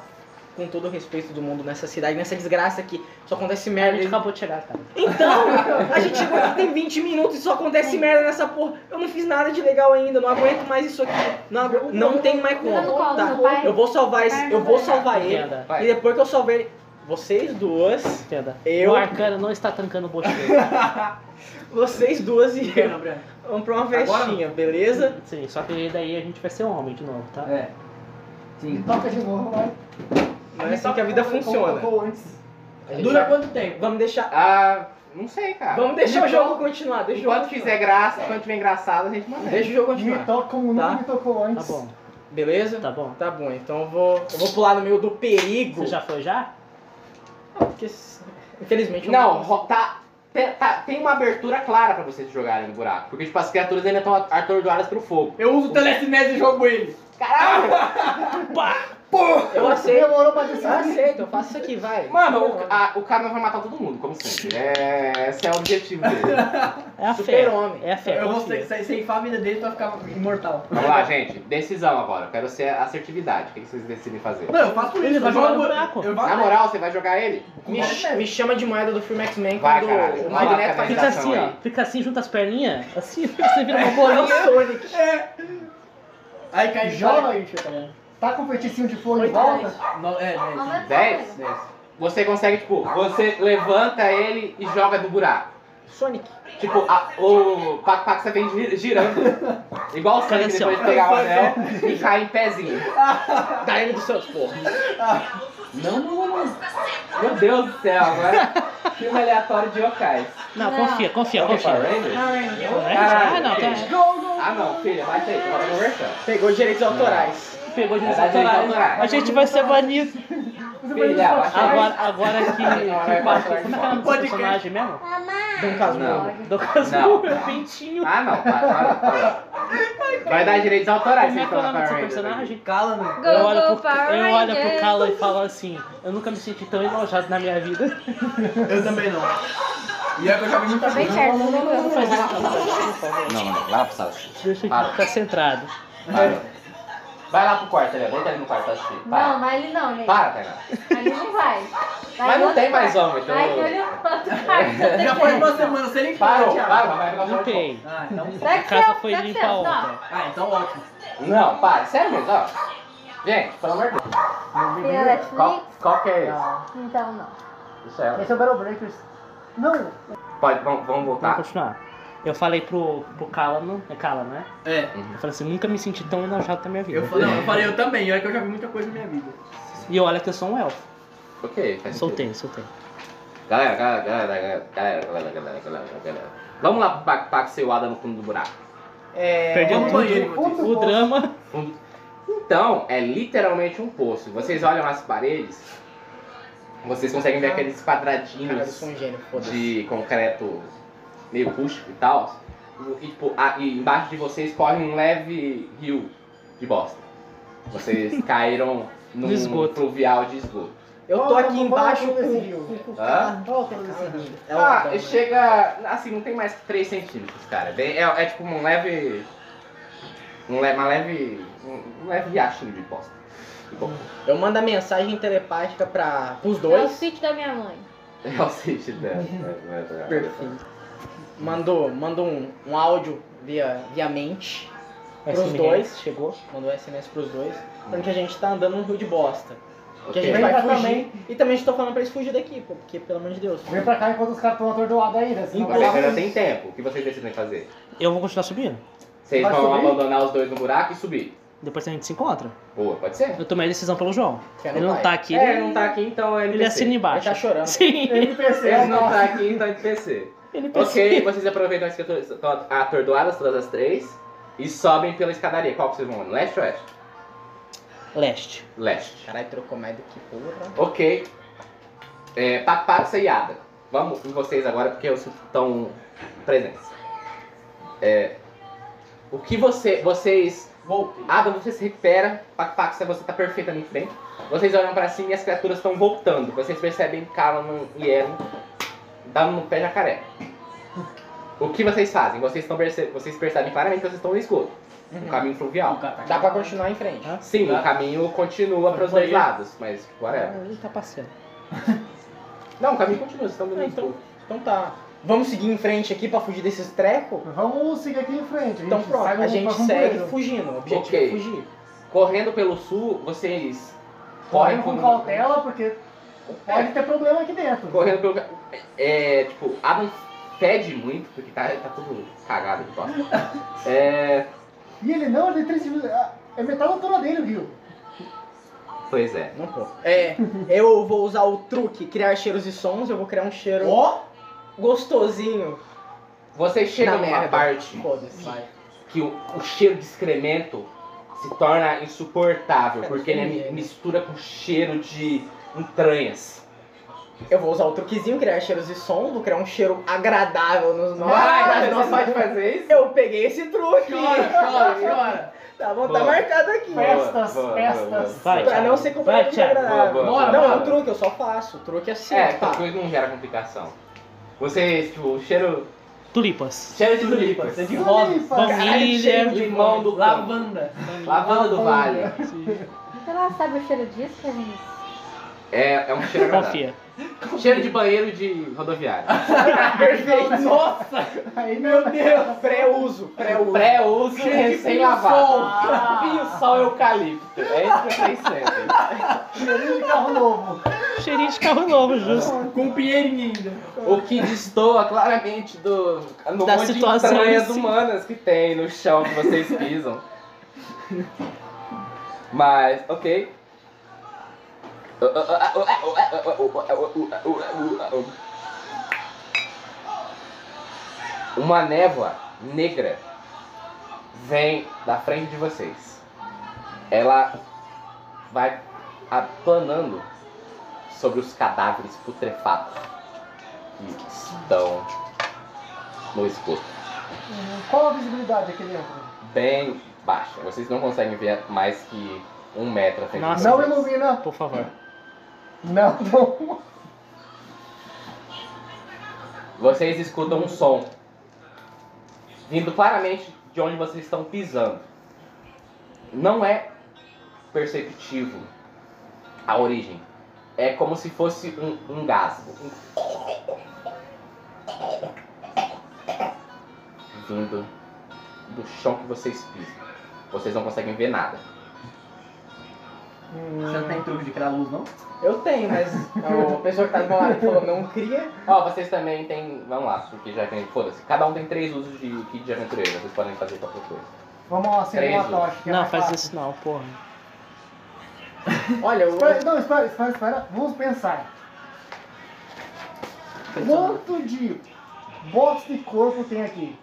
[SPEAKER 5] Com todo o respeito do mundo nessa cidade, nessa desgraça aqui. Só acontece
[SPEAKER 3] A
[SPEAKER 5] merda.
[SPEAKER 3] gente acabou de chegar, cara.
[SPEAKER 5] Então, a gente chegou aqui tem 20 minutos e só acontece merda nessa porra. Eu não fiz nada de legal ainda, não aguento mais isso aqui. Não, agu- não tem mais como.
[SPEAKER 6] Tá no colo do
[SPEAKER 5] Tá,
[SPEAKER 6] seu pai.
[SPEAKER 5] eu vou salvar esse. Eu vou salvar ele.
[SPEAKER 3] Entenda.
[SPEAKER 5] E depois que eu salvar ele. Vocês duas.
[SPEAKER 3] Entenda.
[SPEAKER 5] Eu-
[SPEAKER 3] O arcano não está tancando o bocheiro.
[SPEAKER 5] Vocês duas e eu.
[SPEAKER 2] Não, Breno.
[SPEAKER 5] Vamos pra uma
[SPEAKER 2] Agora?
[SPEAKER 5] festinha, beleza?
[SPEAKER 3] [LAUGHS] Sim, só que daí a gente vai ser homem de novo, tá?
[SPEAKER 2] É. Sim.
[SPEAKER 4] Toca de novo, vai.
[SPEAKER 5] Não é assim que a vida
[SPEAKER 4] Como
[SPEAKER 5] funciona.
[SPEAKER 4] tocou antes.
[SPEAKER 5] A gente
[SPEAKER 2] Dura
[SPEAKER 5] vai-
[SPEAKER 2] quanto tempo?
[SPEAKER 5] Vamos deixar.
[SPEAKER 1] Ah, não sei, cara.
[SPEAKER 5] Vamos deixar o
[SPEAKER 4] Então-
[SPEAKER 5] jogo continuar. Deixa o jogo
[SPEAKER 1] Enquanto
[SPEAKER 5] continuar.
[SPEAKER 1] fizer graça, enquanto tiver engraçado, a gente mantém.
[SPEAKER 5] Deixa o jogo
[SPEAKER 4] Me
[SPEAKER 5] continuar.
[SPEAKER 4] toca como nunca
[SPEAKER 5] Tá.
[SPEAKER 4] me tocou
[SPEAKER 3] Tá
[SPEAKER 4] antes.
[SPEAKER 3] bom,
[SPEAKER 5] Beleza?
[SPEAKER 3] tá bom.
[SPEAKER 5] Tá bom, então eu vou. Eu vou pular no meio do perigo.
[SPEAKER 3] Você já foi já?
[SPEAKER 5] Porque, infelizmente eu
[SPEAKER 1] Não, ro- tá, te- tá- tem uma abertura clara pra vocês jogarem no buraco. Porque, tipo, as criaturas ainda estão atordoadas pro fogo.
[SPEAKER 2] Eu uso telecinese e jogo ele.
[SPEAKER 1] Caralho!
[SPEAKER 5] Eu aceito.
[SPEAKER 4] Demorou pra
[SPEAKER 5] Eu
[SPEAKER 4] decidir.
[SPEAKER 5] aceito, eu faço isso aqui, vai.
[SPEAKER 1] [LAUGHS] Mano, o, a- o cara não vai matar todo mundo, como sempre. É, esse é o objetivo dele.
[SPEAKER 3] É a fé.
[SPEAKER 5] Super-homem.
[SPEAKER 3] É a fé,
[SPEAKER 2] Eu vou
[SPEAKER 3] confia.
[SPEAKER 2] sa- ceifar a vida dele pra ficar imortal.
[SPEAKER 1] Vamos lá, gente. Decisão agora. Eu quero ser assertividade. O que que vocês decidem fazer?
[SPEAKER 2] Não, eu faço por
[SPEAKER 3] Ele
[SPEAKER 2] isso.
[SPEAKER 3] vai
[SPEAKER 2] eu
[SPEAKER 3] jogar
[SPEAKER 2] jogo-
[SPEAKER 3] no buraco.
[SPEAKER 2] Eu
[SPEAKER 1] Na
[SPEAKER 2] vou.
[SPEAKER 1] moral, você vai jogar ele?
[SPEAKER 5] Me, ch- me chama de moeda do filme X-Men
[SPEAKER 1] Vai,
[SPEAKER 5] quando
[SPEAKER 1] caralho.
[SPEAKER 5] o
[SPEAKER 1] Vai lá,
[SPEAKER 5] Magneto faz
[SPEAKER 3] Fica
[SPEAKER 1] cara.
[SPEAKER 5] isso.
[SPEAKER 3] assim, ó. Fica assim, junta as perninhas. Assim, [LAUGHS] você vira uma
[SPEAKER 5] É o
[SPEAKER 3] bolinha.
[SPEAKER 5] Sonic.
[SPEAKER 2] Aí cai
[SPEAKER 4] Joga
[SPEAKER 2] aí.
[SPEAKER 4] aí, Chico. Tá com o feiticinho de flor em
[SPEAKER 6] Oito
[SPEAKER 4] volta?
[SPEAKER 2] É, é.
[SPEAKER 6] Olha
[SPEAKER 1] Dez?
[SPEAKER 6] só.
[SPEAKER 1] Você consegue, tipo, você levanta ele e joga do buraco.
[SPEAKER 5] Sonic.
[SPEAKER 1] Tipo, a- o Pac Pac você vem gi- girando. Igual o Sonic
[SPEAKER 3] Parece,
[SPEAKER 1] depois
[SPEAKER 3] ó.
[SPEAKER 1] de pegar o anel e cair em pezinho.
[SPEAKER 5] Daiane dos Santos, porra.
[SPEAKER 1] Não, não, não. Meu Deus do céu, agora. Filme aleatório de yokais.
[SPEAKER 3] Não,
[SPEAKER 6] Não.
[SPEAKER 3] confia, confia,
[SPEAKER 1] É o que, Power
[SPEAKER 3] confia.
[SPEAKER 1] Rangers?
[SPEAKER 3] Ah, não, tá.
[SPEAKER 1] Ah, não, filha, bate aí, bota conversando.
[SPEAKER 5] Pegou direitos autorais.
[SPEAKER 3] Pegou de
[SPEAKER 1] É da direita
[SPEAKER 3] autorais.
[SPEAKER 1] autorais.
[SPEAKER 3] A gente vai ser banido.
[SPEAKER 1] Filha, abaixa aí.
[SPEAKER 3] Agora, agora que.
[SPEAKER 1] Agora vai
[SPEAKER 3] que-
[SPEAKER 1] falar
[SPEAKER 3] Como é que é o nome do seu
[SPEAKER 2] Podcast.
[SPEAKER 3] personagem mesmo?
[SPEAKER 5] Dom Casmurro.
[SPEAKER 1] Não.
[SPEAKER 3] Do Casmurro, meu pintinho.
[SPEAKER 1] Ah, não, para, para, para. Vai dar direitos autorais
[SPEAKER 3] Como é
[SPEAKER 1] sem
[SPEAKER 3] que é o
[SPEAKER 1] falar
[SPEAKER 3] nome
[SPEAKER 1] Power
[SPEAKER 3] do seu
[SPEAKER 1] Rangers.
[SPEAKER 3] personagem?
[SPEAKER 1] aqui.
[SPEAKER 2] Cala, mano.
[SPEAKER 6] Go,
[SPEAKER 3] Eu olho,
[SPEAKER 6] go,
[SPEAKER 3] pro,
[SPEAKER 6] Power
[SPEAKER 3] eu olho pro
[SPEAKER 6] Rangers.
[SPEAKER 3] Cala e falo assim, eu nunca me senti tão enojado na
[SPEAKER 1] [LAUGHS]
[SPEAKER 3] minha vida.
[SPEAKER 2] Eu também não. E é que eu jogo muita
[SPEAKER 6] Bem certo, né, meu?
[SPEAKER 1] Não, não, vai lá pro sala.
[SPEAKER 3] Deixa eu
[SPEAKER 1] Para.
[SPEAKER 3] ficar centrado.
[SPEAKER 1] Para. Vai lá pro quarto, Tainá, deita ali no quarto pra assistir.
[SPEAKER 6] Não,
[SPEAKER 1] Para,
[SPEAKER 6] mas ele não, gente.
[SPEAKER 1] para, Tainá.
[SPEAKER 6] Mas ele não vai. Vai
[SPEAKER 1] [LAUGHS] Mas não
[SPEAKER 6] outro
[SPEAKER 1] tem mais
[SPEAKER 6] quarto.
[SPEAKER 1] homem, então-
[SPEAKER 6] Vai que
[SPEAKER 1] [LAUGHS]
[SPEAKER 6] olha o outro quarto.
[SPEAKER 2] Já foi uma semana sem limpar,
[SPEAKER 1] Parou,
[SPEAKER 2] Thiago.
[SPEAKER 1] parou, vai um Tá. pegar o
[SPEAKER 3] Limpei.
[SPEAKER 2] Ah, então.
[SPEAKER 6] Vai
[SPEAKER 3] A
[SPEAKER 6] que
[SPEAKER 3] casa
[SPEAKER 6] você-
[SPEAKER 3] foi
[SPEAKER 6] vai que
[SPEAKER 3] limpa
[SPEAKER 6] você-
[SPEAKER 3] ontem.
[SPEAKER 2] Ah, então ótimo.
[SPEAKER 1] Não, para, sério mesmo, ó. Gente, pelo amor de Deus.
[SPEAKER 6] Não, tem a Netflix?
[SPEAKER 1] Qual, qual que é isso?
[SPEAKER 4] Ah,
[SPEAKER 6] Então não.
[SPEAKER 1] Isso é.
[SPEAKER 4] Esse é o Battle Breakers. Não,
[SPEAKER 1] Pode, vamos, vamos
[SPEAKER 3] Vamos
[SPEAKER 1] voltar.
[SPEAKER 3] continuar. Eu falei pro, pro Calano, é Calano, né?
[SPEAKER 2] É.
[SPEAKER 3] Eu falei assim, nunca me senti tão enojado na minha vida.
[SPEAKER 2] Eu falei, não, eu falei, eu também, olha que eu já vi muita coisa na minha vida.
[SPEAKER 3] E olha que eu sou um elfo.
[SPEAKER 1] É, Ok, faz sentido.
[SPEAKER 3] Soltei, soltei.
[SPEAKER 1] Galera, galera, galera, galera, galera, galera, galera, galera. Vamos lá pro backpack seu Adam no fundo do buraco.
[SPEAKER 5] É,
[SPEAKER 3] Perdeu
[SPEAKER 5] vamos
[SPEAKER 3] tudo.
[SPEAKER 5] banheiro.
[SPEAKER 4] Muito
[SPEAKER 3] O
[SPEAKER 4] bom.
[SPEAKER 3] drama.
[SPEAKER 1] Fundo- Então, é literalmente um poço. Vocês olham as paredes, vocês conseguem ver aqueles
[SPEAKER 5] Caralho, eu sou
[SPEAKER 1] quadradinhos
[SPEAKER 5] um gênio, foda-se.
[SPEAKER 1] de concreto meio rústico e tal. E, tipo, a- e embaixo de vocês corre um leve rio de bosta. Vocês caíram num
[SPEAKER 3] esgoto.
[SPEAKER 1] pluvial de esgoto.
[SPEAKER 5] Eu tô
[SPEAKER 4] Olha,
[SPEAKER 5] aqui
[SPEAKER 4] vamos lá,
[SPEAKER 5] embaixo
[SPEAKER 4] vamos ver
[SPEAKER 5] com...
[SPEAKER 4] esse rio.
[SPEAKER 1] Hã?
[SPEAKER 4] Olha o tamanho desse rio.
[SPEAKER 5] É uma
[SPEAKER 1] Ah,
[SPEAKER 5] dama.
[SPEAKER 1] chega. Assim, não tem mais que 3 centímetros, cara. Bem- é, é tipo um leve. Um leve, uma leve. Um, um leve riachinho de bosta. [LAUGHS] De bosta.
[SPEAKER 5] Eu mando a mensagem telepática pra... pros
[SPEAKER 6] É o
[SPEAKER 5] dois.
[SPEAKER 6] sítio da minha mãe.
[SPEAKER 1] É o sentido da.
[SPEAKER 5] Perfeito. Mandou, mandou um, um áudio via, via mente. Pros
[SPEAKER 3] SMS
[SPEAKER 5] dois. um
[SPEAKER 3] Chegou.
[SPEAKER 5] Mandou SMS pros dois. Falando que a gente tá andando num rio de bosta. Que a gente
[SPEAKER 1] Ok.
[SPEAKER 5] vai
[SPEAKER 4] Vem pra
[SPEAKER 5] fugir. E também estou falando pra eles fugir daqui, pô. Porque, pelo amor de Deus.
[SPEAKER 4] Vem pra cá enquanto os caras estão atordoados ainda. assim, senão
[SPEAKER 5] Então,
[SPEAKER 4] vai-
[SPEAKER 1] Vocês
[SPEAKER 4] [LAUGHS]
[SPEAKER 1] ainda tem tempo. O que vocês decidem fazer?
[SPEAKER 3] Eu vou continuar subindo.
[SPEAKER 1] Vocês
[SPEAKER 4] Vai
[SPEAKER 1] vão
[SPEAKER 4] subir?
[SPEAKER 1] abandonar os dois no buraco e subir.
[SPEAKER 3] Depois a gente se encontra.
[SPEAKER 1] Boa, pode ser?
[SPEAKER 3] Eu tomei a decisão pelo João.
[SPEAKER 5] Que era
[SPEAKER 3] Ele
[SPEAKER 5] o
[SPEAKER 3] não
[SPEAKER 5] pai.
[SPEAKER 3] tá aqui.
[SPEAKER 1] É, não tá aqui então é
[SPEAKER 3] Ele
[SPEAKER 1] NPC.
[SPEAKER 3] assina embaixo.
[SPEAKER 5] Ele tá chorando.
[SPEAKER 3] Sim.
[SPEAKER 4] NPC,
[SPEAKER 1] Ele não
[SPEAKER 4] ó.
[SPEAKER 1] tá aqui então é NPC.
[SPEAKER 3] Ele pensa.
[SPEAKER 1] Ok, vocês aproveitam as que estão atordoadas, todas as três, e sobem pela escadaria. Qual que vocês vão? Leste ou oeste?
[SPEAKER 3] Leste.
[SPEAKER 1] Leste.
[SPEAKER 5] Caralho, trocou mais do que porra.
[SPEAKER 1] Ok. É, Papaxa e Ada. Vamos com vocês agora porque eu sinto tão presença. É, o que você. Vocês.
[SPEAKER 5] Voltei.
[SPEAKER 1] Ada, você se recupera. Papaxa, você tá perfeitamente bem. Vocês olham pra cima e as criaturas estão voltando. Vocês percebem Calan e Eren dando no pé jacaré. O que vocês fazem? Vocês, estão perce- vocês percebem claramente que vocês estão no esgoto. Um caminho
[SPEAKER 2] Ah,
[SPEAKER 1] fluvial.
[SPEAKER 2] tá
[SPEAKER 5] Dá pra continuar em frente.
[SPEAKER 3] Ah.
[SPEAKER 1] Sim, o caminho continua para os dois lados, mas whatever.
[SPEAKER 3] Ele tá passeando.
[SPEAKER 1] Não, o caminho continua, vocês estão no
[SPEAKER 5] Ah,
[SPEAKER 1] esgoto.
[SPEAKER 5] então, então tá. Vamos seguir em frente aqui pra fugir desses trecos?
[SPEAKER 4] Vamos seguir aqui em frente.
[SPEAKER 5] tá- Então pronto,
[SPEAKER 4] sai
[SPEAKER 5] a
[SPEAKER 4] do-
[SPEAKER 5] gente
[SPEAKER 4] faz um
[SPEAKER 5] segue
[SPEAKER 4] bueiro.
[SPEAKER 5] fugindo. O objetivo
[SPEAKER 1] Ok.
[SPEAKER 5] é fugir.
[SPEAKER 1] Correndo pelo sul, vocês correm
[SPEAKER 4] Correndo com cautela, porque pode ter problema aqui dentro.
[SPEAKER 1] Correndo pelo. É, tipo, Adam pede muito, porque tá, tá tudo cagado de bosta. É.
[SPEAKER 4] E ele não, ele tem 30 É metade da altura dele, viu?
[SPEAKER 1] Pois é.
[SPEAKER 5] Não pô. É, eu vou usar o truque, criar cheiros e sons, eu vou criar um cheiro
[SPEAKER 2] Ó!
[SPEAKER 5] gostosinho.
[SPEAKER 1] Vocês chegam
[SPEAKER 5] Na
[SPEAKER 1] numa
[SPEAKER 5] merda.
[SPEAKER 1] parte
[SPEAKER 5] Foda-se. Vai.
[SPEAKER 1] que o, o cheiro de excremento se torna insuportável,
[SPEAKER 5] É,
[SPEAKER 1] porque ele
[SPEAKER 5] sim, é.
[SPEAKER 1] mistura com cheiro de entranhas.
[SPEAKER 5] Eu vou usar o truquezinho, criar cheiros e sons, vou criar um cheiro agradável nos nossos.
[SPEAKER 1] Ai, não pode fazer isso?
[SPEAKER 5] Eu peguei esse truque!
[SPEAKER 2] Chora, chora, chora!
[SPEAKER 5] Tá bom,
[SPEAKER 1] Boa.
[SPEAKER 5] tá marcado aqui.
[SPEAKER 4] Festas, festas.
[SPEAKER 3] Vai,
[SPEAKER 5] Pra
[SPEAKER 3] Thiago.
[SPEAKER 5] não ser completamente
[SPEAKER 3] Vai, Thiago.
[SPEAKER 5] agradável.
[SPEAKER 1] Boa, boa,
[SPEAKER 5] não,
[SPEAKER 1] boa.
[SPEAKER 5] é um truque, eu só faço. O truque é assim,
[SPEAKER 1] É,
[SPEAKER 5] pá.
[SPEAKER 1] essas coisas não gera complicação. Vocês, tipo, o cheiro.
[SPEAKER 3] Tulipas.
[SPEAKER 1] Cheiro de
[SPEAKER 2] Tulipa,
[SPEAKER 1] tulipas.
[SPEAKER 2] você de rosa.
[SPEAKER 1] Caralho, cheiro de mão do campo.
[SPEAKER 2] Lavanda.
[SPEAKER 1] Lavanda do vale.
[SPEAKER 6] Então, Ela sabe o cheiro disso, Fernandes?
[SPEAKER 1] É, é um cheiro agradável. Um
[SPEAKER 3] Confia.
[SPEAKER 1] Cheiro de banheiro de rodoviário.
[SPEAKER 5] Perfeito.
[SPEAKER 2] Nossa!
[SPEAKER 4] Aí é.
[SPEAKER 5] Meu Deus, pré-uso,
[SPEAKER 4] [LAUGHS]
[SPEAKER 5] pré-uso.
[SPEAKER 1] Pré-uso
[SPEAKER 2] Cheiro de
[SPEAKER 1] recém
[SPEAKER 2] pinho-sol.
[SPEAKER 1] lavado. Pinho-sol eucalipto. É isso que vocês sentem.
[SPEAKER 4] Cheirinho de um carro novo.
[SPEAKER 3] Cheirinho de carro novo, justo.
[SPEAKER 2] Com pinheirinho ainda.
[SPEAKER 1] O que destoa claramente do no
[SPEAKER 3] Da
[SPEAKER 1] monte de
[SPEAKER 3] situação
[SPEAKER 1] estranhas
[SPEAKER 3] em si.
[SPEAKER 1] humanas que tem no chão que vocês pisam. Mas, ok. Uma névoa negra vem da frente de vocês. Ela vai aplanando sobre os cadáveres putrefatos que estão no esgoto.
[SPEAKER 4] Qual a visibilidade aqui dentro?
[SPEAKER 1] Bem baixa. Vocês não conseguem ver mais que um metro à frente de
[SPEAKER 3] Nossa.
[SPEAKER 4] Não
[SPEAKER 1] vocês.
[SPEAKER 4] ilumina.
[SPEAKER 3] Por favor.
[SPEAKER 4] Não, não.
[SPEAKER 1] Vocês escutam um som vindo claramente de onde vocês estão pisando. Não é perceptivo a origem. É como se fosse um, um gasgo. Vindo do chão que vocês pisam. Vocês não conseguem ver nada.
[SPEAKER 2] Você não tem truque de criar luz, não?
[SPEAKER 5] Eu tenho, mas a pessoa que tá do meu lado falou, não cria.
[SPEAKER 1] Ó, vocês também tem. Vamos lá, porque já tem. Foda-se. Cada um tem três usos de kit de aventureiro. Vocês podem fazer qualquer coisa.
[SPEAKER 4] Vamos acender uma
[SPEAKER 1] Três
[SPEAKER 4] tocha. que é
[SPEAKER 3] Não,
[SPEAKER 4] mais
[SPEAKER 3] faz
[SPEAKER 4] fácil.
[SPEAKER 3] isso não, porra.
[SPEAKER 5] Olha, o...
[SPEAKER 4] Espera, não, espera, espera, espera. Vamos pensar. Quanto de bosta e corpo tem aqui?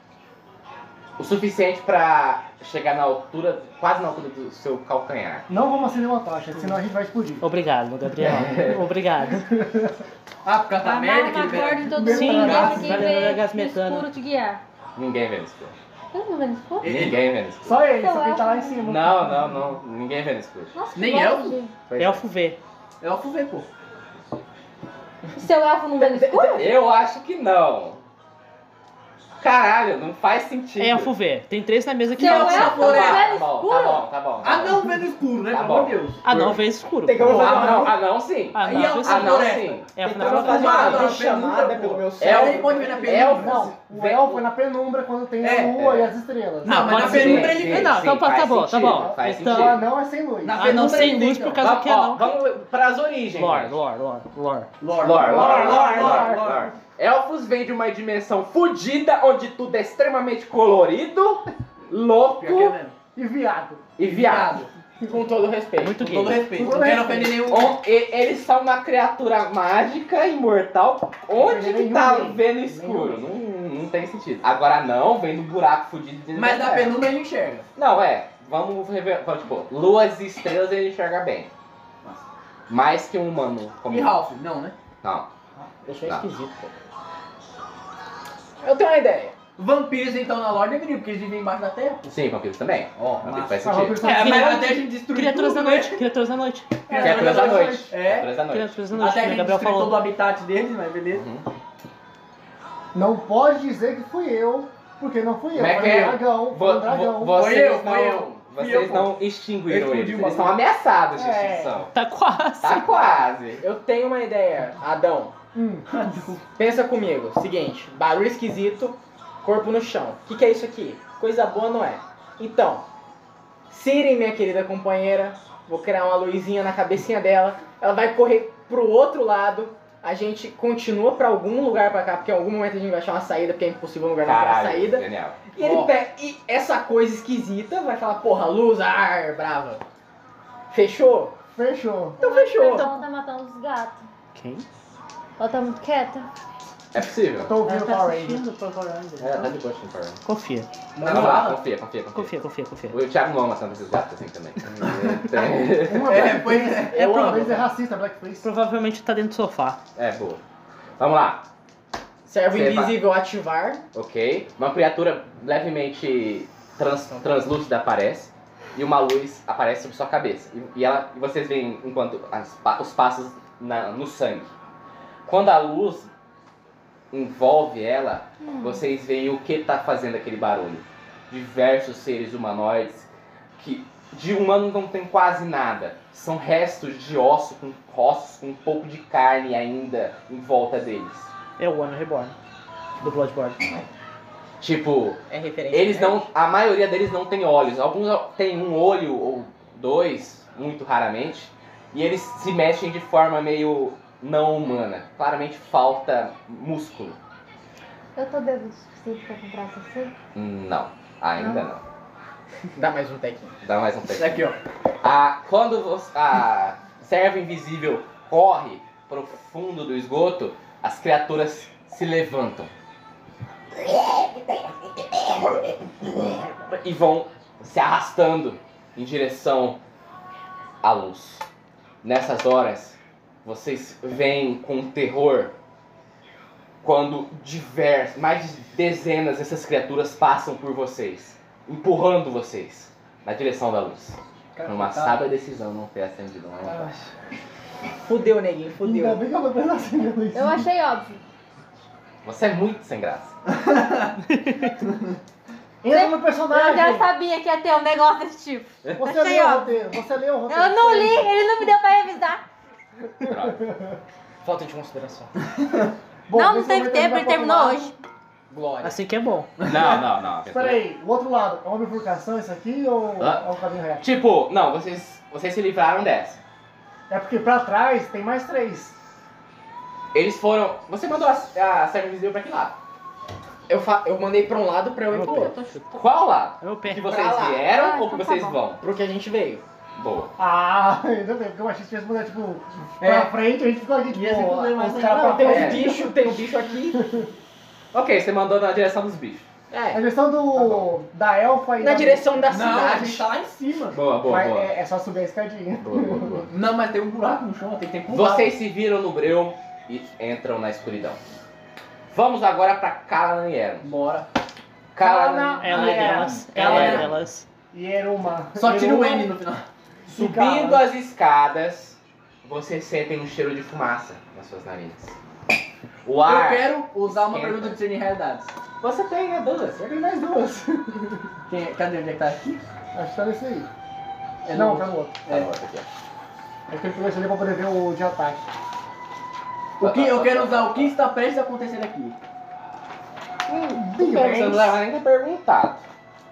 [SPEAKER 1] O suficiente pra chegar na altura. Quase na altura do seu calcanhar.
[SPEAKER 4] Não vamos acender uma tocha, senão a gente vai explodir.
[SPEAKER 3] Obrigado, Gabriel. Obrigado.
[SPEAKER 2] Ah, por causa da
[SPEAKER 6] Amarra
[SPEAKER 2] merda que
[SPEAKER 6] uma
[SPEAKER 2] ele
[SPEAKER 6] corda em todo
[SPEAKER 4] Sim,
[SPEAKER 6] mundo pra
[SPEAKER 4] gases,
[SPEAKER 6] quem
[SPEAKER 3] vai
[SPEAKER 6] vê
[SPEAKER 3] levar gás
[SPEAKER 6] no
[SPEAKER 3] metano.
[SPEAKER 6] escuro te guiar.
[SPEAKER 1] Ninguém vê no escuro.
[SPEAKER 6] Todo mundo vê no escuro?
[SPEAKER 2] Ele-
[SPEAKER 1] Ninguém vê no escuro.
[SPEAKER 4] Só ele,
[SPEAKER 6] Eu
[SPEAKER 4] só quem tá lá em
[SPEAKER 6] acho.
[SPEAKER 3] um
[SPEAKER 4] cima.
[SPEAKER 1] Não, não, não. Ninguém vê no escuro.
[SPEAKER 6] Nossa, que
[SPEAKER 2] Nem
[SPEAKER 6] longe.
[SPEAKER 1] Pois é.
[SPEAKER 3] Elfo vê.
[SPEAKER 2] É o Fuvê, pô.
[SPEAKER 1] Tá
[SPEAKER 6] Seu elfo não vê no escuro?
[SPEAKER 1] Eu acho que não. Caralho, não faz sentido.
[SPEAKER 3] Elfo vê. É Tem três na mesa que assim,
[SPEAKER 6] Seu
[SPEAKER 3] falam
[SPEAKER 2] é?
[SPEAKER 3] que são.
[SPEAKER 6] elfo não
[SPEAKER 2] favor, é.
[SPEAKER 6] vê
[SPEAKER 1] Tá
[SPEAKER 6] no
[SPEAKER 1] bom, tá
[SPEAKER 6] escuro?
[SPEAKER 1] bom, tá bom. tá
[SPEAKER 2] Ah,
[SPEAKER 1] bom.
[SPEAKER 2] não, vê no escuro, né?
[SPEAKER 1] Tá
[SPEAKER 2] Pelo amor
[SPEAKER 1] bom.
[SPEAKER 2] de Deus.
[SPEAKER 3] Ah, não, vê escuro.
[SPEAKER 5] Tem que
[SPEAKER 3] porra.
[SPEAKER 5] fazer uma-
[SPEAKER 1] Ah, não, ah, não, sim.
[SPEAKER 3] Ah,
[SPEAKER 2] E
[SPEAKER 3] não, vê É
[SPEAKER 2] elfo
[SPEAKER 1] Ah,
[SPEAKER 3] sim.
[SPEAKER 1] não,
[SPEAKER 2] floresta?
[SPEAKER 1] sim.
[SPEAKER 3] Elfo
[SPEAKER 2] Tá
[SPEAKER 5] Tem
[SPEAKER 3] não
[SPEAKER 5] que fazer
[SPEAKER 3] fala.
[SPEAKER 5] uma
[SPEAKER 2] Mano,
[SPEAKER 5] uma
[SPEAKER 2] na penumbra,
[SPEAKER 5] chamada
[SPEAKER 2] pô.
[SPEAKER 5] pelo meu
[SPEAKER 1] É,
[SPEAKER 5] céu.
[SPEAKER 2] Ele pode ver na
[SPEAKER 1] Elfo.
[SPEAKER 2] penumbra.
[SPEAKER 4] Não, o elfo é na penumbra quando tem
[SPEAKER 2] É,
[SPEAKER 4] a lua
[SPEAKER 1] é.
[SPEAKER 4] e as estrelas.
[SPEAKER 2] Não, mas
[SPEAKER 3] pode
[SPEAKER 2] na
[SPEAKER 3] ser.
[SPEAKER 2] penumbra ele vê.
[SPEAKER 3] Não, então tá-
[SPEAKER 1] faz
[SPEAKER 3] tá bom, tá
[SPEAKER 1] sentido,
[SPEAKER 3] bom.
[SPEAKER 1] Faz
[SPEAKER 3] Então-
[SPEAKER 1] sentido.
[SPEAKER 4] Ela não é sem luz.
[SPEAKER 2] Na
[SPEAKER 3] Ah, não
[SPEAKER 2] penumbra
[SPEAKER 3] sem
[SPEAKER 2] ele
[SPEAKER 3] luz
[SPEAKER 2] vê,
[SPEAKER 3] por
[SPEAKER 2] então.
[SPEAKER 3] causa
[SPEAKER 1] Vamos,
[SPEAKER 3] que é
[SPEAKER 1] ó,
[SPEAKER 3] não.
[SPEAKER 1] vamos pras origens.
[SPEAKER 3] Lore, lore, lore, lore.
[SPEAKER 2] Lore,
[SPEAKER 1] Lore, lore, lore,
[SPEAKER 4] lore,
[SPEAKER 1] lore, lore. Elfos vêm de uma dimensão fodida, onde tudo é extremamente colorido, louco
[SPEAKER 2] Pior que é mesmo.
[SPEAKER 4] E viado.
[SPEAKER 1] e viado. é Com todo respeito.
[SPEAKER 3] Muito
[SPEAKER 2] Com todo
[SPEAKER 3] gay.
[SPEAKER 2] respeito. Não
[SPEAKER 1] é.
[SPEAKER 2] quero ofender nenhum.
[SPEAKER 1] On- e- eles são uma criatura mágica, imortal. Onde que tá
[SPEAKER 4] Nenhum.
[SPEAKER 1] vendo escuro? Não, não tem sentido. Agora não, vem do buraco fudido de
[SPEAKER 2] Mas na
[SPEAKER 1] É.
[SPEAKER 2] penumbra ele enxerga.
[SPEAKER 1] Não, é. Vamos rever. Vamos, tipo, luas e estrelas ele enxerga bem. Mais que um humano. Como...
[SPEAKER 2] E Ralph, não, né?
[SPEAKER 1] Não.
[SPEAKER 5] Eu achei
[SPEAKER 1] Tá.
[SPEAKER 5] esquisito, pô. Eu tenho uma ideia.
[SPEAKER 2] Vampiros, então, na lore deveriam, porque eles vivem embaixo da terra.
[SPEAKER 1] Sim, vampiros também.
[SPEAKER 2] Ó,
[SPEAKER 1] Não tem que faz
[SPEAKER 2] mas...
[SPEAKER 1] sentido.
[SPEAKER 2] É, mas
[SPEAKER 3] Criaturas-
[SPEAKER 2] até a gente destruir
[SPEAKER 3] Criaturas da
[SPEAKER 2] tudo,
[SPEAKER 3] noite,
[SPEAKER 2] né?
[SPEAKER 3] criaturas da noite.
[SPEAKER 1] Criaturas é da noite.
[SPEAKER 2] É.
[SPEAKER 1] Criaturas da noite.
[SPEAKER 3] Criaturas da noite,
[SPEAKER 2] Até a
[SPEAKER 3] como o
[SPEAKER 2] gente
[SPEAKER 3] Gabriel
[SPEAKER 2] destruir todo o
[SPEAKER 3] falou.
[SPEAKER 2] habitat deles, mas beleza.
[SPEAKER 1] Uhum.
[SPEAKER 4] assim, Não pode dizer que fui eu, porque não fui eu.
[SPEAKER 1] Como é
[SPEAKER 4] foi
[SPEAKER 1] que
[SPEAKER 4] um
[SPEAKER 1] é?
[SPEAKER 4] dragão, foi um
[SPEAKER 1] Vo-
[SPEAKER 4] dragão.
[SPEAKER 1] vo- vocês
[SPEAKER 2] eu, foi eu.
[SPEAKER 1] não,
[SPEAKER 2] Fui
[SPEAKER 1] vocês
[SPEAKER 2] eu,
[SPEAKER 1] não extinguiram
[SPEAKER 2] Eu
[SPEAKER 1] eles.
[SPEAKER 2] explodi uma
[SPEAKER 1] Eles são
[SPEAKER 2] vez.
[SPEAKER 1] ameaçados de
[SPEAKER 4] É.
[SPEAKER 1] extinção.
[SPEAKER 3] Tá quase.
[SPEAKER 1] Tá quase.
[SPEAKER 5] Eu tenho uma ideia, Adão.
[SPEAKER 4] Hum,
[SPEAKER 5] Pensa comigo. Seguinte, barulho esquisito, corpo no chão. O que, que é isso aqui? Coisa boa não é. Então, Siri, minha querida companheira, vou criar uma luzinha na cabecinha dela. Ela vai correr pro outro lado. A gente continua pra algum lugar pra cá, porque em algum momento a gente vai achar uma saída, porque é impossível um lugar não achar uma
[SPEAKER 1] Caralho,
[SPEAKER 5] saída.
[SPEAKER 1] Daniel.
[SPEAKER 5] E, ele
[SPEAKER 2] Ó.
[SPEAKER 5] pega, e essa coisa esquisita vai falar, porra, luz, ar, brava. Fechou?
[SPEAKER 4] fechou.
[SPEAKER 5] Então fechou.
[SPEAKER 6] Então tá matando os gatos.
[SPEAKER 3] Quem?
[SPEAKER 6] Ela tá muito quieta.
[SPEAKER 1] É possível.
[SPEAKER 4] Tô ouvindo
[SPEAKER 3] Ela
[SPEAKER 4] o
[SPEAKER 3] tá
[SPEAKER 4] Power Ranger.
[SPEAKER 3] assistindo Power Rangers.
[SPEAKER 1] É, tá de boa, Tim Curry.
[SPEAKER 3] Confia,
[SPEAKER 2] Na
[SPEAKER 1] Não,
[SPEAKER 2] sala?
[SPEAKER 1] confia, confia, confia.
[SPEAKER 3] confia, confia, confia.
[SPEAKER 1] O Thiago não ama tanto esses gatos assim também. [LAUGHS] Tem-
[SPEAKER 4] Uma
[SPEAKER 2] É,
[SPEAKER 4] vez
[SPEAKER 2] pois é.
[SPEAKER 5] Eu
[SPEAKER 4] uma
[SPEAKER 5] amo.
[SPEAKER 4] vez é racista, Blackface.
[SPEAKER 3] Provavelmente tá dentro do sofá.
[SPEAKER 1] É, boa. Vamos lá.
[SPEAKER 5] Servo
[SPEAKER 1] Você
[SPEAKER 5] invisível ativar.
[SPEAKER 1] Ok. Uma criatura levemente trans, translúcida aparece e uma luz aparece sobre sua cabeça. E, e ela, e vocês veem enquanto as pa- os passos na- no sangue. Quando a luz envolve ela, vocês veem o que tá fazendo aquele barulho. Diversos seres humanoides que de humano não tem quase nada. São restos de osso com ossos com um pouco de carne ainda em volta deles.
[SPEAKER 3] É o One Reborn. Do Bloodborne.
[SPEAKER 1] Tipo,
[SPEAKER 5] É referência.
[SPEAKER 1] Eles
[SPEAKER 5] né?
[SPEAKER 1] não. A maioria deles não tem olhos. Alguns têm um olho ou dois, muito raramente. E eles se mexem de forma meio não humana. Claramente falta músculo.
[SPEAKER 6] Eu tô dedo o suficiente pra comprar essa cena?
[SPEAKER 1] Não, ainda não.
[SPEAKER 5] Dá mais um técnico.
[SPEAKER 1] Dá mais um tempo.
[SPEAKER 2] Aqui, ó.
[SPEAKER 1] Ah, quando você, ah, a serva invisível corre pro fundo do esgoto, as criaturas se levantam. E vão se arrastando em direção à luz. Nessas horas, vocês veem com terror quando diversas, mais de dezenas dessas criaturas passam por vocês, empurrando vocês na direção da luz. Foi uma sábia decisão não ter acendido uma
[SPEAKER 4] Ah,
[SPEAKER 1] lampada.
[SPEAKER 5] Fudeu, neguinho,
[SPEAKER 4] Ainda
[SPEAKER 5] fudeu.
[SPEAKER 4] bem que eu tô pensando assim, meu Luiz.
[SPEAKER 6] Eu achei óbvio.
[SPEAKER 1] Você é muito sem graça.
[SPEAKER 4] Entra no
[SPEAKER 6] Eu já
[SPEAKER 4] personagem.
[SPEAKER 6] sabia que ia ter um negócio desse tipo.
[SPEAKER 4] Você
[SPEAKER 6] Achei
[SPEAKER 4] leu o
[SPEAKER 6] óbvio.
[SPEAKER 4] roteiro. Você leu o roteiro.
[SPEAKER 6] Eu não li, ele não me deu pra revisar.
[SPEAKER 1] Droga.
[SPEAKER 5] Falta de consideração.
[SPEAKER 4] Bom,
[SPEAKER 6] não, não
[SPEAKER 4] nesse momento a
[SPEAKER 6] teve
[SPEAKER 4] gente
[SPEAKER 6] tempo,
[SPEAKER 4] vai
[SPEAKER 6] ele terminou
[SPEAKER 4] continuar.
[SPEAKER 6] hoje.
[SPEAKER 5] Glória.
[SPEAKER 3] Assim que é bom.
[SPEAKER 1] Não, não, não.
[SPEAKER 4] Espera aí, o outro lado, é uma bifurcação isso aqui ou
[SPEAKER 1] Ah.
[SPEAKER 4] é um caminho reto?
[SPEAKER 1] Tipo, não, vocês, vocês se livraram dessa.
[SPEAKER 4] É porque pra trás tem mais três.
[SPEAKER 1] Eles foram. Você mandou a, a Serra Invisível pra que lado?
[SPEAKER 5] Eu, fa- eu mandei pra um lado pra eu ir pro
[SPEAKER 6] Eu
[SPEAKER 5] outro.
[SPEAKER 6] tô chutando.
[SPEAKER 1] Qual lado?
[SPEAKER 3] É meu
[SPEAKER 1] Que
[SPEAKER 3] pé.
[SPEAKER 1] vocês
[SPEAKER 5] Pra lá.
[SPEAKER 1] vieram
[SPEAKER 6] Ah,
[SPEAKER 1] ou que
[SPEAKER 6] então tá
[SPEAKER 1] vocês
[SPEAKER 6] bom.
[SPEAKER 1] vão?
[SPEAKER 5] Pro que a gente veio.
[SPEAKER 1] Boa.
[SPEAKER 4] Ah, [LAUGHS] ainda bem, porque eu achei que tivesse mudado, tipo,
[SPEAKER 5] É.
[SPEAKER 4] pra frente, a gente ficou aqui, tipo,
[SPEAKER 2] Ia ser problema,
[SPEAKER 4] os
[SPEAKER 2] né?
[SPEAKER 4] caras pra
[SPEAKER 3] tá
[SPEAKER 5] Não, tem
[SPEAKER 4] frente.
[SPEAKER 5] um
[SPEAKER 1] É.
[SPEAKER 5] bicho, tem um bicho aqui.
[SPEAKER 1] Ok, você mandou na direção dos bichos.
[SPEAKER 4] A
[SPEAKER 5] É.
[SPEAKER 4] direção
[SPEAKER 1] Tá
[SPEAKER 4] do, da elfa e
[SPEAKER 5] Na
[SPEAKER 4] da-
[SPEAKER 5] direção da
[SPEAKER 2] Não, a gente
[SPEAKER 5] cidade.
[SPEAKER 2] tá lá em cima.
[SPEAKER 1] Boa, boa,
[SPEAKER 4] Mas
[SPEAKER 1] boa.
[SPEAKER 4] É, é só subir a escadinha.
[SPEAKER 1] Boa, boa, boa.
[SPEAKER 2] Não, mas tem um buraco no chão, tem que ter um
[SPEAKER 1] Vocês se viram no breu e entram na escuridão. Vamos agora pra Erm. Kalan e Eron.
[SPEAKER 2] Bora.
[SPEAKER 1] Kalan
[SPEAKER 4] Ah,
[SPEAKER 3] Ela é delas. Ela é delas.
[SPEAKER 4] E Eruma.
[SPEAKER 2] Só tira o
[SPEAKER 4] Eruma
[SPEAKER 2] N no final.
[SPEAKER 4] e
[SPEAKER 1] Subindo
[SPEAKER 4] Kalan.
[SPEAKER 6] Erm.
[SPEAKER 1] as escadas, vocês sentem um cheiro de fumaça nas suas narinas. O
[SPEAKER 2] Eu
[SPEAKER 1] ar.
[SPEAKER 2] quero usar uma
[SPEAKER 1] Esquenta.
[SPEAKER 2] pergunta de serem realidades.
[SPEAKER 1] Você tem a dúvida?
[SPEAKER 4] Eu tenho mais duas.
[SPEAKER 2] Quem é- cadê? Onde é que tá aqui?
[SPEAKER 4] Acho que tá nesse aí.
[SPEAKER 2] É
[SPEAKER 4] não,
[SPEAKER 2] no-
[SPEAKER 4] tá no outro.
[SPEAKER 1] Tá no outro aqui, ó.
[SPEAKER 4] É que eu comecei pra poder ver o de ataque.
[SPEAKER 2] O que, eu quero usar o que está prestes a acontecer aqui.
[SPEAKER 1] Hum,
[SPEAKER 4] bem,
[SPEAKER 1] tudo bem, você
[SPEAKER 4] mas-
[SPEAKER 1] não leva nem ter perguntado.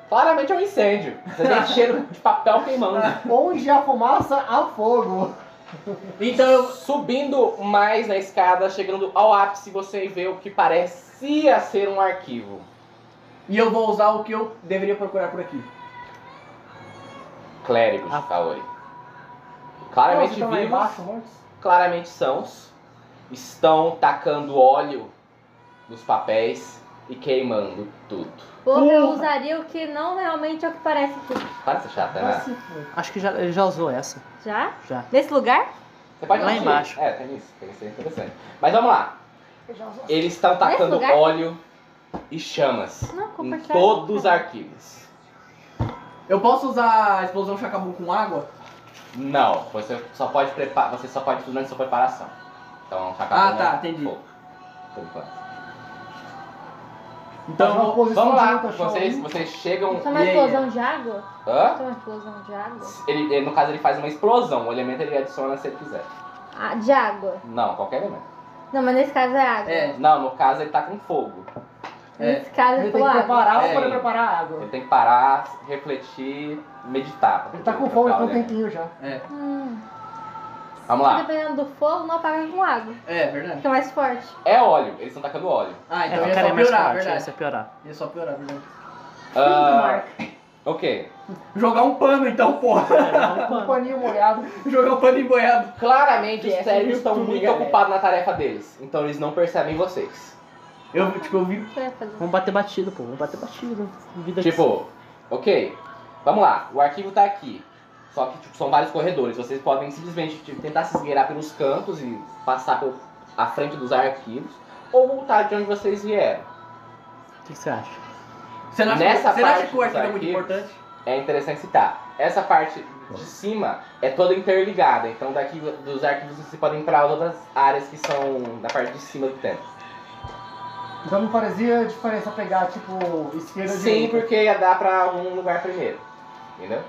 [SPEAKER 1] Claramente é um incêndio. Você tem cheiro de papel queimando.
[SPEAKER 4] Onde há fumaça, há fogo.
[SPEAKER 2] Então eu.
[SPEAKER 1] Subindo mais na escada, chegando ao ápice, você vê o que parecia ser um arquivo.
[SPEAKER 2] E eu vou usar o que eu deveria procurar por aqui.
[SPEAKER 1] Clérigos
[SPEAKER 3] Ah.
[SPEAKER 1] de Kaori.
[SPEAKER 4] Vocês
[SPEAKER 1] Claramente
[SPEAKER 4] estão tá lá
[SPEAKER 1] vivos,
[SPEAKER 4] embaixo, um mortos?
[SPEAKER 1] claramente sãos. Estão tacando óleo nos papéis e queimando tudo.
[SPEAKER 6] Ou eu
[SPEAKER 4] Porra.
[SPEAKER 6] usaria o que não realmente é o que parece tudo.
[SPEAKER 1] Para de ser chata,
[SPEAKER 4] Vai
[SPEAKER 1] né?
[SPEAKER 4] se fuder.
[SPEAKER 3] Acho que já, ele já usou essa.
[SPEAKER 6] Já?
[SPEAKER 3] Já.
[SPEAKER 6] Nesse lugar?
[SPEAKER 1] Você pode
[SPEAKER 3] Lá
[SPEAKER 1] mentir.
[SPEAKER 3] embaixo.
[SPEAKER 1] É, tem isso. Tem isso é interessante. Mas vamos lá.
[SPEAKER 4] Eu já uso-
[SPEAKER 1] Eles estão tacando
[SPEAKER 6] lugar?
[SPEAKER 1] óleo e chamas
[SPEAKER 6] Não,
[SPEAKER 1] em
[SPEAKER 6] compartilhar.
[SPEAKER 1] todos os arquivos.
[SPEAKER 2] Eu posso usar a explosão chacabu com água?
[SPEAKER 1] Não, você só pode preparar. Você só pode estudar sua preparação. Então, já
[SPEAKER 2] Ah,
[SPEAKER 1] acabou,
[SPEAKER 2] tá,
[SPEAKER 1] né?
[SPEAKER 2] entendi.
[SPEAKER 1] Pô, por enquanto.
[SPEAKER 4] Faz uma
[SPEAKER 2] Então eu vou.
[SPEAKER 4] Tá posição
[SPEAKER 1] Vamos lá,
[SPEAKER 4] de luta, show.
[SPEAKER 1] vocês, vocês chegam.
[SPEAKER 6] Só uma
[SPEAKER 2] E aí?
[SPEAKER 6] explosão de água?
[SPEAKER 1] Hã?
[SPEAKER 6] Só uma explosão de água?
[SPEAKER 1] Ele, ele- no caso, ele faz uma explosão. O elemento ele adiciona se ele quiser.
[SPEAKER 6] Ah, de água.
[SPEAKER 1] Não, qualquer elemento.
[SPEAKER 6] Não, mas nesse caso é água.
[SPEAKER 2] É.
[SPEAKER 1] Não, no caso, ele tá com fogo.
[SPEAKER 2] É.
[SPEAKER 6] Nesse caso
[SPEAKER 4] Ele
[SPEAKER 6] é
[SPEAKER 4] tem que
[SPEAKER 6] água.
[SPEAKER 4] preparar
[SPEAKER 1] É.
[SPEAKER 4] Tá, pra poder preparar a água.
[SPEAKER 1] Ele tem que parar, refletir, meditar. pra
[SPEAKER 4] Ele tá
[SPEAKER 1] poder
[SPEAKER 4] com
[SPEAKER 1] trocar
[SPEAKER 4] fome
[SPEAKER 1] o
[SPEAKER 4] há um
[SPEAKER 1] elemento.
[SPEAKER 4] tempinho já.
[SPEAKER 6] Hum.
[SPEAKER 1] Vamos lá.
[SPEAKER 6] Dependendo do fogo, não apaga com água.
[SPEAKER 2] É, verdade.
[SPEAKER 6] Fica mais forte.
[SPEAKER 1] É óleo, eles estão tacando óleo.
[SPEAKER 2] Ah,
[SPEAKER 3] É,
[SPEAKER 2] então
[SPEAKER 3] eu
[SPEAKER 2] ia
[SPEAKER 3] quero
[SPEAKER 2] só
[SPEAKER 3] ir mais
[SPEAKER 2] piorar,
[SPEAKER 3] forte.
[SPEAKER 2] verdade.
[SPEAKER 3] Essa é piorar.
[SPEAKER 2] Ia só piorar, verdade.
[SPEAKER 1] Ah, ok.
[SPEAKER 2] Jogar um pano então, porra.
[SPEAKER 4] Um paninho molhado.
[SPEAKER 2] [LAUGHS] Jogar um pano emboiado.
[SPEAKER 1] Claramente
[SPEAKER 2] Que
[SPEAKER 1] os
[SPEAKER 2] é
[SPEAKER 1] cérebros estão
[SPEAKER 2] YouTube,
[SPEAKER 1] tá muito
[SPEAKER 2] galera.
[SPEAKER 1] ocupados na tarefa deles. Então eles não percebem vocês.
[SPEAKER 2] Eu, tipo, eu vi.
[SPEAKER 6] O que vai fazer?
[SPEAKER 3] Vamos bater batido, pô. Vamos bater batido. Vida que-
[SPEAKER 1] Tipo, ok, vamos lá, o arquivo tá aqui. Só que tipo, são vários corredores, vocês podem simplesmente tipo, tentar se esgueirar pelos cantos e passar pelo, à frente dos arquivos, ou voltar de onde vocês vieram.
[SPEAKER 3] O que que você acha?
[SPEAKER 2] Você não acha,
[SPEAKER 1] Nessa
[SPEAKER 2] você não acha
[SPEAKER 1] parte
[SPEAKER 2] que o arquivo é
[SPEAKER 1] dos
[SPEAKER 2] muito
[SPEAKER 1] arquivos-
[SPEAKER 2] importante?
[SPEAKER 1] É interessante citar. Essa parte de cima é toda interligada, então daqui dos arquivos vocês podem ir para outras áreas que são da parte de cima do tempo.
[SPEAKER 4] Então não parecia diferença pegar, tipo, esquerda de
[SPEAKER 1] Sim, porque ia dar pra algum lugar primeiro. Entendeu?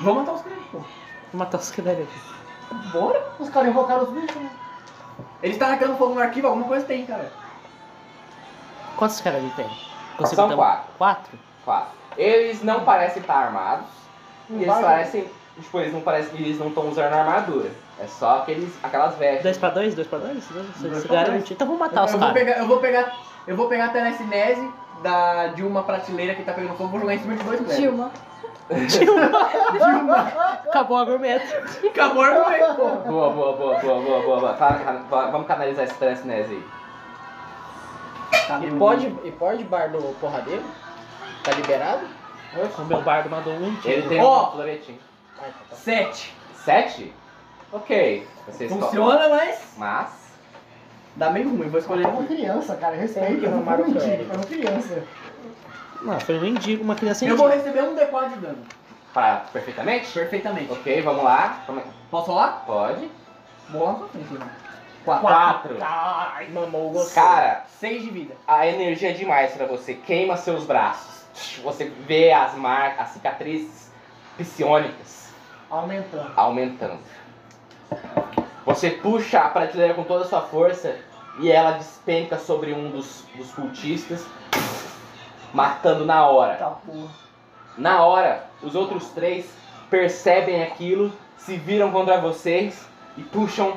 [SPEAKER 2] Vamos matar os caras, pô.
[SPEAKER 3] Vou matar os esqueletos.
[SPEAKER 2] Bora?
[SPEAKER 4] Os caras invocaram os bichos, né?
[SPEAKER 2] Ele tá tacando fogo no arquivo, alguma coisa tem, cara.
[SPEAKER 3] Quantos esqueletos tem?
[SPEAKER 1] São
[SPEAKER 3] botar- um
[SPEAKER 1] quatro.
[SPEAKER 3] Quatro?
[SPEAKER 1] Quatro. Eles não parecem estar armados. E eles
[SPEAKER 4] Vai, né?
[SPEAKER 1] parecem. Tipo, eles não parecem que eles não estão usando armadura. É só aqueles, aquelas vestes.
[SPEAKER 3] Dois pra dois? Dois pra dois? Você
[SPEAKER 2] Dois
[SPEAKER 3] se
[SPEAKER 2] pra
[SPEAKER 3] garante? Então vamos
[SPEAKER 2] Eu,
[SPEAKER 3] matar os
[SPEAKER 2] eu vou
[SPEAKER 3] caras.
[SPEAKER 2] pegar, eu vou pegar, eu vou pegar a telecinese da, de uma prateleira que tá pegando fogo, vou jogar em cima de dois velhos.
[SPEAKER 6] Dilma.
[SPEAKER 3] Acabou o argumento.
[SPEAKER 2] Acabou o argumento, pô.
[SPEAKER 1] Boa, boa, boa, boa, boa, boa. boa. Tá, tá, va- vamos canalizar esse Trasnese aí.
[SPEAKER 5] E pode, e pode bar do porradeiro? Tá liberado?
[SPEAKER 3] O meu bardo mandou um
[SPEAKER 1] Ele
[SPEAKER 3] tiro.
[SPEAKER 1] tem
[SPEAKER 2] Ó.
[SPEAKER 1] um floretinho.
[SPEAKER 5] Ai, tá, tá.
[SPEAKER 2] Sete.
[SPEAKER 1] Sete? Ok. Vocês tocam.
[SPEAKER 2] Funciona, mas
[SPEAKER 1] Mas.
[SPEAKER 2] dá meio ruim, vou escolher
[SPEAKER 4] É uma
[SPEAKER 2] um.
[SPEAKER 4] criança, cara.
[SPEAKER 5] Tem que
[SPEAKER 4] Respeita. Eu não
[SPEAKER 5] arrumar
[SPEAKER 4] fui
[SPEAKER 5] o
[SPEAKER 4] mendigo,
[SPEAKER 5] crédito.
[SPEAKER 4] é uma criança.
[SPEAKER 3] Não, foi um mendigo, uma criança
[SPEAKER 2] Eu vou
[SPEAKER 3] indígena.
[SPEAKER 2] receber um D4 de dano.
[SPEAKER 1] Para perfeitamente?
[SPEAKER 2] Perfeitamente.
[SPEAKER 1] Ok, vamos lá. Como é-
[SPEAKER 2] Posso rolar?
[SPEAKER 1] Pode.
[SPEAKER 2] Vou rolar na sua frente, irmão. Quatro.
[SPEAKER 1] Quatro.
[SPEAKER 2] Ai,
[SPEAKER 5] Mamou gostoso.
[SPEAKER 1] Cara,
[SPEAKER 2] Seis de vida.
[SPEAKER 1] a energia é demais pra você, queima seus braços. Você vê as marcas, as cicatrizes psionicas
[SPEAKER 4] Aumentando.
[SPEAKER 1] aumentando. Você puxa a prateleira com toda a sua força e ela despenca sobre um dos, dos cultistas, matando na hora.
[SPEAKER 4] Tá porra.
[SPEAKER 1] Na hora, os outros três percebem aquilo, se viram contra vocês e puxam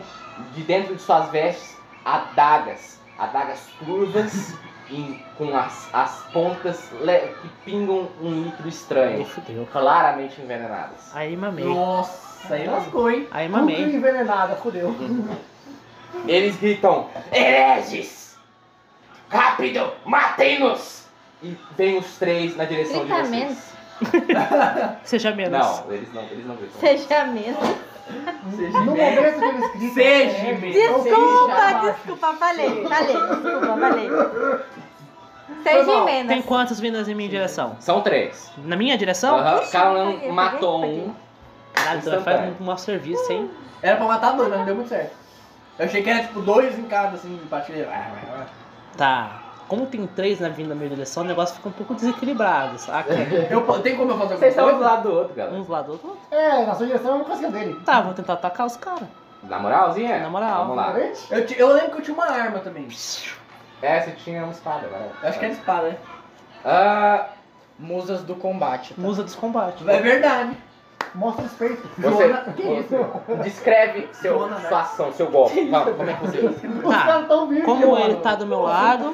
[SPEAKER 1] de dentro de suas vestes adagas, adagas turvas em- com as, as pontas le- que pingam um líquido
[SPEAKER 3] Aí
[SPEAKER 1] estranho,
[SPEAKER 3] fudeu.
[SPEAKER 1] claramente envenenadas.
[SPEAKER 3] Aí mamei.
[SPEAKER 2] Nossa, aí lascou, hein?
[SPEAKER 3] Aí
[SPEAKER 4] Tudo
[SPEAKER 3] mamei.
[SPEAKER 4] envenenada, fudeu.
[SPEAKER 1] Eles gritam: Hereges! Rápido, matem-nos! E vem os três na direção
[SPEAKER 6] Grita
[SPEAKER 1] de
[SPEAKER 6] menos.
[SPEAKER 1] vocês.
[SPEAKER 3] Seja menos.
[SPEAKER 1] Não, eles não, eles não gritam.
[SPEAKER 6] Seja menos.
[SPEAKER 2] Seja
[SPEAKER 4] No
[SPEAKER 2] mesmo.
[SPEAKER 4] momento que eles gritam.
[SPEAKER 2] Seja
[SPEAKER 4] é,
[SPEAKER 2] mesmo.
[SPEAKER 4] eu
[SPEAKER 6] Desculpa,
[SPEAKER 4] fiz já.
[SPEAKER 6] desculpa, falei, falei, desculpa, falei.
[SPEAKER 4] Foi
[SPEAKER 6] Seja
[SPEAKER 4] mal.
[SPEAKER 6] menos.
[SPEAKER 3] Tem quantas vindas em minha direção?
[SPEAKER 1] São três.
[SPEAKER 3] Na minha direção?
[SPEAKER 1] Aham,
[SPEAKER 6] Ixi, eu
[SPEAKER 1] Calan
[SPEAKER 6] peguei,
[SPEAKER 1] matou
[SPEAKER 6] peguei,
[SPEAKER 1] um.
[SPEAKER 3] Caralho, tu vai fazer um mau serviço, hein?
[SPEAKER 2] Era pra matar dois, mas não deu muito certo. Eu achei que era tipo dois em cada, assim, partilha. Vai, vai, vai.
[SPEAKER 3] Tá. Como tem três na vinda na minha direção, o negócio fica um pouco
[SPEAKER 1] [LAUGHS]
[SPEAKER 3] desequilibrado, saca?
[SPEAKER 2] Eu, po- tem como eu fazer
[SPEAKER 1] Vocês estão do
[SPEAKER 2] alguma coisa?
[SPEAKER 1] lado do outro, galera.
[SPEAKER 3] Um do lado do outro.
[SPEAKER 4] É, na sua direção eu não consigo dele.
[SPEAKER 3] Tá, vou tentar atacar os caras.
[SPEAKER 1] Na moralzinha?
[SPEAKER 3] Na moral.
[SPEAKER 1] Vamos lá.
[SPEAKER 4] Exatamente.
[SPEAKER 2] Eu, ti- eu lembro que eu tinha uma arma também.
[SPEAKER 1] É, você tinha uma espada agora.
[SPEAKER 2] Eu acho que era espada, né?
[SPEAKER 1] Ah,
[SPEAKER 5] Musas do combate.
[SPEAKER 3] Musa dos combates.
[SPEAKER 2] É verdade.
[SPEAKER 4] Mostra os peitos.
[SPEAKER 1] você,
[SPEAKER 2] Joana- que isso?
[SPEAKER 1] você descreve seu,
[SPEAKER 2] Joana, né?
[SPEAKER 1] sua ação, seu golpe. Vamos, como é que você
[SPEAKER 4] Os caras tão virgem,
[SPEAKER 3] Tá. Como
[SPEAKER 4] mano.
[SPEAKER 3] ele tá do meu lado,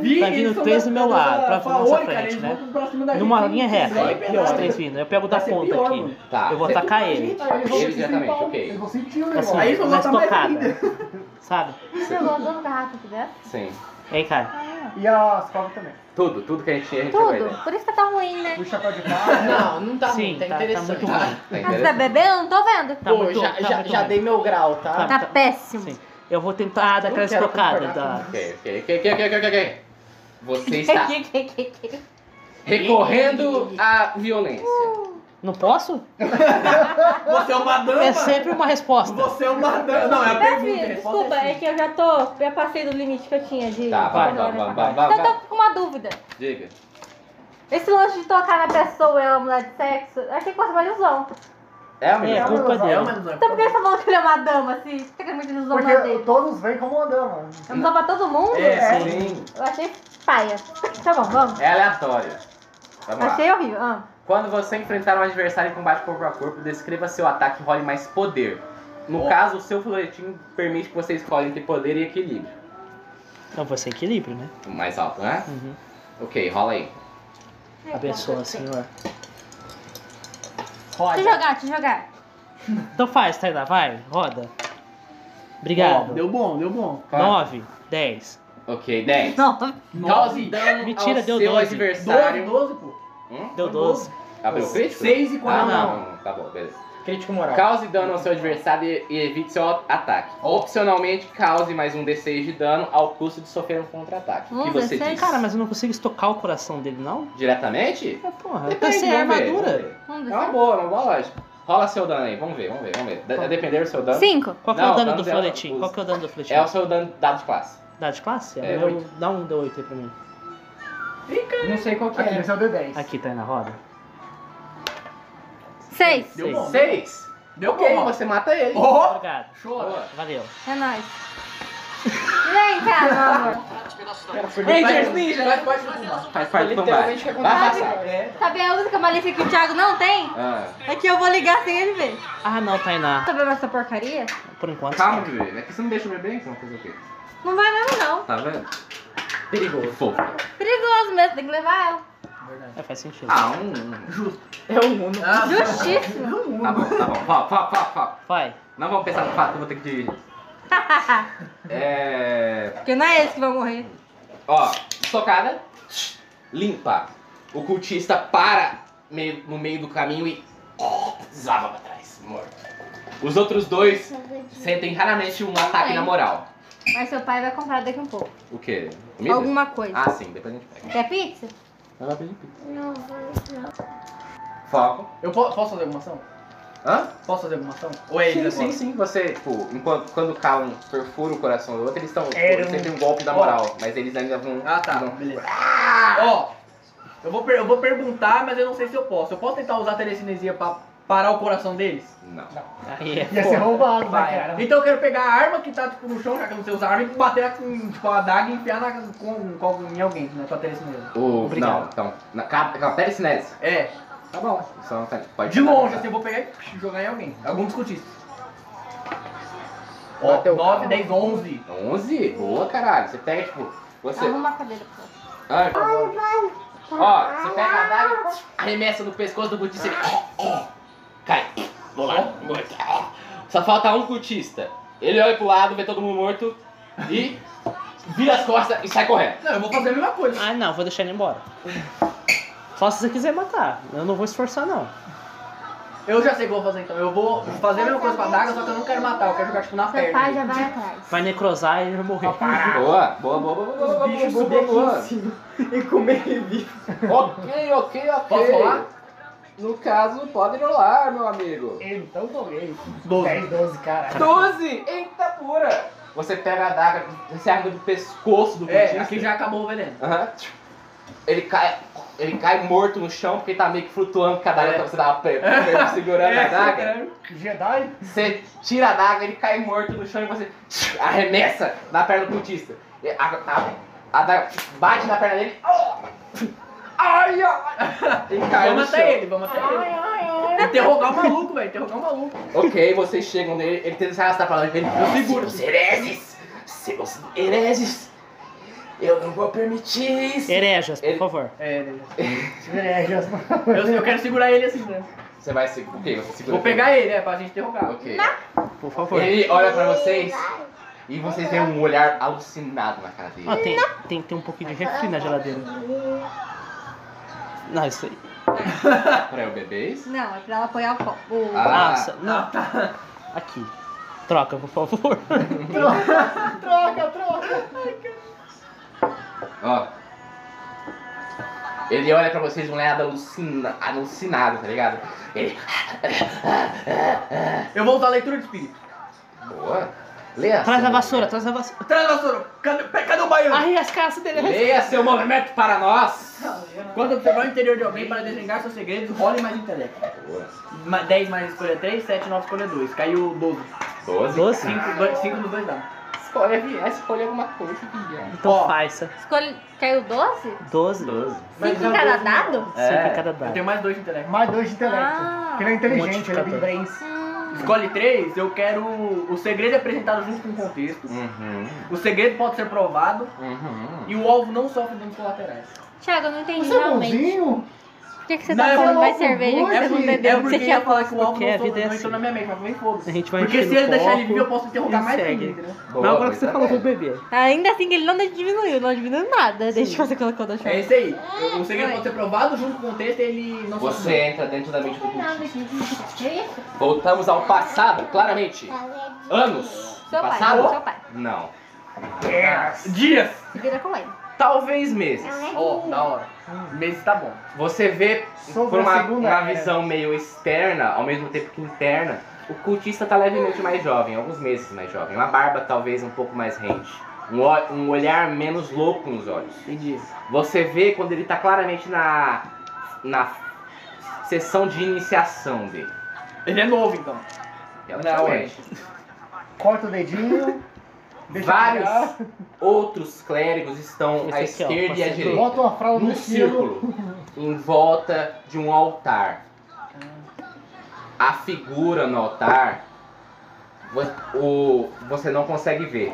[SPEAKER 2] Vi,
[SPEAKER 3] Tá vindo
[SPEAKER 2] eles são
[SPEAKER 3] três
[SPEAKER 2] da-
[SPEAKER 3] do meu
[SPEAKER 2] da-
[SPEAKER 3] lado,
[SPEAKER 2] da-
[SPEAKER 3] pra
[SPEAKER 2] da-
[SPEAKER 3] na nossa
[SPEAKER 2] Olha, cara,
[SPEAKER 3] frente,
[SPEAKER 2] eles
[SPEAKER 3] né?
[SPEAKER 2] vão pra cima da gente,
[SPEAKER 3] numa linha
[SPEAKER 2] hein?
[SPEAKER 3] reta,
[SPEAKER 2] Vai
[SPEAKER 3] aí pegou os
[SPEAKER 2] pegar.
[SPEAKER 3] três vindo. Eu pego da
[SPEAKER 2] Vai ser
[SPEAKER 3] ponta
[SPEAKER 2] pior,
[SPEAKER 3] aqui.
[SPEAKER 2] mano.
[SPEAKER 1] Tá.
[SPEAKER 3] Eu vou
[SPEAKER 1] você-
[SPEAKER 3] atacar ele.
[SPEAKER 4] Aí eles vão
[SPEAKER 1] Ele
[SPEAKER 4] sentir
[SPEAKER 1] exatamente,
[SPEAKER 4] pau.
[SPEAKER 1] ok.
[SPEAKER 4] Eles vão sentir o
[SPEAKER 3] Assim,
[SPEAKER 4] negócio.
[SPEAKER 2] Aí eles vão
[SPEAKER 3] na
[SPEAKER 2] botar mais
[SPEAKER 3] estocada. Sabe?
[SPEAKER 6] Você não jogou garrafa aqui dentro?
[SPEAKER 1] Sim.
[SPEAKER 3] Ei, cara.
[SPEAKER 4] E as cobras também.
[SPEAKER 1] Tudo, tudo que a gente tinha, a gente vai
[SPEAKER 6] Tudo.
[SPEAKER 1] dar.
[SPEAKER 6] Por isso que tá ruim, né?
[SPEAKER 4] O chapéu de palha.
[SPEAKER 5] Não,
[SPEAKER 6] [LAUGHS]
[SPEAKER 5] não tá
[SPEAKER 3] Sim,
[SPEAKER 5] ruim, tá
[SPEAKER 3] tá- tá
[SPEAKER 5] interessante.
[SPEAKER 3] muito ruim.
[SPEAKER 1] Tá
[SPEAKER 6] Ah, você tá
[SPEAKER 1] entendendo?
[SPEAKER 6] bebendo? Não tô vendo.
[SPEAKER 3] Tá
[SPEAKER 5] Pô,
[SPEAKER 3] muito-
[SPEAKER 5] já,
[SPEAKER 3] tá
[SPEAKER 5] já,
[SPEAKER 3] muito
[SPEAKER 5] já
[SPEAKER 3] ruim.
[SPEAKER 5] dei meu grau, tá?
[SPEAKER 3] Tá.
[SPEAKER 6] Tá péssimo. [LAUGHS]
[SPEAKER 3] Sim. Eu vou tentar dar aquela
[SPEAKER 5] quero
[SPEAKER 3] estocada.
[SPEAKER 5] concordar
[SPEAKER 3] Da...
[SPEAKER 1] Ok, ok, ok, ok, ok, ok, ok. Você está recorrendo à violência.
[SPEAKER 3] Não posso?
[SPEAKER 2] Você é uma dama?
[SPEAKER 3] É sempre uma resposta.
[SPEAKER 2] Você é uma dama. Não, é a pergunta. a
[SPEAKER 6] Davi,
[SPEAKER 2] resposta
[SPEAKER 6] desculpa,
[SPEAKER 2] é
[SPEAKER 6] é
[SPEAKER 2] sim.
[SPEAKER 6] que eu já tô. Já passei do limite que eu tinha de.
[SPEAKER 1] Tá, vai, vai, vai, vai, vai,
[SPEAKER 6] Então eu
[SPEAKER 1] vai.
[SPEAKER 6] tô com uma dúvida.
[SPEAKER 1] Diga.
[SPEAKER 6] Esse lance de tocar na pessoa e ela mudar de sexo, achei que fosse uma ilusão.
[SPEAKER 1] É a
[SPEAKER 3] É,
[SPEAKER 1] melhor.
[SPEAKER 3] culpa
[SPEAKER 2] É uma
[SPEAKER 3] dele.
[SPEAKER 2] ilusão.
[SPEAKER 6] Então por que você falou que ele é uma dama, assim? Você quer muito ilusão na
[SPEAKER 4] Porque
[SPEAKER 6] dele?
[SPEAKER 4] todos vêm como andam, mano.
[SPEAKER 6] É ilusão pra todo mundo?
[SPEAKER 2] É,
[SPEAKER 1] Sim.
[SPEAKER 6] Eu achei paia. Tá bom, vamos.
[SPEAKER 1] É aleatório. Vamos lá.
[SPEAKER 6] Achei horrível. Ah.
[SPEAKER 1] Quando você enfrentar um adversário em combate corpo a corpo, descreva seu ataque e role mais poder. No
[SPEAKER 2] Ó.
[SPEAKER 1] caso, o seu floretinho permite que você escolha entre poder e equilíbrio.
[SPEAKER 3] Então você equilíbrio, né?
[SPEAKER 1] O Mais alto, né?
[SPEAKER 3] Uhum.
[SPEAKER 1] Ok, rola aí.
[SPEAKER 3] Abençoa,
[SPEAKER 1] assim.
[SPEAKER 3] Senhor.
[SPEAKER 6] Te
[SPEAKER 2] Roda.
[SPEAKER 6] jogar, te jogar.
[SPEAKER 3] Então faz, Tainá, vai, roda.
[SPEAKER 2] Ó,
[SPEAKER 3] Obrigado.
[SPEAKER 2] Deu bom, deu bom.
[SPEAKER 1] Vai.
[SPEAKER 3] 9, 10.
[SPEAKER 1] Ok, 10.
[SPEAKER 6] Não, tô...
[SPEAKER 1] Cause dano
[SPEAKER 3] Mentira,
[SPEAKER 1] ao
[SPEAKER 3] deu
[SPEAKER 1] seu
[SPEAKER 3] 12.
[SPEAKER 1] adversário.
[SPEAKER 2] 12, 12, pô.
[SPEAKER 1] Hum?
[SPEAKER 3] Deu 12.
[SPEAKER 1] Abriu o crítico?
[SPEAKER 2] 6 e
[SPEAKER 1] Ah,
[SPEAKER 2] 4.
[SPEAKER 1] não. Tá bom, beleza.
[SPEAKER 5] Crítico moral.
[SPEAKER 1] Cause dano ao seu adversário e- e evite seu ataque.
[SPEAKER 2] Ó.
[SPEAKER 1] Opcionalmente, cause mais um D6 de dano ao custo de sofrer um contra-ataque. O que
[SPEAKER 6] Um
[SPEAKER 1] você
[SPEAKER 6] D6?
[SPEAKER 1] diz?
[SPEAKER 3] Cara, mas eu não consigo estocar o coração dele, não?
[SPEAKER 1] Diretamente?
[SPEAKER 3] É, porra. Eu
[SPEAKER 1] Depende, né,
[SPEAKER 3] pensei em
[SPEAKER 1] vamos ver, vamos
[SPEAKER 3] armadura.
[SPEAKER 1] ver.
[SPEAKER 6] Um,
[SPEAKER 1] É uma
[SPEAKER 6] dois,
[SPEAKER 1] boa, uma boa lógica. Rola seu dano aí, vamos ver, vamos ver, vamos ver. De- a depender do seu dano.
[SPEAKER 6] três. Cinco.
[SPEAKER 3] Qual que é
[SPEAKER 1] Não,
[SPEAKER 3] o dano
[SPEAKER 1] dano
[SPEAKER 3] do
[SPEAKER 1] dela,
[SPEAKER 3] floretinho?
[SPEAKER 1] os-
[SPEAKER 3] Qual que é o dano do floretinho?
[SPEAKER 1] É o seu dano dado de classe.
[SPEAKER 3] Dá de classe?
[SPEAKER 1] É,
[SPEAKER 3] Eu- Dá um D8 aí pra mim.
[SPEAKER 5] Não sei qual que
[SPEAKER 4] Aqui,
[SPEAKER 5] é.
[SPEAKER 4] esse é o D10.
[SPEAKER 3] Aqui, Tainá, roda.
[SPEAKER 6] Seis.
[SPEAKER 2] Deu
[SPEAKER 3] Seis.
[SPEAKER 2] bom.
[SPEAKER 1] Seis.
[SPEAKER 2] Deu
[SPEAKER 1] Ok,
[SPEAKER 2] bom.
[SPEAKER 1] você mata ele.
[SPEAKER 2] Ó,
[SPEAKER 3] Obrigado.
[SPEAKER 2] chora.
[SPEAKER 3] Valeu.
[SPEAKER 6] É nóis. Vem cá, meu amor.
[SPEAKER 5] Cara, foi
[SPEAKER 1] Rangers
[SPEAKER 5] literalmente-
[SPEAKER 1] Ninja! Faz parte do combate. Faz parte do
[SPEAKER 5] literalmente o
[SPEAKER 1] combate.
[SPEAKER 5] que
[SPEAKER 1] Vai
[SPEAKER 5] aconteceu.
[SPEAKER 1] passar.
[SPEAKER 5] É.
[SPEAKER 6] Sabe a música maligna que o Thiago não tem?
[SPEAKER 1] Ah,
[SPEAKER 6] É que eu vou ligar sem ele ver.
[SPEAKER 3] Ah, não, Tainá.
[SPEAKER 6] Tá vendo essa porcaria?
[SPEAKER 3] Por enquanto.
[SPEAKER 1] calma, bebê. É que você não deixa eu beber, então fazer o quê?
[SPEAKER 6] Não vai mesmo, não.
[SPEAKER 1] Tá vendo? Perigoso. Fofo.
[SPEAKER 6] Perigoso mesmo, tem que levar ela.
[SPEAKER 3] É, faz sentido.
[SPEAKER 1] Ah, um. um.
[SPEAKER 5] É o mundo.
[SPEAKER 2] Ah,
[SPEAKER 6] Justíssimo. [LAUGHS]
[SPEAKER 1] Tá bom, tá bom. Fala, fala, fala, fala.
[SPEAKER 3] Vai.
[SPEAKER 1] Não vamos pensar no fato que eu vou ter que dirigir. É.
[SPEAKER 6] Porque não é esse que vai morrer.
[SPEAKER 1] Ó, socada. Limpa. O cultista para meio- no meio do caminho e. Zava pra trás, morto. Os outros dois sentem raramente um ataque na moral.
[SPEAKER 6] Mas seu pai vai comprar daqui um pouco.
[SPEAKER 1] O quê? Comida?
[SPEAKER 6] Alguma coisa.
[SPEAKER 1] Ah, sim, depois a gente pega.
[SPEAKER 6] Quer pizza?
[SPEAKER 1] Vai lá pedir pizza. Foco.
[SPEAKER 2] Eu po- posso fazer alguma ação?
[SPEAKER 1] Hã?
[SPEAKER 2] Posso fazer alguma ação? Ou é
[SPEAKER 1] sim,
[SPEAKER 2] isso?
[SPEAKER 1] sim, sim. Você, tipo, enquanto, quando o Calum perfura o coração do outro, eles estão.
[SPEAKER 2] Era
[SPEAKER 1] Eles
[SPEAKER 2] um-
[SPEAKER 1] sentem um golpe da moral, mas eles ainda vão.
[SPEAKER 2] Ah, tá.
[SPEAKER 1] vão-
[SPEAKER 2] Beleza. Ó, eu vou, per- eu vou perguntar, mas eu não sei se eu posso. Eu posso tentar usar a telecinesia pra parar o coração deles?
[SPEAKER 1] Não.
[SPEAKER 3] Aí é.
[SPEAKER 4] Ia ser roubado, vai, cara.
[SPEAKER 2] Então eu quero pegar a arma que tá tipo, no chão, já que eu não sei usar arma, e bater ela com tipo, a adaga e enfiar na, com, com, em alguém, né? Com a telecinesia.
[SPEAKER 1] O,
[SPEAKER 3] Obrigado.
[SPEAKER 1] Não, então. Na, com a telecinese.
[SPEAKER 2] É.
[SPEAKER 4] Tá bom.
[SPEAKER 1] Só não tá, pode
[SPEAKER 2] De
[SPEAKER 1] jogar.
[SPEAKER 2] longe, assim, eu vou pegar e jogar em alguém. Algum discutista. Ó,
[SPEAKER 4] Bateu o
[SPEAKER 2] 9,
[SPEAKER 4] carro.
[SPEAKER 2] 10, 11.
[SPEAKER 1] 11? Boa, caralho. Você pega, tipo, você...
[SPEAKER 6] Arruma a cadeira pra você.
[SPEAKER 1] Ah, Ó, você pega a daga, arremessa no pescoço do cultista, ele... É, Cai. Vou lá, morto. Só falta um cultista. Ele olha pro lado, vê todo mundo morto e vira as costas e sai correndo.
[SPEAKER 2] Não, eu vou fazer a mesma coisa.
[SPEAKER 3] Ah, não, vou deixar ele embora. Só se você quiser matar. Eu não vou esforçar, não.
[SPEAKER 2] Eu já sei o que eu vou fazer então. Eu vou fazer a mesma coisa com a daga, só que eu não quero matar. Eu quero jogar, tipo, na
[SPEAKER 6] Seu pai já
[SPEAKER 2] perna.
[SPEAKER 6] vai atrás.
[SPEAKER 3] Vai necrosar e ele vai morrer.
[SPEAKER 1] Boa, boa, boa, boa, boa, boa, boa,
[SPEAKER 5] Os bichos
[SPEAKER 1] boa,
[SPEAKER 5] subir
[SPEAKER 1] boa,
[SPEAKER 5] aqui
[SPEAKER 1] boa.
[SPEAKER 5] em cima e comer ele vivo.
[SPEAKER 1] Ok, ok, ok.
[SPEAKER 2] Posso rolar?
[SPEAKER 1] No caso, pode rolar, meu amigo.
[SPEAKER 4] Então joguei.
[SPEAKER 2] 12.
[SPEAKER 4] 10, 12, caralho.
[SPEAKER 1] 12! Eita pura! Você pega a daga, você arma do pescoço do
[SPEAKER 2] É,
[SPEAKER 1] cultista.
[SPEAKER 2] aqui já acabou o veneno.
[SPEAKER 1] Aham. Ele cai. Ele cai morto no chão porque ele tá meio que flutuando, porque a daga
[SPEAKER 2] É.
[SPEAKER 1] tá- você tava pre- pre-
[SPEAKER 2] [LAUGHS]
[SPEAKER 1] segurando a daga.
[SPEAKER 4] Jedi?
[SPEAKER 1] Você tira a daga, ele cai morto no chão e você arremessa na perna do cultista. E A, a, a daga bate na perna dele. Ai, ai! Ele cai no
[SPEAKER 2] Vamos
[SPEAKER 1] chão.
[SPEAKER 2] matar ele, vamos matar ele.
[SPEAKER 6] Ah, é?
[SPEAKER 2] Interrogar o maluco, velho. Interrogar o maluco.
[SPEAKER 1] Ok, vocês chegam nele, ele tenta se arrastar pra lá, ele não segura. Seus hereges! Seus hereges! é Eu não vou permitir isso!
[SPEAKER 3] Herejas, por
[SPEAKER 1] Ele-
[SPEAKER 3] favor.
[SPEAKER 2] É,
[SPEAKER 6] [LAUGHS]
[SPEAKER 4] É, já.
[SPEAKER 2] eu, eu quero segurar ele assim, né?
[SPEAKER 1] Você vai segurar. Ok, você segura.
[SPEAKER 2] Vou pegar ele, é, pra gente interrogar.
[SPEAKER 1] Ok.
[SPEAKER 3] Por favor.
[SPEAKER 1] Ele olha pra vocês e vocês têm um olhar alucinado na cara dele.
[SPEAKER 3] Ah, tem, tem que ter um pouquinho de refri na geladeira. Não, isso aí.
[SPEAKER 1] Pra eu bebês?
[SPEAKER 6] Não, é pra ela apoiar o copo. O-
[SPEAKER 1] Ah, tá.
[SPEAKER 3] Nossa, não. Aqui. Troca, por favor.
[SPEAKER 4] Troca, troca.
[SPEAKER 1] ó. Ele olha pra vocês de um olhar alucina, alucinado, tá ligado? Ele.
[SPEAKER 2] Eu vou usar a leitura de espírito.
[SPEAKER 1] Boa. Leia.
[SPEAKER 3] Traz
[SPEAKER 1] seu-
[SPEAKER 3] a vassoura, traz a vassoura.
[SPEAKER 2] Traz a vassoura. Cadê, pe- cadê o baiano?
[SPEAKER 3] Ai, as caças dele.
[SPEAKER 1] Leia seu movimento para nós!
[SPEAKER 2] Quando observar o interior de alguém para desvendar seus segredos, role mais intelecto.
[SPEAKER 1] Boa.
[SPEAKER 2] Ma- 10 mais escolha 3, 7, 9 escolha 2. Caiu 12.
[SPEAKER 1] Doze.
[SPEAKER 3] Doce?
[SPEAKER 2] 5, 2, 5 dos dois lados.
[SPEAKER 1] Escolha, viés, escolha alguma coisa, é. viés.
[SPEAKER 3] Então
[SPEAKER 2] Ó.
[SPEAKER 3] faça.
[SPEAKER 6] Escolhe. Caiu 12?
[SPEAKER 3] 12.
[SPEAKER 1] 12.
[SPEAKER 2] Mas
[SPEAKER 6] Cinco
[SPEAKER 2] já
[SPEAKER 6] em cada
[SPEAKER 2] doze-
[SPEAKER 6] dado?
[SPEAKER 3] Cinco em
[SPEAKER 1] É.
[SPEAKER 3] cada
[SPEAKER 2] Eu
[SPEAKER 3] dado.
[SPEAKER 2] tenho mais 2 de intelecto.
[SPEAKER 4] Mais dois de intelecto.
[SPEAKER 6] Ah. hum.
[SPEAKER 4] Porque ele é
[SPEAKER 1] Um
[SPEAKER 4] inteligente, ele é
[SPEAKER 3] Modificador.
[SPEAKER 4] big brains.
[SPEAKER 2] Escolhe 3, eu quero. O segredo é apresentado junto com o contexto.
[SPEAKER 1] Uhum.
[SPEAKER 2] O segredo pode ser provado
[SPEAKER 1] Uhum.
[SPEAKER 2] e o alvo não sofre danos colaterais.
[SPEAKER 6] Tiago, eu não entendi
[SPEAKER 4] Você é
[SPEAKER 6] realmente.
[SPEAKER 4] bonzinho?
[SPEAKER 6] Por que, que você
[SPEAKER 2] Não,
[SPEAKER 6] tá
[SPEAKER 2] é
[SPEAKER 6] tomando mais
[SPEAKER 4] louco,
[SPEAKER 6] cerveja que
[SPEAKER 4] doido.
[SPEAKER 6] você não
[SPEAKER 4] É
[SPEAKER 6] bebeu? que
[SPEAKER 2] porque
[SPEAKER 6] Você tinha
[SPEAKER 2] eu ia falar que o alvo
[SPEAKER 3] porque
[SPEAKER 2] não,
[SPEAKER 3] a
[SPEAKER 2] sofre-
[SPEAKER 3] vida é
[SPEAKER 2] não entrou
[SPEAKER 3] assim.
[SPEAKER 2] na minha mente, mas também
[SPEAKER 3] A
[SPEAKER 2] foda-se.
[SPEAKER 3] gente vai
[SPEAKER 2] Porque
[SPEAKER 3] encher
[SPEAKER 2] se
[SPEAKER 3] no
[SPEAKER 2] ele deixar ele
[SPEAKER 3] copo.
[SPEAKER 2] vivo, eu posso interrogar
[SPEAKER 3] e
[SPEAKER 2] mais
[SPEAKER 3] segue.
[SPEAKER 2] ainda, né?
[SPEAKER 3] Não, agora que você falou, vou beber.
[SPEAKER 6] Ainda assim que ele não diminuiu, não diminuiu nada desde que você colocou da
[SPEAKER 2] É
[SPEAKER 6] chave.
[SPEAKER 2] isso aí. O segredo pode ser provado junto com o contexto e ele não sofre
[SPEAKER 1] Você
[SPEAKER 2] danos.
[SPEAKER 1] entra dentro da mente do cultista. Voltamos ao passado, claramente. Anos. do
[SPEAKER 6] Seu pai,
[SPEAKER 1] passado?
[SPEAKER 6] seu pai.
[SPEAKER 1] Não.
[SPEAKER 2] Dias!
[SPEAKER 6] Vira com ele.
[SPEAKER 1] Talvez meses.
[SPEAKER 2] Ó, da hora. Meses tá bom.
[SPEAKER 1] Você vê
[SPEAKER 4] Sobre
[SPEAKER 1] por
[SPEAKER 4] a
[SPEAKER 1] uma,
[SPEAKER 4] segunda
[SPEAKER 1] uma
[SPEAKER 4] era.
[SPEAKER 1] visão meio externa, ao mesmo tempo que interna, o cultista tá levemente mais jovem, alguns meses mais jovem. Uma barba talvez um pouco mais rente. Um, ó- um olhar menos louco nos olhos.
[SPEAKER 2] Entendi.
[SPEAKER 1] Você vê quando ele tá claramente na, na sessão de iniciação dele.
[SPEAKER 2] Ele é novo então.
[SPEAKER 1] Realmente.
[SPEAKER 4] Corta
[SPEAKER 1] [LAUGHS]
[SPEAKER 4] o dedinho. é. deixa
[SPEAKER 1] Vários
[SPEAKER 4] pegar,
[SPEAKER 1] outros clérigos estão à
[SPEAKER 3] Esse aqui, ó,
[SPEAKER 1] esquerda e à
[SPEAKER 3] passando.
[SPEAKER 1] direita.
[SPEAKER 4] Bota uma fralda
[SPEAKER 1] num
[SPEAKER 4] no estilo.
[SPEAKER 1] círculo em volta de um altar. A figura no altar vo- o, você não consegue ver.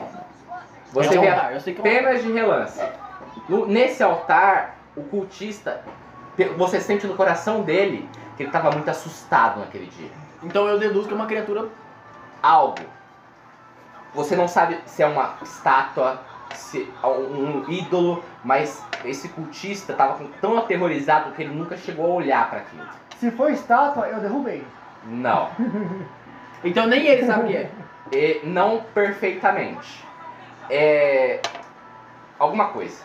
[SPEAKER 1] Você
[SPEAKER 2] é
[SPEAKER 1] vê
[SPEAKER 2] um altar, eu sei que é um altar.
[SPEAKER 1] apenas de relance. No- nesse altar, o cultista, te- você sente no coração dele que ele estava muito assustado naquele dia.
[SPEAKER 2] Então eu deduzo que é uma criatura.
[SPEAKER 1] Algo. Você não sabe se é uma estátua, se é um ídolo, mas esse cultista estava tão aterrorizado que ele nunca chegou a olhar para aquilo.
[SPEAKER 4] Se for estátua, eu derrubei.
[SPEAKER 1] Não.
[SPEAKER 2] Então nem ele sabe o que é.
[SPEAKER 1] E não perfeitamente. É. Alguma coisa.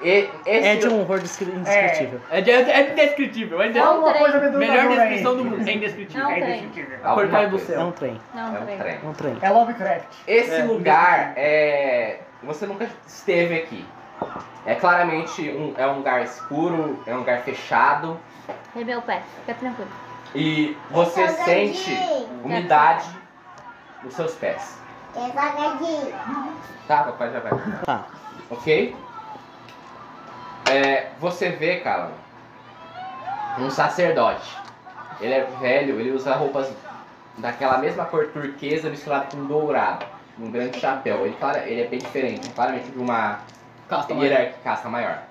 [SPEAKER 1] E esse.
[SPEAKER 3] É de um horror descri- indescritível.
[SPEAKER 2] É, de- é indescritível. É de-
[SPEAKER 1] Então,
[SPEAKER 6] Não,
[SPEAKER 4] Alguma
[SPEAKER 6] trem.
[SPEAKER 4] coisa amedrontadora
[SPEAKER 2] Melhor
[SPEAKER 4] aí.
[SPEAKER 2] descrição do mundo. É indescritível.
[SPEAKER 6] Não,
[SPEAKER 4] É
[SPEAKER 6] trem.
[SPEAKER 4] indescritível.
[SPEAKER 1] alguma
[SPEAKER 2] Por causa do
[SPEAKER 1] coisa.
[SPEAKER 3] É um
[SPEAKER 2] céu.
[SPEAKER 3] trem.
[SPEAKER 6] Não, tá
[SPEAKER 1] É um
[SPEAKER 6] peraí.
[SPEAKER 1] trem.
[SPEAKER 3] É um trem.
[SPEAKER 4] É Lovecraft.
[SPEAKER 1] Esse
[SPEAKER 2] É,
[SPEAKER 1] lugar é. Você nunca esteve aqui. É claramente um, é um lugar escuro, é um lugar fechado.
[SPEAKER 6] É meu pé, fica tranquilo.
[SPEAKER 1] E você sente umidade nos seus pés. Tá, papai já vai.
[SPEAKER 3] Tá.
[SPEAKER 1] Ok? É, você vê, cara, um sacerdote. Ele é velho, ele usa roupas daquela mesma cor turquesa misturada com dourado. Um grande chapéu. Ele, clara- ele é bem diferente, claramente de uma
[SPEAKER 2] Casta
[SPEAKER 1] ele
[SPEAKER 2] maior.
[SPEAKER 1] era caça maior.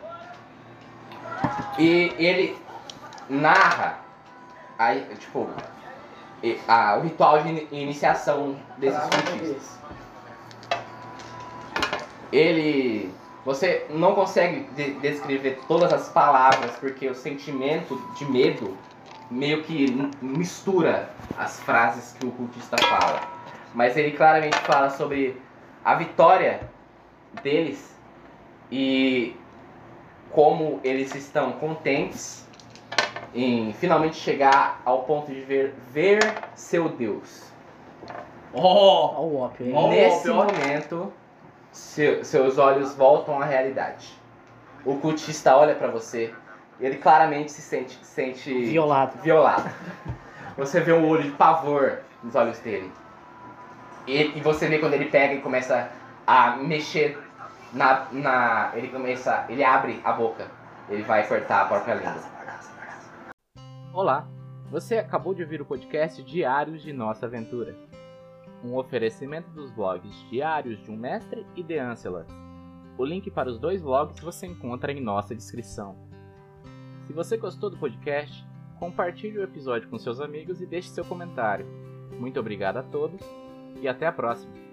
[SPEAKER 1] E ele narra a, tipo, e- a- o ritual de ini- iniciação desses cultistas. Ele. Você não consegue de- descrever todas as palavras, porque o sentimento de medo meio que m- mistura as frases que o cultista fala. Mas ele claramente fala sobre a vitória deles e como eles estão contentes em finalmente chegar ao ponto de ver, ver seu Deus.
[SPEAKER 2] Oh!
[SPEAKER 3] Olha o ópio aí.
[SPEAKER 2] Ó,
[SPEAKER 1] Nesse
[SPEAKER 2] pior.
[SPEAKER 1] momento, seu- seus olhos voltam à realidade. O cultista olha pra você e ele claramente se sente, sente
[SPEAKER 3] Violado.
[SPEAKER 1] violado. Você vê um olho de pavor nos olhos dele. E, e você vê quando ele pega e começa a mexer na, na. Ele começa. Ele abre a boca. Ele vai cortar a própria língua. Olá! Você acabou de ouvir o podcast Diários de Nossa Aventura. Um oferecimento dos blogs Diários de um Mestre e The Ancelors. O link para os dois blogs você encontra em nossa descrição. Se você gostou do podcast, compartilhe o episódio com seus amigos e deixe seu comentário. Muito obrigado a todos e até a próxima!